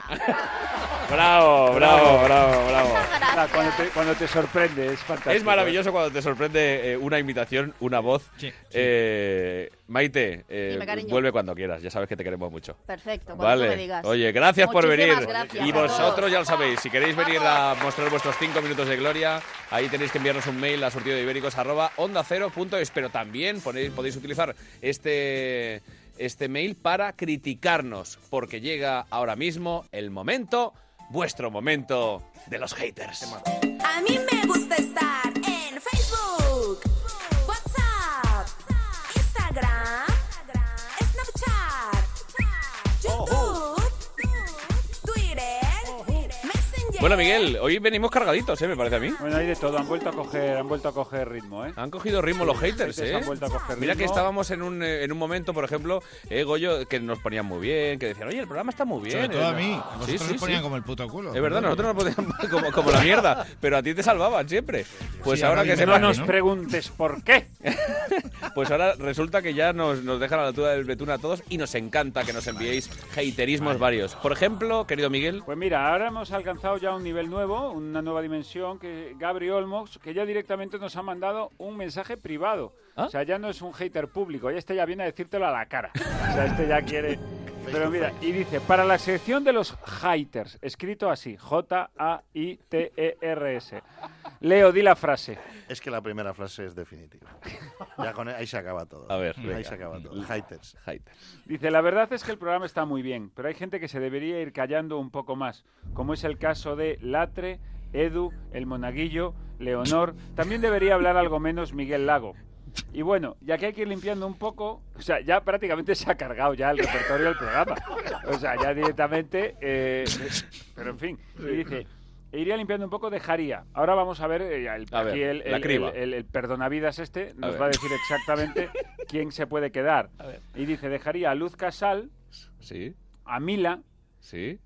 Speaker 15: Bravo, bravo, bravo, bravo.
Speaker 23: gracias.
Speaker 15: Ah, Cuando te, cuando te sorprende, es fantástico.
Speaker 1: Es maravilloso cuando te sorprende eh, una imitación, una voz. Eh, Maite, eh,
Speaker 23: Dime, cariño.
Speaker 1: vuelve cuando quieras, ya sabes que te queremos mucho.
Speaker 23: Perfecto, cuando
Speaker 1: Vale.
Speaker 23: tú me digas.
Speaker 1: Oye, gracias por
Speaker 23: Muchísimas
Speaker 1: venir.
Speaker 23: gracias
Speaker 1: y
Speaker 23: a todos.
Speaker 1: vosotros ya lo sabéis, si queréis venir a mostrar vuestros cinco minutos de gloria, ahí tenéis que enviarnos un mail a surtido de ibéricos arroba onda cero punto es, pero también ponéis- podéis utilizar este este mail para criticarnos, porque llega ahora mismo el momento, vuestro momento de los haters.
Speaker 6: A mí me gusta estar en Facebook, WhatsApp, Instagram, Snapchat, YouTube, Twitter, Messenger.
Speaker 1: Bueno, Miguel, hoy venimos cargaditos, ¿eh? Me parece a mí.
Speaker 15: Bueno, hay de todo. Han vuelto a coger, han vuelto a coger ritmo, ¿eh?
Speaker 1: Han cogido ritmo los haters,
Speaker 15: haters
Speaker 1: ¿eh?
Speaker 15: han vuelto a coger
Speaker 1: Mira que
Speaker 15: ritmo.
Speaker 1: estábamos en un, eh, en un momento, por ejemplo, eh, Goyo, que nos ponían muy bien, que decían, oye, el programa está muy bien.
Speaker 4: Sobre todo
Speaker 1: eh,
Speaker 4: a
Speaker 1: no-
Speaker 4: mí. A
Speaker 1: Sí,
Speaker 4: vosotros
Speaker 1: sí,
Speaker 4: os ponían
Speaker 1: sí.
Speaker 4: como el puto culo.
Speaker 1: Es verdad, nosotros nos poníamos *laughs* como, como la mierda, pero a ti te salvaban siempre. Pues
Speaker 4: Sí,
Speaker 1: ahora
Speaker 4: ahora
Speaker 1: que
Speaker 4: dime
Speaker 1: sepas-
Speaker 4: no nos ¿no?
Speaker 15: preguntes por qué.
Speaker 1: pues ahora resulta que ya nos, nos dejan a la altura del betún a todos y nos encanta que nos enviéis haterismos varios. Por ejemplo, querido Miguel,
Speaker 15: Pues mira, ahora hemos alcanzado ya un nivel nuevo, una nueva dimensión, que Gabri Olmos, que ya directamente nos ha mandado un mensaje privado. O sea, ya no es un hater público, ya este ya viene a decírtelo a la cara. O sea, este ya quiere... Pero mira, y dice, para la sección de los haters, escrito así, J-A-I-T-E-R-S. E Leo, di la frase.
Speaker 3: Es que la primera frase es definitiva. Ya con ahí se acaba todo.
Speaker 1: A ver,
Speaker 3: ahí
Speaker 1: venga.
Speaker 3: se acaba todo. Haters.
Speaker 15: Dice, la verdad es que el programa está muy bien, pero hay gente que se debería ir callando un poco más, como es el caso de Latre, Edu, El Monaguillo, Leonor. También debería hablar algo menos Miguel Lago. Y bueno, ya que hay que ir limpiando un poco, o sea, ya prácticamente se ha cargado ya el repertorio del programa. O sea, ya directamente, eh, pero en fin. Y dice, "E iría limpiando un poco, dejaría. Ahora vamos a ver, eh, el,
Speaker 1: A ver,
Speaker 15: aquí el-
Speaker 1: la
Speaker 15: el-
Speaker 1: criba.
Speaker 15: el- el- el perdonavidas este nos
Speaker 1: ver.
Speaker 15: va a decir
Speaker 1: *laughs*
Speaker 15: exactamente quién se puede quedar.
Speaker 1: ver.
Speaker 15: Y dice, dejaría a Luz Casal,
Speaker 1: sí,
Speaker 15: a Mila
Speaker 1: sí.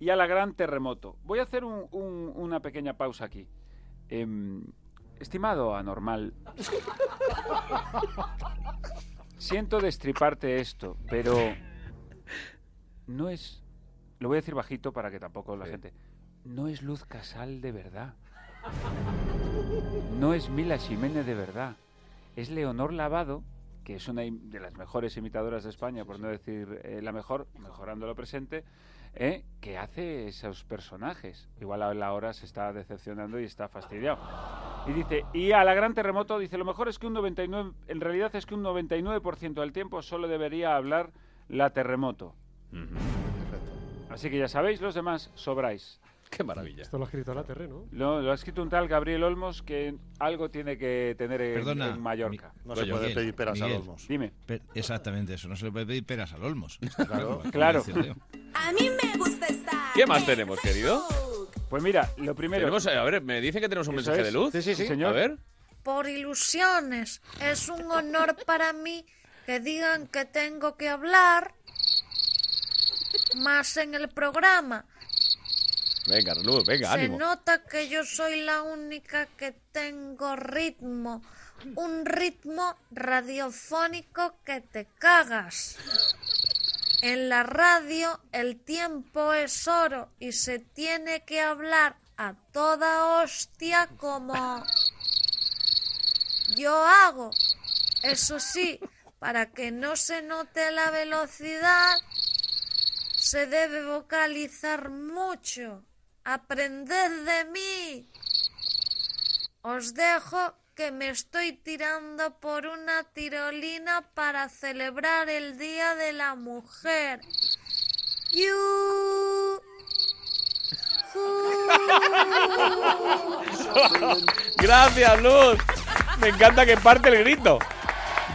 Speaker 15: y a la Gran Terremoto. Voy a hacer un- un- una pequeña pausa aquí. Em, estimado
Speaker 1: *laughs*
Speaker 15: anormal, siento destriparte esto, pero no es... Lo voy a decir bajito para que tampoco la gente... No es Luz Casal de verdad. No es Mila Jiménez de verdad. Es Leonor Lavado, que es una im- de las mejores imitadoras de España, por no decir eh, la mejor, mejorando lo presente, ¿eh? que hace esos personajes. Igual a la hora se está decepcionando y está fastidiado. Y dice, y a la gran terremoto dice, lo mejor es que un 99, en realidad es que un 99% del tiempo solo debería hablar la terremoto. Así que ya sabéis, los demás sobráis.
Speaker 1: Qué maravilla.
Speaker 8: Esto lo ha escrito la terreno.
Speaker 15: Lo, lo ha escrito un tal Gabriel Olmos que algo tiene que tener en,
Speaker 4: Perdona,
Speaker 15: en Mallorca.
Speaker 4: Mi- Goyo, Miguel, Miguel.
Speaker 15: Dime.
Speaker 4: Per- exactamente eso, no se le puede pedir peras al
Speaker 3: *laughs*
Speaker 4: Olmos.
Speaker 15: Claro.
Speaker 4: Como
Speaker 15: Claro.
Speaker 4: dice Leo.
Speaker 6: A mí me gusta estar.
Speaker 1: ¿Qué más tenemos, querido?
Speaker 15: Pues mira, lo primero.
Speaker 1: Tenemos, eh, a ver, me dicen que tenemos un
Speaker 15: Eso
Speaker 1: mensaje
Speaker 15: es.
Speaker 1: de luz.
Speaker 15: Sí, sí, sí, señor.
Speaker 1: A ver.
Speaker 17: por ilusiones. Es un honor para mí que digan que tengo que hablar más en el programa.
Speaker 1: Venga, luz, venga,
Speaker 17: Se
Speaker 1: ánimo.
Speaker 17: nota que yo soy la única que tengo ritmo. Un ritmo radiofónico que te cagas. En la radio el tiempo es oro y se tiene que hablar a toda hostia como yo hago. Eso sí, para que no se note la velocidad, se debe vocalizar mucho. Aprended de mí. Os dejo que me estoy tirando por una tirolina para celebrar el Día de la Mujer. You.
Speaker 1: Gracias, Luz.
Speaker 15: *laughs*
Speaker 1: Me encanta que parte el grito.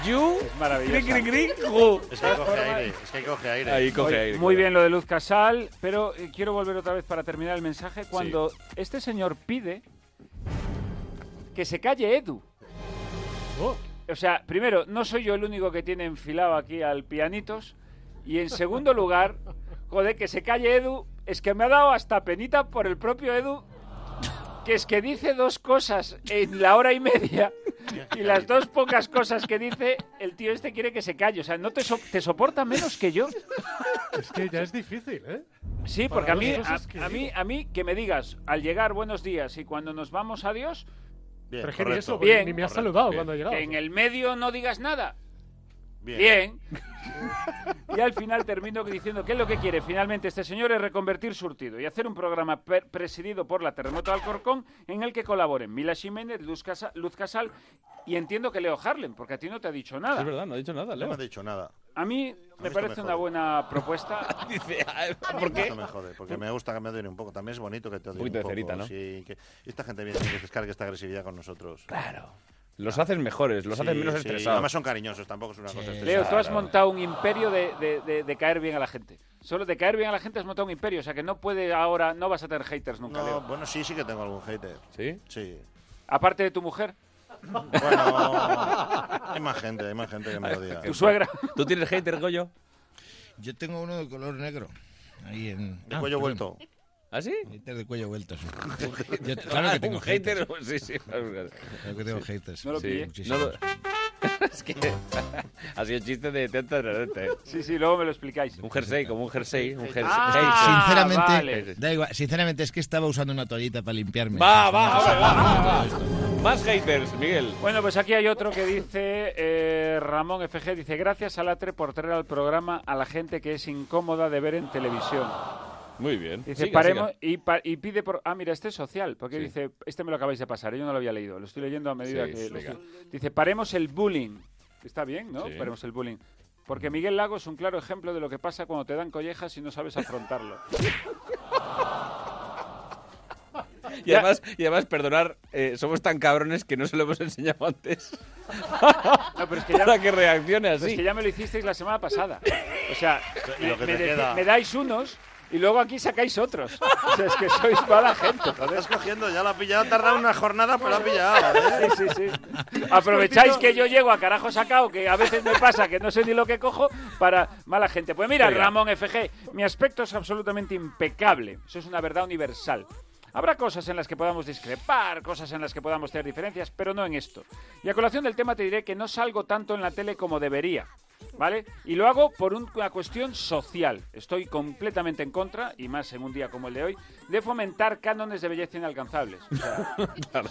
Speaker 1: You.
Speaker 15: maravilloso.
Speaker 1: cri, cri, cri, ju.
Speaker 3: Es que coge aire. Es que coge aire.
Speaker 1: Ahí coge
Speaker 15: Oye,
Speaker 1: aire.
Speaker 15: Muy bien lo de Luz Casal, pero eh, quiero volver otra vez para terminar el mensaje cuando
Speaker 1: Oh.
Speaker 15: este señor pide que se calle Edu. o sea, primero, no soy yo el único que tiene enfilado aquí al pianitos. Y en
Speaker 1: *laughs*
Speaker 15: segundo lugar, joder, que se calle Edu, es que me ha dado hasta penita por el propio Edu, que es que dice dos cosas en la hora y media. Y las dos pocas cosas que dice, el tío este quiere que se calle. O sea, no te, so- te soporta menos que yo.
Speaker 8: Es que ya es difícil, ¿eh?
Speaker 15: Sí,
Speaker 8: Para
Speaker 15: porque a
Speaker 8: dos
Speaker 15: mí,
Speaker 8: cosas que
Speaker 15: a, a mí,
Speaker 8: digo.
Speaker 15: a mí, que me digas al llegar buenos días y cuando nos vamos adiós.
Speaker 8: Bien,
Speaker 15: Pero es
Speaker 8: correcto. Bien, ni me has saludado cuando he llegado.
Speaker 15: Que En el medio no digas nada.
Speaker 8: Bien.
Speaker 15: Bien. y al final termino diciendo que es lo que quiere finalmente este señor es reconvertir surtido y hacer un programa per- presidido por la Terremoto de Alcorcón en el que colaboren Mila Jiménez, Luz, Casa- Luz Casal y entiendo que Leo Harlem, porque a ti no te ha dicho nada.
Speaker 1: Es verdad, no ha dicho nada, Leo.
Speaker 3: No me ha dicho nada.
Speaker 15: A mí me
Speaker 3: esto
Speaker 15: parece
Speaker 3: me
Speaker 15: una
Speaker 3: jode.
Speaker 15: buena propuesta.
Speaker 8: *laughs*
Speaker 15: Ah, ¿por qué?
Speaker 3: Esto me jode, porque me gusta que me odien un poco. También es bonito que te odien un,
Speaker 1: poquito de
Speaker 3: poco.
Speaker 1: cerita, ¿no?
Speaker 3: sí, que esta gente viene y que descargue esta agresividad con nosotros. Claro.
Speaker 1: Los haces
Speaker 15: Pues
Speaker 1: mejores, los haces menos estresados.
Speaker 3: Además son cariñosos, tampoco es una cosa estresada.
Speaker 15: Leo, tú has
Speaker 3: Claro.
Speaker 15: montado un imperio de, de- de- de caer bien a la gente. Solo de caer bien a la gente has montado un imperio. O sea que no puede ahora, no vas a tener haters nunca,
Speaker 3: No,
Speaker 15: Leo.
Speaker 3: bueno, sí, sí que tengo algún hater.
Speaker 1: ¿Sí?
Speaker 3: Sí.
Speaker 15: Aparte de tu mujer.
Speaker 3: Bueno, hay más gente, hay más gente que me odia.
Speaker 1: ¿Tú tienes hater, Goyo?
Speaker 4: Yo tengo uno de color negro. Ahí en...
Speaker 3: De cuello vuelto.
Speaker 1: ¿Ah, sí?
Speaker 4: Hater de cuello vuelto.
Speaker 1: *laughs*
Speaker 4: Yo- claro que tengo
Speaker 1: un hater.
Speaker 4: haters.
Speaker 1: *laughs* Sí, sí. Claro
Speaker 4: Claro que tengo haters.
Speaker 1: No lo *laughs*
Speaker 4: Sí,
Speaker 1: pillé.
Speaker 4: muchísimos.
Speaker 1: No lo- es que *laughs* ha sido chiste de teta
Speaker 15: Sí, sí, luego me lo explicáis.
Speaker 1: Un jersey, como un jersey. Un jersey.
Speaker 15: Ah,
Speaker 4: sinceramente, eh,
Speaker 1: vale.
Speaker 4: da igual. Sinceramente es que estaba usando una toallita para limpiarme.
Speaker 1: Va,
Speaker 4: Una
Speaker 1: va,
Speaker 4: cosa-
Speaker 1: hombre, va, va, va. Más haters, Miguel.
Speaker 15: Bueno, pues aquí hay otro que dice eh, Ramón FG, dice gracias a Latre por traer al programa a la gente que es incómoda de ver en televisión.
Speaker 1: Muy bien.
Speaker 15: Dice,
Speaker 1: Siga,
Speaker 15: paremos
Speaker 1: siga.
Speaker 15: Y, pa- y pide por... Ah, mira, este es social, porque
Speaker 1: Sí.
Speaker 15: dice, este me lo acabáis de pasar, yo no lo había leído, lo estoy leyendo a medida
Speaker 1: Sí,
Speaker 15: que... lo
Speaker 1: venga.
Speaker 15: estoy- Dice, paremos el bullying. Está bien, ¿no?
Speaker 1: Sí.
Speaker 15: Paremos el bullying. Porque Miguel Lago es un claro ejemplo de lo que pasa cuando te dan collejas y no sabes afrontarlo.
Speaker 1: *laughs* Y además, y además perdonar, eh, somos tan cabrones que no se lo hemos enseñado antes.
Speaker 15: *laughs* No, Ah, pero es
Speaker 1: *laughs*
Speaker 15: que ya-
Speaker 1: Para que reaccione
Speaker 15: Pero Es
Speaker 1: así.
Speaker 15: que ya me lo hicisteis la semana pasada. O sea,
Speaker 1: Y lo
Speaker 15: me,
Speaker 1: que
Speaker 15: me
Speaker 1: te
Speaker 15: deci-
Speaker 1: queda. Pues
Speaker 15: me dais unos y luego aquí sacáis
Speaker 1: *laughs*
Speaker 15: otros. O sea, *laughs* es que sois mala gente, joder.
Speaker 3: Estás cogiendo, ya la ha pillado, ha tardado una jornada, pero la ha pillado. ¿eh?
Speaker 15: Sí, sí, sí. Aprovecháis que yo llego a carajo sacado, que a veces me pasa que no sé ni lo que cojo, para mala gente. Pues mira,
Speaker 1: Oiga.
Speaker 15: Ramón FG, mi aspecto es absolutamente impecable. Eso es una verdad universal. Habrá cosas en las que podamos discrepar, cosas en las que podamos tener diferencias, pero no en esto. Y a colación del tema te diré que no salgo tanto en la tele como debería. ¿Vale? Y lo hago por un- una cuestión social. Estoy completamente en contra, y más en un día como el de hoy, de fomentar cánones de belleza inalcanzables. O sea,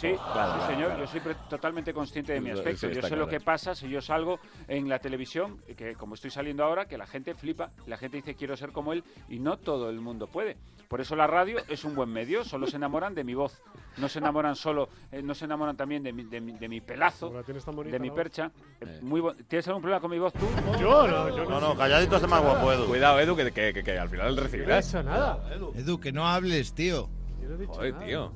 Speaker 15: sí,
Speaker 1: *laughs* claro,
Speaker 15: sí, señor,
Speaker 1: claro.
Speaker 15: yo soy pre- totalmente consciente de mi
Speaker 1: Eso-
Speaker 15: aspecto.
Speaker 1: eso
Speaker 15: Yo
Speaker 1: está
Speaker 15: sé lo
Speaker 1: claro.
Speaker 15: que pasa si yo salgo en la televisión, que como estoy saliendo ahora, que la gente flipa, la gente dice quiero ser como él, y no todo el mundo puede. Por eso la radio es un buen medio, solo se enamoran de mi voz, no se enamoran solo, eh, no se enamoran también de mi, de mi, de mi pelazo,
Speaker 8: Como la tienes tan bonita,
Speaker 15: de mi
Speaker 8: ¿no?
Speaker 15: percha. Eh, Muy bo- ¿Tienes algún problema con mi voz tú?
Speaker 8: Yo no, yo no. No, no, calladito
Speaker 3: hace más guapo, Edu.
Speaker 1: Cuidado, Edu, que, que- que- que al final recibirás. *laughs*
Speaker 8: nada, Edu.
Speaker 4: Edu, que no hables, tío.
Speaker 1: Joder, tío.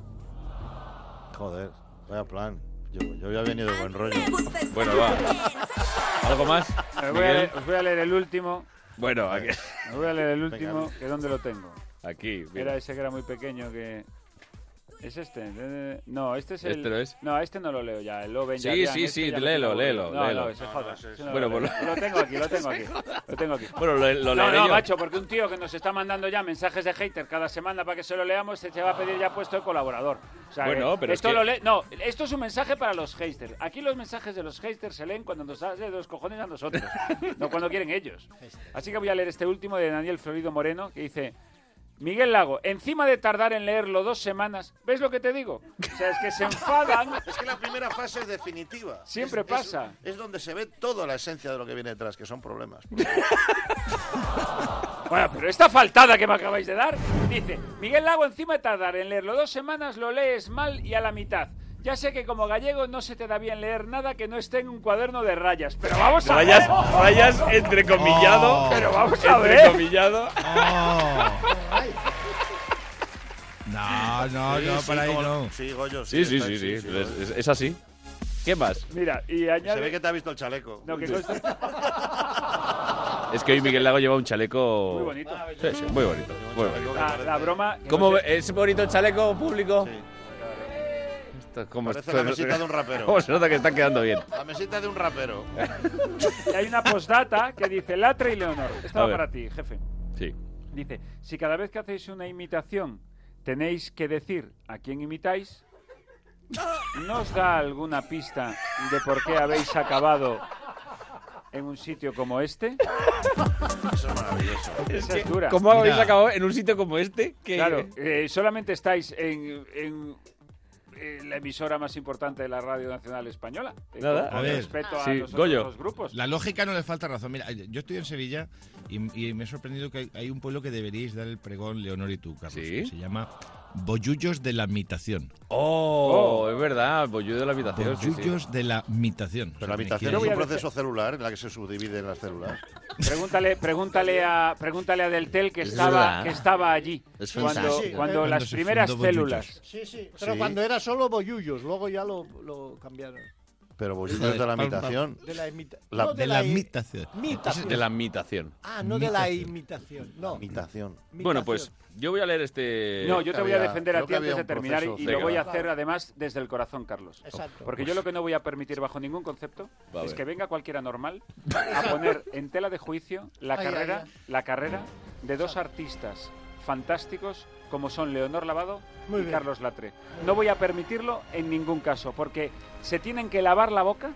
Speaker 3: Joder, vaya plan. Yo, yo había venido de buen rollo.
Speaker 1: Bueno, va. ¿Algo más?
Speaker 15: Eh, voy a
Speaker 1: Miguel?
Speaker 15: leer- os voy a leer el último.
Speaker 1: Bueno, aquí.
Speaker 15: Os voy a leer el
Speaker 1: Venga,
Speaker 15: último,
Speaker 1: Luis.
Speaker 15: que dónde lo tengo.
Speaker 1: Aquí, mira.
Speaker 15: Era ese que era muy pequeño que... ¿Es este? eh, No, este es el...
Speaker 1: ¿Este lo es?
Speaker 15: No, este no lo leo ya, el Oven
Speaker 1: Sí,
Speaker 15: Yadian,
Speaker 1: sí,
Speaker 15: este
Speaker 1: sí,
Speaker 15: ya lo
Speaker 1: léelo,
Speaker 15: tengo
Speaker 1: léelo,
Speaker 15: borrado. No,
Speaker 1: léelo.
Speaker 15: No, ese, joda,
Speaker 1: ese
Speaker 15: ese no
Speaker 1: Bueno,
Speaker 15: lo,
Speaker 1: pues
Speaker 15: leo.
Speaker 1: lo-
Speaker 15: Lo tengo aquí, lo tengo aquí. Lo tengo aquí.
Speaker 1: Bueno, *laughs* lo, lo
Speaker 15: no,
Speaker 1: leeré
Speaker 15: no,
Speaker 1: yo.
Speaker 15: macho, porque un tío que nos está mandando ya mensajes de hater cada semana para que se lo leamos, se te va a pedir ya puesto de colaborador. O sea,
Speaker 1: Bueno,
Speaker 15: que
Speaker 1: pero es
Speaker 15: esto
Speaker 1: que-
Speaker 15: lo le- No, esto es un mensaje para los haters. Aquí los mensajes de los haters se leen cuando nos hace de los cojones a nosotros, no cuando quieren ellos. Así que voy a leer este último de Daniel Florido Moreno, que dice... Miguel Lago, encima de tardar en leerlo dos semanas, ¿ves lo que te digo? O sea, es que se enfadan. *laughs*
Speaker 3: Es que la primera fase es definitiva.
Speaker 15: Siempre
Speaker 3: Es- es-
Speaker 15: pasa.
Speaker 3: Es, donde se ve toda la esencia de lo que viene detrás, que son problemas.
Speaker 15: *laughs* Bueno, pero esta faltada que me acabáis de dar, dice, Miguel Lago encima de tardar en leerlo dos semanas, lo lees mal y a la mitad. Ya sé que como gallego no se te da bien leer nada que no esté en un cuaderno de rayas, pero vamos a
Speaker 1: Rayas,
Speaker 15: ver.
Speaker 1: rayas entrecomillado.
Speaker 15: Oh. Pero vamos a ver. *laughs*
Speaker 1: Entrecomillado.
Speaker 4: No, no, no, para ahí no.
Speaker 3: Sí, Goyo,
Speaker 1: Sí, sí, sí, sí. Es, es- es así. ¿Qué más?
Speaker 15: Mira, y añade...
Speaker 3: Se ve que te ha visto el chaleco.
Speaker 15: No, que conste-
Speaker 1: Es que hoy Miguel Lago lleva un chaleco.
Speaker 15: Este Muy bonito.
Speaker 1: Sí, sí, muy bonito. muy bonito.
Speaker 15: La, la broma...
Speaker 1: ¿Cómo ve- ¿Es bonito el chaleco público? Esto, como
Speaker 3: Parece la mesita de un
Speaker 1: *laughs*
Speaker 3: rapero.
Speaker 1: Cómo se nota que están quedando bien.
Speaker 3: La mesita de un rapero.
Speaker 15: *laughs* Y hay una postdata que dice Latre y Leonor.
Speaker 1: A
Speaker 15: Esta va
Speaker 1: ver.
Speaker 15: para ti, jefe.
Speaker 1: Sí.
Speaker 15: Dice, si cada vez que hacéis una imitación tenéis que decir a quién imitáis, ¿nos da alguna pista de por qué habéis acabado en un sitio como este?
Speaker 3: Eso es maravilloso.
Speaker 15: Esa
Speaker 1: que,
Speaker 15: es dura.
Speaker 1: ¿Cómo habéis acabado en un sitio como este? Que-
Speaker 15: Claro, eh, solamente estáis en, en, eh, la emisora más importante de la Radio Nacional Española. eh,
Speaker 1: Nada,
Speaker 15: con
Speaker 1: a ver.
Speaker 15: Respecto a
Speaker 1: Sí,
Speaker 15: los
Speaker 1: Goyo.
Speaker 15: otros grupos.
Speaker 4: La lógica no le falta razón. Mira, yo estoy en Sevilla y, y me he sorprendido que hay, hay un pueblo que deberíais dar el pregón, Leonor y tú, Carlos. que se llama Bollullos de la Mitación.
Speaker 1: Oh, es verdad, bollo de la habitación. Ah, sí, sí.
Speaker 4: Bollullos de la Mitación.
Speaker 3: Pero la habitación es un proceso celular en la que se subdividen las células.
Speaker 15: Pregúntale, pregúntale a, pregúntale a Deltel que
Speaker 3: Es
Speaker 15: estaba,
Speaker 3: verdad.
Speaker 15: que estaba allí
Speaker 3: Es
Speaker 15: cuando,
Speaker 3: fantástico. Sí, sí.
Speaker 15: cuando
Speaker 3: Cuando
Speaker 15: las
Speaker 3: se
Speaker 15: primeras
Speaker 3: fundó Bollullos.
Speaker 15: células.
Speaker 5: Sí, sí, pero
Speaker 3: Sí.
Speaker 5: cuando era solo bollullos, luego ya lo, lo cambiaron.
Speaker 3: Pero
Speaker 5: Joder,
Speaker 3: bollitos de la
Speaker 5: pam, pam.
Speaker 3: habitación.
Speaker 5: De la imita- no, de la Ah, i- mitación.
Speaker 1: De la mitación.
Speaker 5: Ah, no de la imitación, no.
Speaker 3: Imitación.
Speaker 1: Bueno, pues yo voy a leer este.
Speaker 3: Eh,
Speaker 15: No, yo te voy a defender a ti antes de terminar y, y lo voy a
Speaker 1: Venga.
Speaker 15: hacer además desde el corazón, Carlos.
Speaker 1: Exacto.
Speaker 15: Porque
Speaker 3: Pues
Speaker 15: yo lo que no voy a permitir bajo ningún concepto
Speaker 1: Va a
Speaker 15: es
Speaker 1: ver.
Speaker 15: que venga cualquiera
Speaker 3: *laughs*
Speaker 15: normal a poner en tela de juicio la
Speaker 5: Ay, ay,
Speaker 15: carrera,
Speaker 5: ay.
Speaker 15: la carrera de dos artistas fantásticos como son Leonor Lavado
Speaker 5: Muy
Speaker 15: y
Speaker 5: bien.
Speaker 15: Carlos Latre. No voy a permitirlo en ningún caso porque se tienen que lavar la boca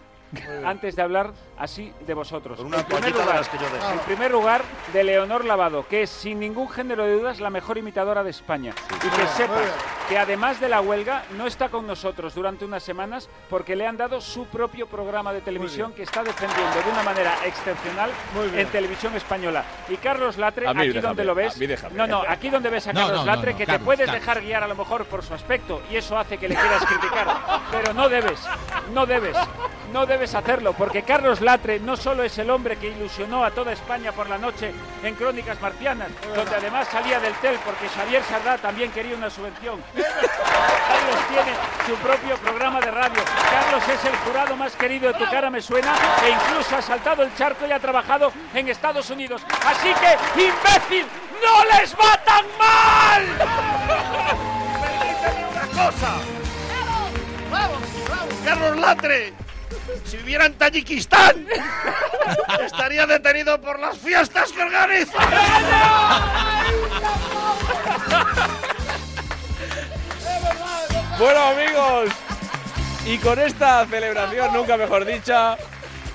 Speaker 15: antes de hablar así de vosotros.
Speaker 3: Con una
Speaker 15: En primer
Speaker 3: toallita de
Speaker 15: lugar-
Speaker 3: las que yo dejo.
Speaker 15: en primer lugar, de Leonor Lavado, que es sin ningún género de dudas la mejor imitadora de España. Y
Speaker 5: Muy
Speaker 15: que
Speaker 5: bien, muy
Speaker 15: sepas
Speaker 5: bien.
Speaker 15: que además de la huelga, no está con nosotros durante unas semanas porque le han dado su propio programa de televisión que está defendiendo de una manera excepcional en televisión española. Y Carlos Latre,
Speaker 1: A mí
Speaker 15: aquí
Speaker 1: déjame,
Speaker 15: donde lo ves.
Speaker 1: a mí déjame.
Speaker 15: No, no, aquí donde ves a
Speaker 1: No,
Speaker 15: Carlos
Speaker 1: no, no,
Speaker 15: Latre,
Speaker 1: no,
Speaker 15: que te
Speaker 1: Carlos,
Speaker 15: puedes
Speaker 1: Carlos.
Speaker 15: dejar guiar a lo mejor por su aspecto y eso hace que le quieras criticar. Pero no debes, no debes, no debes hacerlo porque Carlos Latre no solo es el hombre que ilusionó a toda España por la noche en Crónicas Marcianas, donde además salía del TEL porque Xavier Sardá también quería una subvención. Carlos tiene su propio programa de radio. Carlos es el jurado más querido de Tu Cara Me Suena e incluso ha saltado el charco y ha trabajado en Estados Unidos. Así que, imbécil, no les va tan mal.
Speaker 3: Permíteme una cosa. ¡Vamos! ¡Vamos! ¡Carlos Latre! Si viviera en Tayikistán, estaría detenido por las fiestas que organiza.
Speaker 1: *laughs* Bueno, amigos, y con esta celebración, nunca mejor dicha,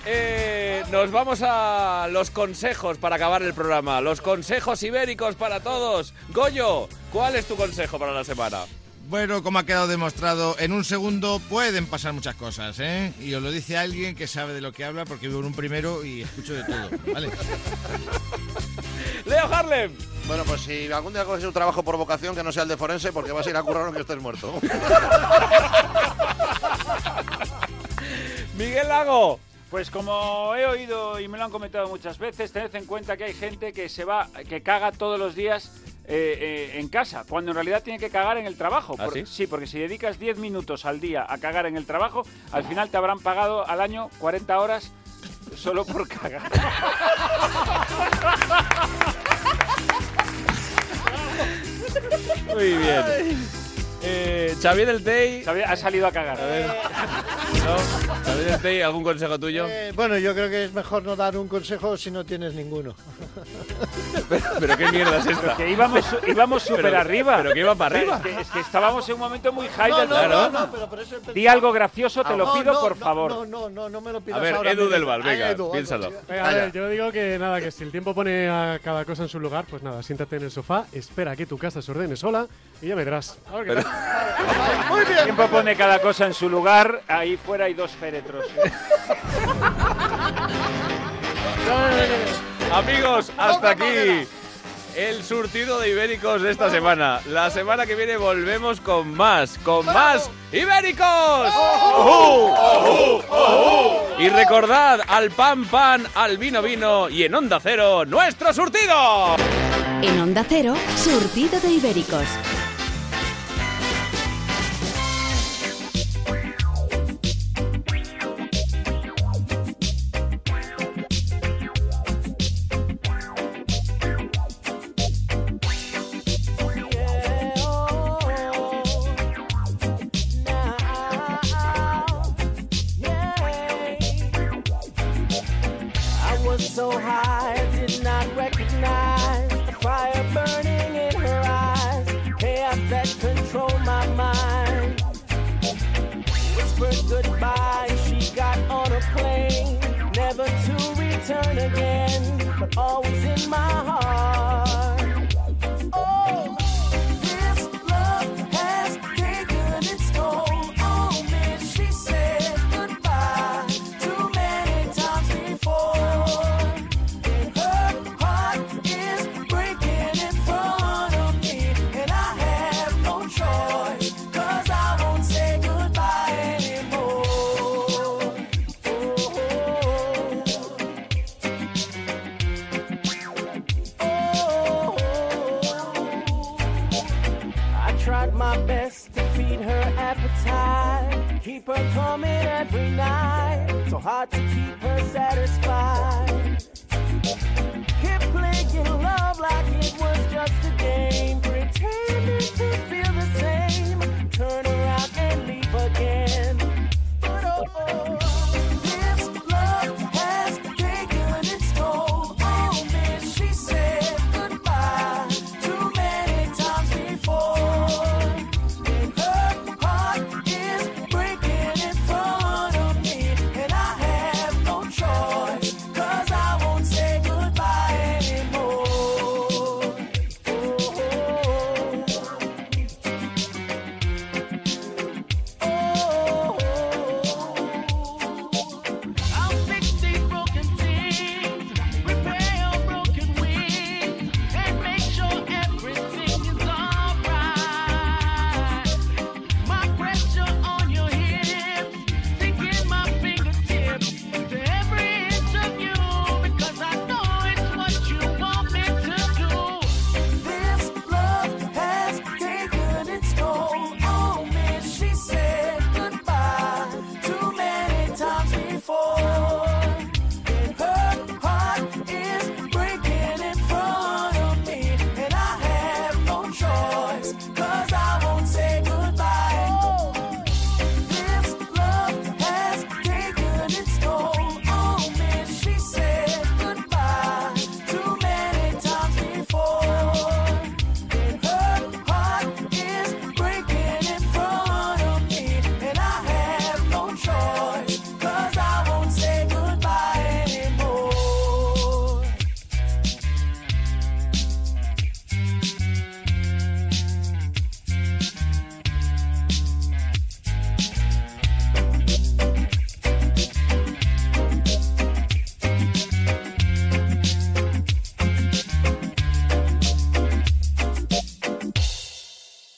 Speaker 1: eh, nos vamos a los consejos para acabar el programa. Los consejos ibéricos para todos. Goyo, ¿cuál es tu consejo para la semana?
Speaker 4: Bueno, como ha quedado demostrado, en un segundo pueden pasar muchas cosas, ¿eh? Y os lo dice alguien que sabe de lo que habla porque vivo en un primero y escucho de todo, ¿vale?
Speaker 1: Leo Harlem.
Speaker 3: Bueno, pues si algún día coges un trabajo por vocación que no sea el de forense, porque vas a ir a currar aunque estés muerto.
Speaker 1: Miguel Lago.
Speaker 15: Pues como he oído y me lo han comentado muchas veces, tened en cuenta que hay gente que se va, que caga todos los días eh, eh, en casa, cuando en realidad tiene que cagar en el trabajo.
Speaker 1: ¿Ah,
Speaker 15: Por-
Speaker 1: sí?
Speaker 15: porque si dedicas 10 minutos al día a cagar en el trabajo, al final te habrán pagado al año 40 horas solo por
Speaker 1: *laughs*
Speaker 15: cagar.
Speaker 1: Muy bien. Eh, Xavier del Tey.
Speaker 15: ha salido a cagar.
Speaker 1: A ver. ¿No? Xavier del Tey, ¿algún consejo tuyo?
Speaker 5: Eh, bueno, yo creo que es mejor no dar un consejo si no tienes ninguno.
Speaker 1: ¿Pero qué mierda es esta?
Speaker 15: Pero que íbamos, íbamos
Speaker 1: Pero-
Speaker 15: súper arriba.
Speaker 1: pero que iba para
Speaker 15: O sea,
Speaker 1: arriba.
Speaker 15: Es que, es que estábamos en un momento muy high
Speaker 5: No,
Speaker 15: del
Speaker 5: no, no,
Speaker 15: programa.
Speaker 5: no, pero por eso he
Speaker 15: Di
Speaker 5: pensado-
Speaker 15: algo gracioso, te lo
Speaker 5: No,
Speaker 15: pido,
Speaker 5: no,
Speaker 15: por
Speaker 5: no,
Speaker 15: favor.
Speaker 5: No, no, no, no me lo pidas
Speaker 1: A ver,
Speaker 5: ahora,
Speaker 1: Edu
Speaker 5: mira.
Speaker 1: del Val,
Speaker 5: Ah,
Speaker 1: venga,
Speaker 5: Edu, algo,
Speaker 1: piénsalo.
Speaker 5: sí.
Speaker 8: Venga, a ver, yo digo que nada, que si el tiempo pone a cada cosa en su lugar, pues nada, siéntate en el sofá, espera a que tu casa se ordene sola y ya verás. A ver qué tal.
Speaker 15: *laughs* Muy bien. Tiempo pone cada cosa en su lugar. Ahí fuera hay dos *laughs* féretros.
Speaker 1: Amigos, hasta aquí el surtido de ibéricos de esta semana. La semana que viene volvemos con más, con más ibéricos.
Speaker 5: ¡Oh!
Speaker 1: ¡Ojú! Y recordad al pan pan, al vino vino y en onda cero nuestro surtido.
Speaker 2: En Onda Cero, surtido de ibéricos.
Speaker 18: Now
Speaker 7: goodbye. She got on a plane, never to return again, but always in my heart. Oh, this love has taken its toll on me. She said goodbye too many times before. Her heart is breaking in front of me, and I have no choice, 'cause I won't say goodbye anymore. Oh, I tried my best to feed her appetite, keep her coming every night. So hard to keep her satisfied. Keep playing love like you oh, Oh,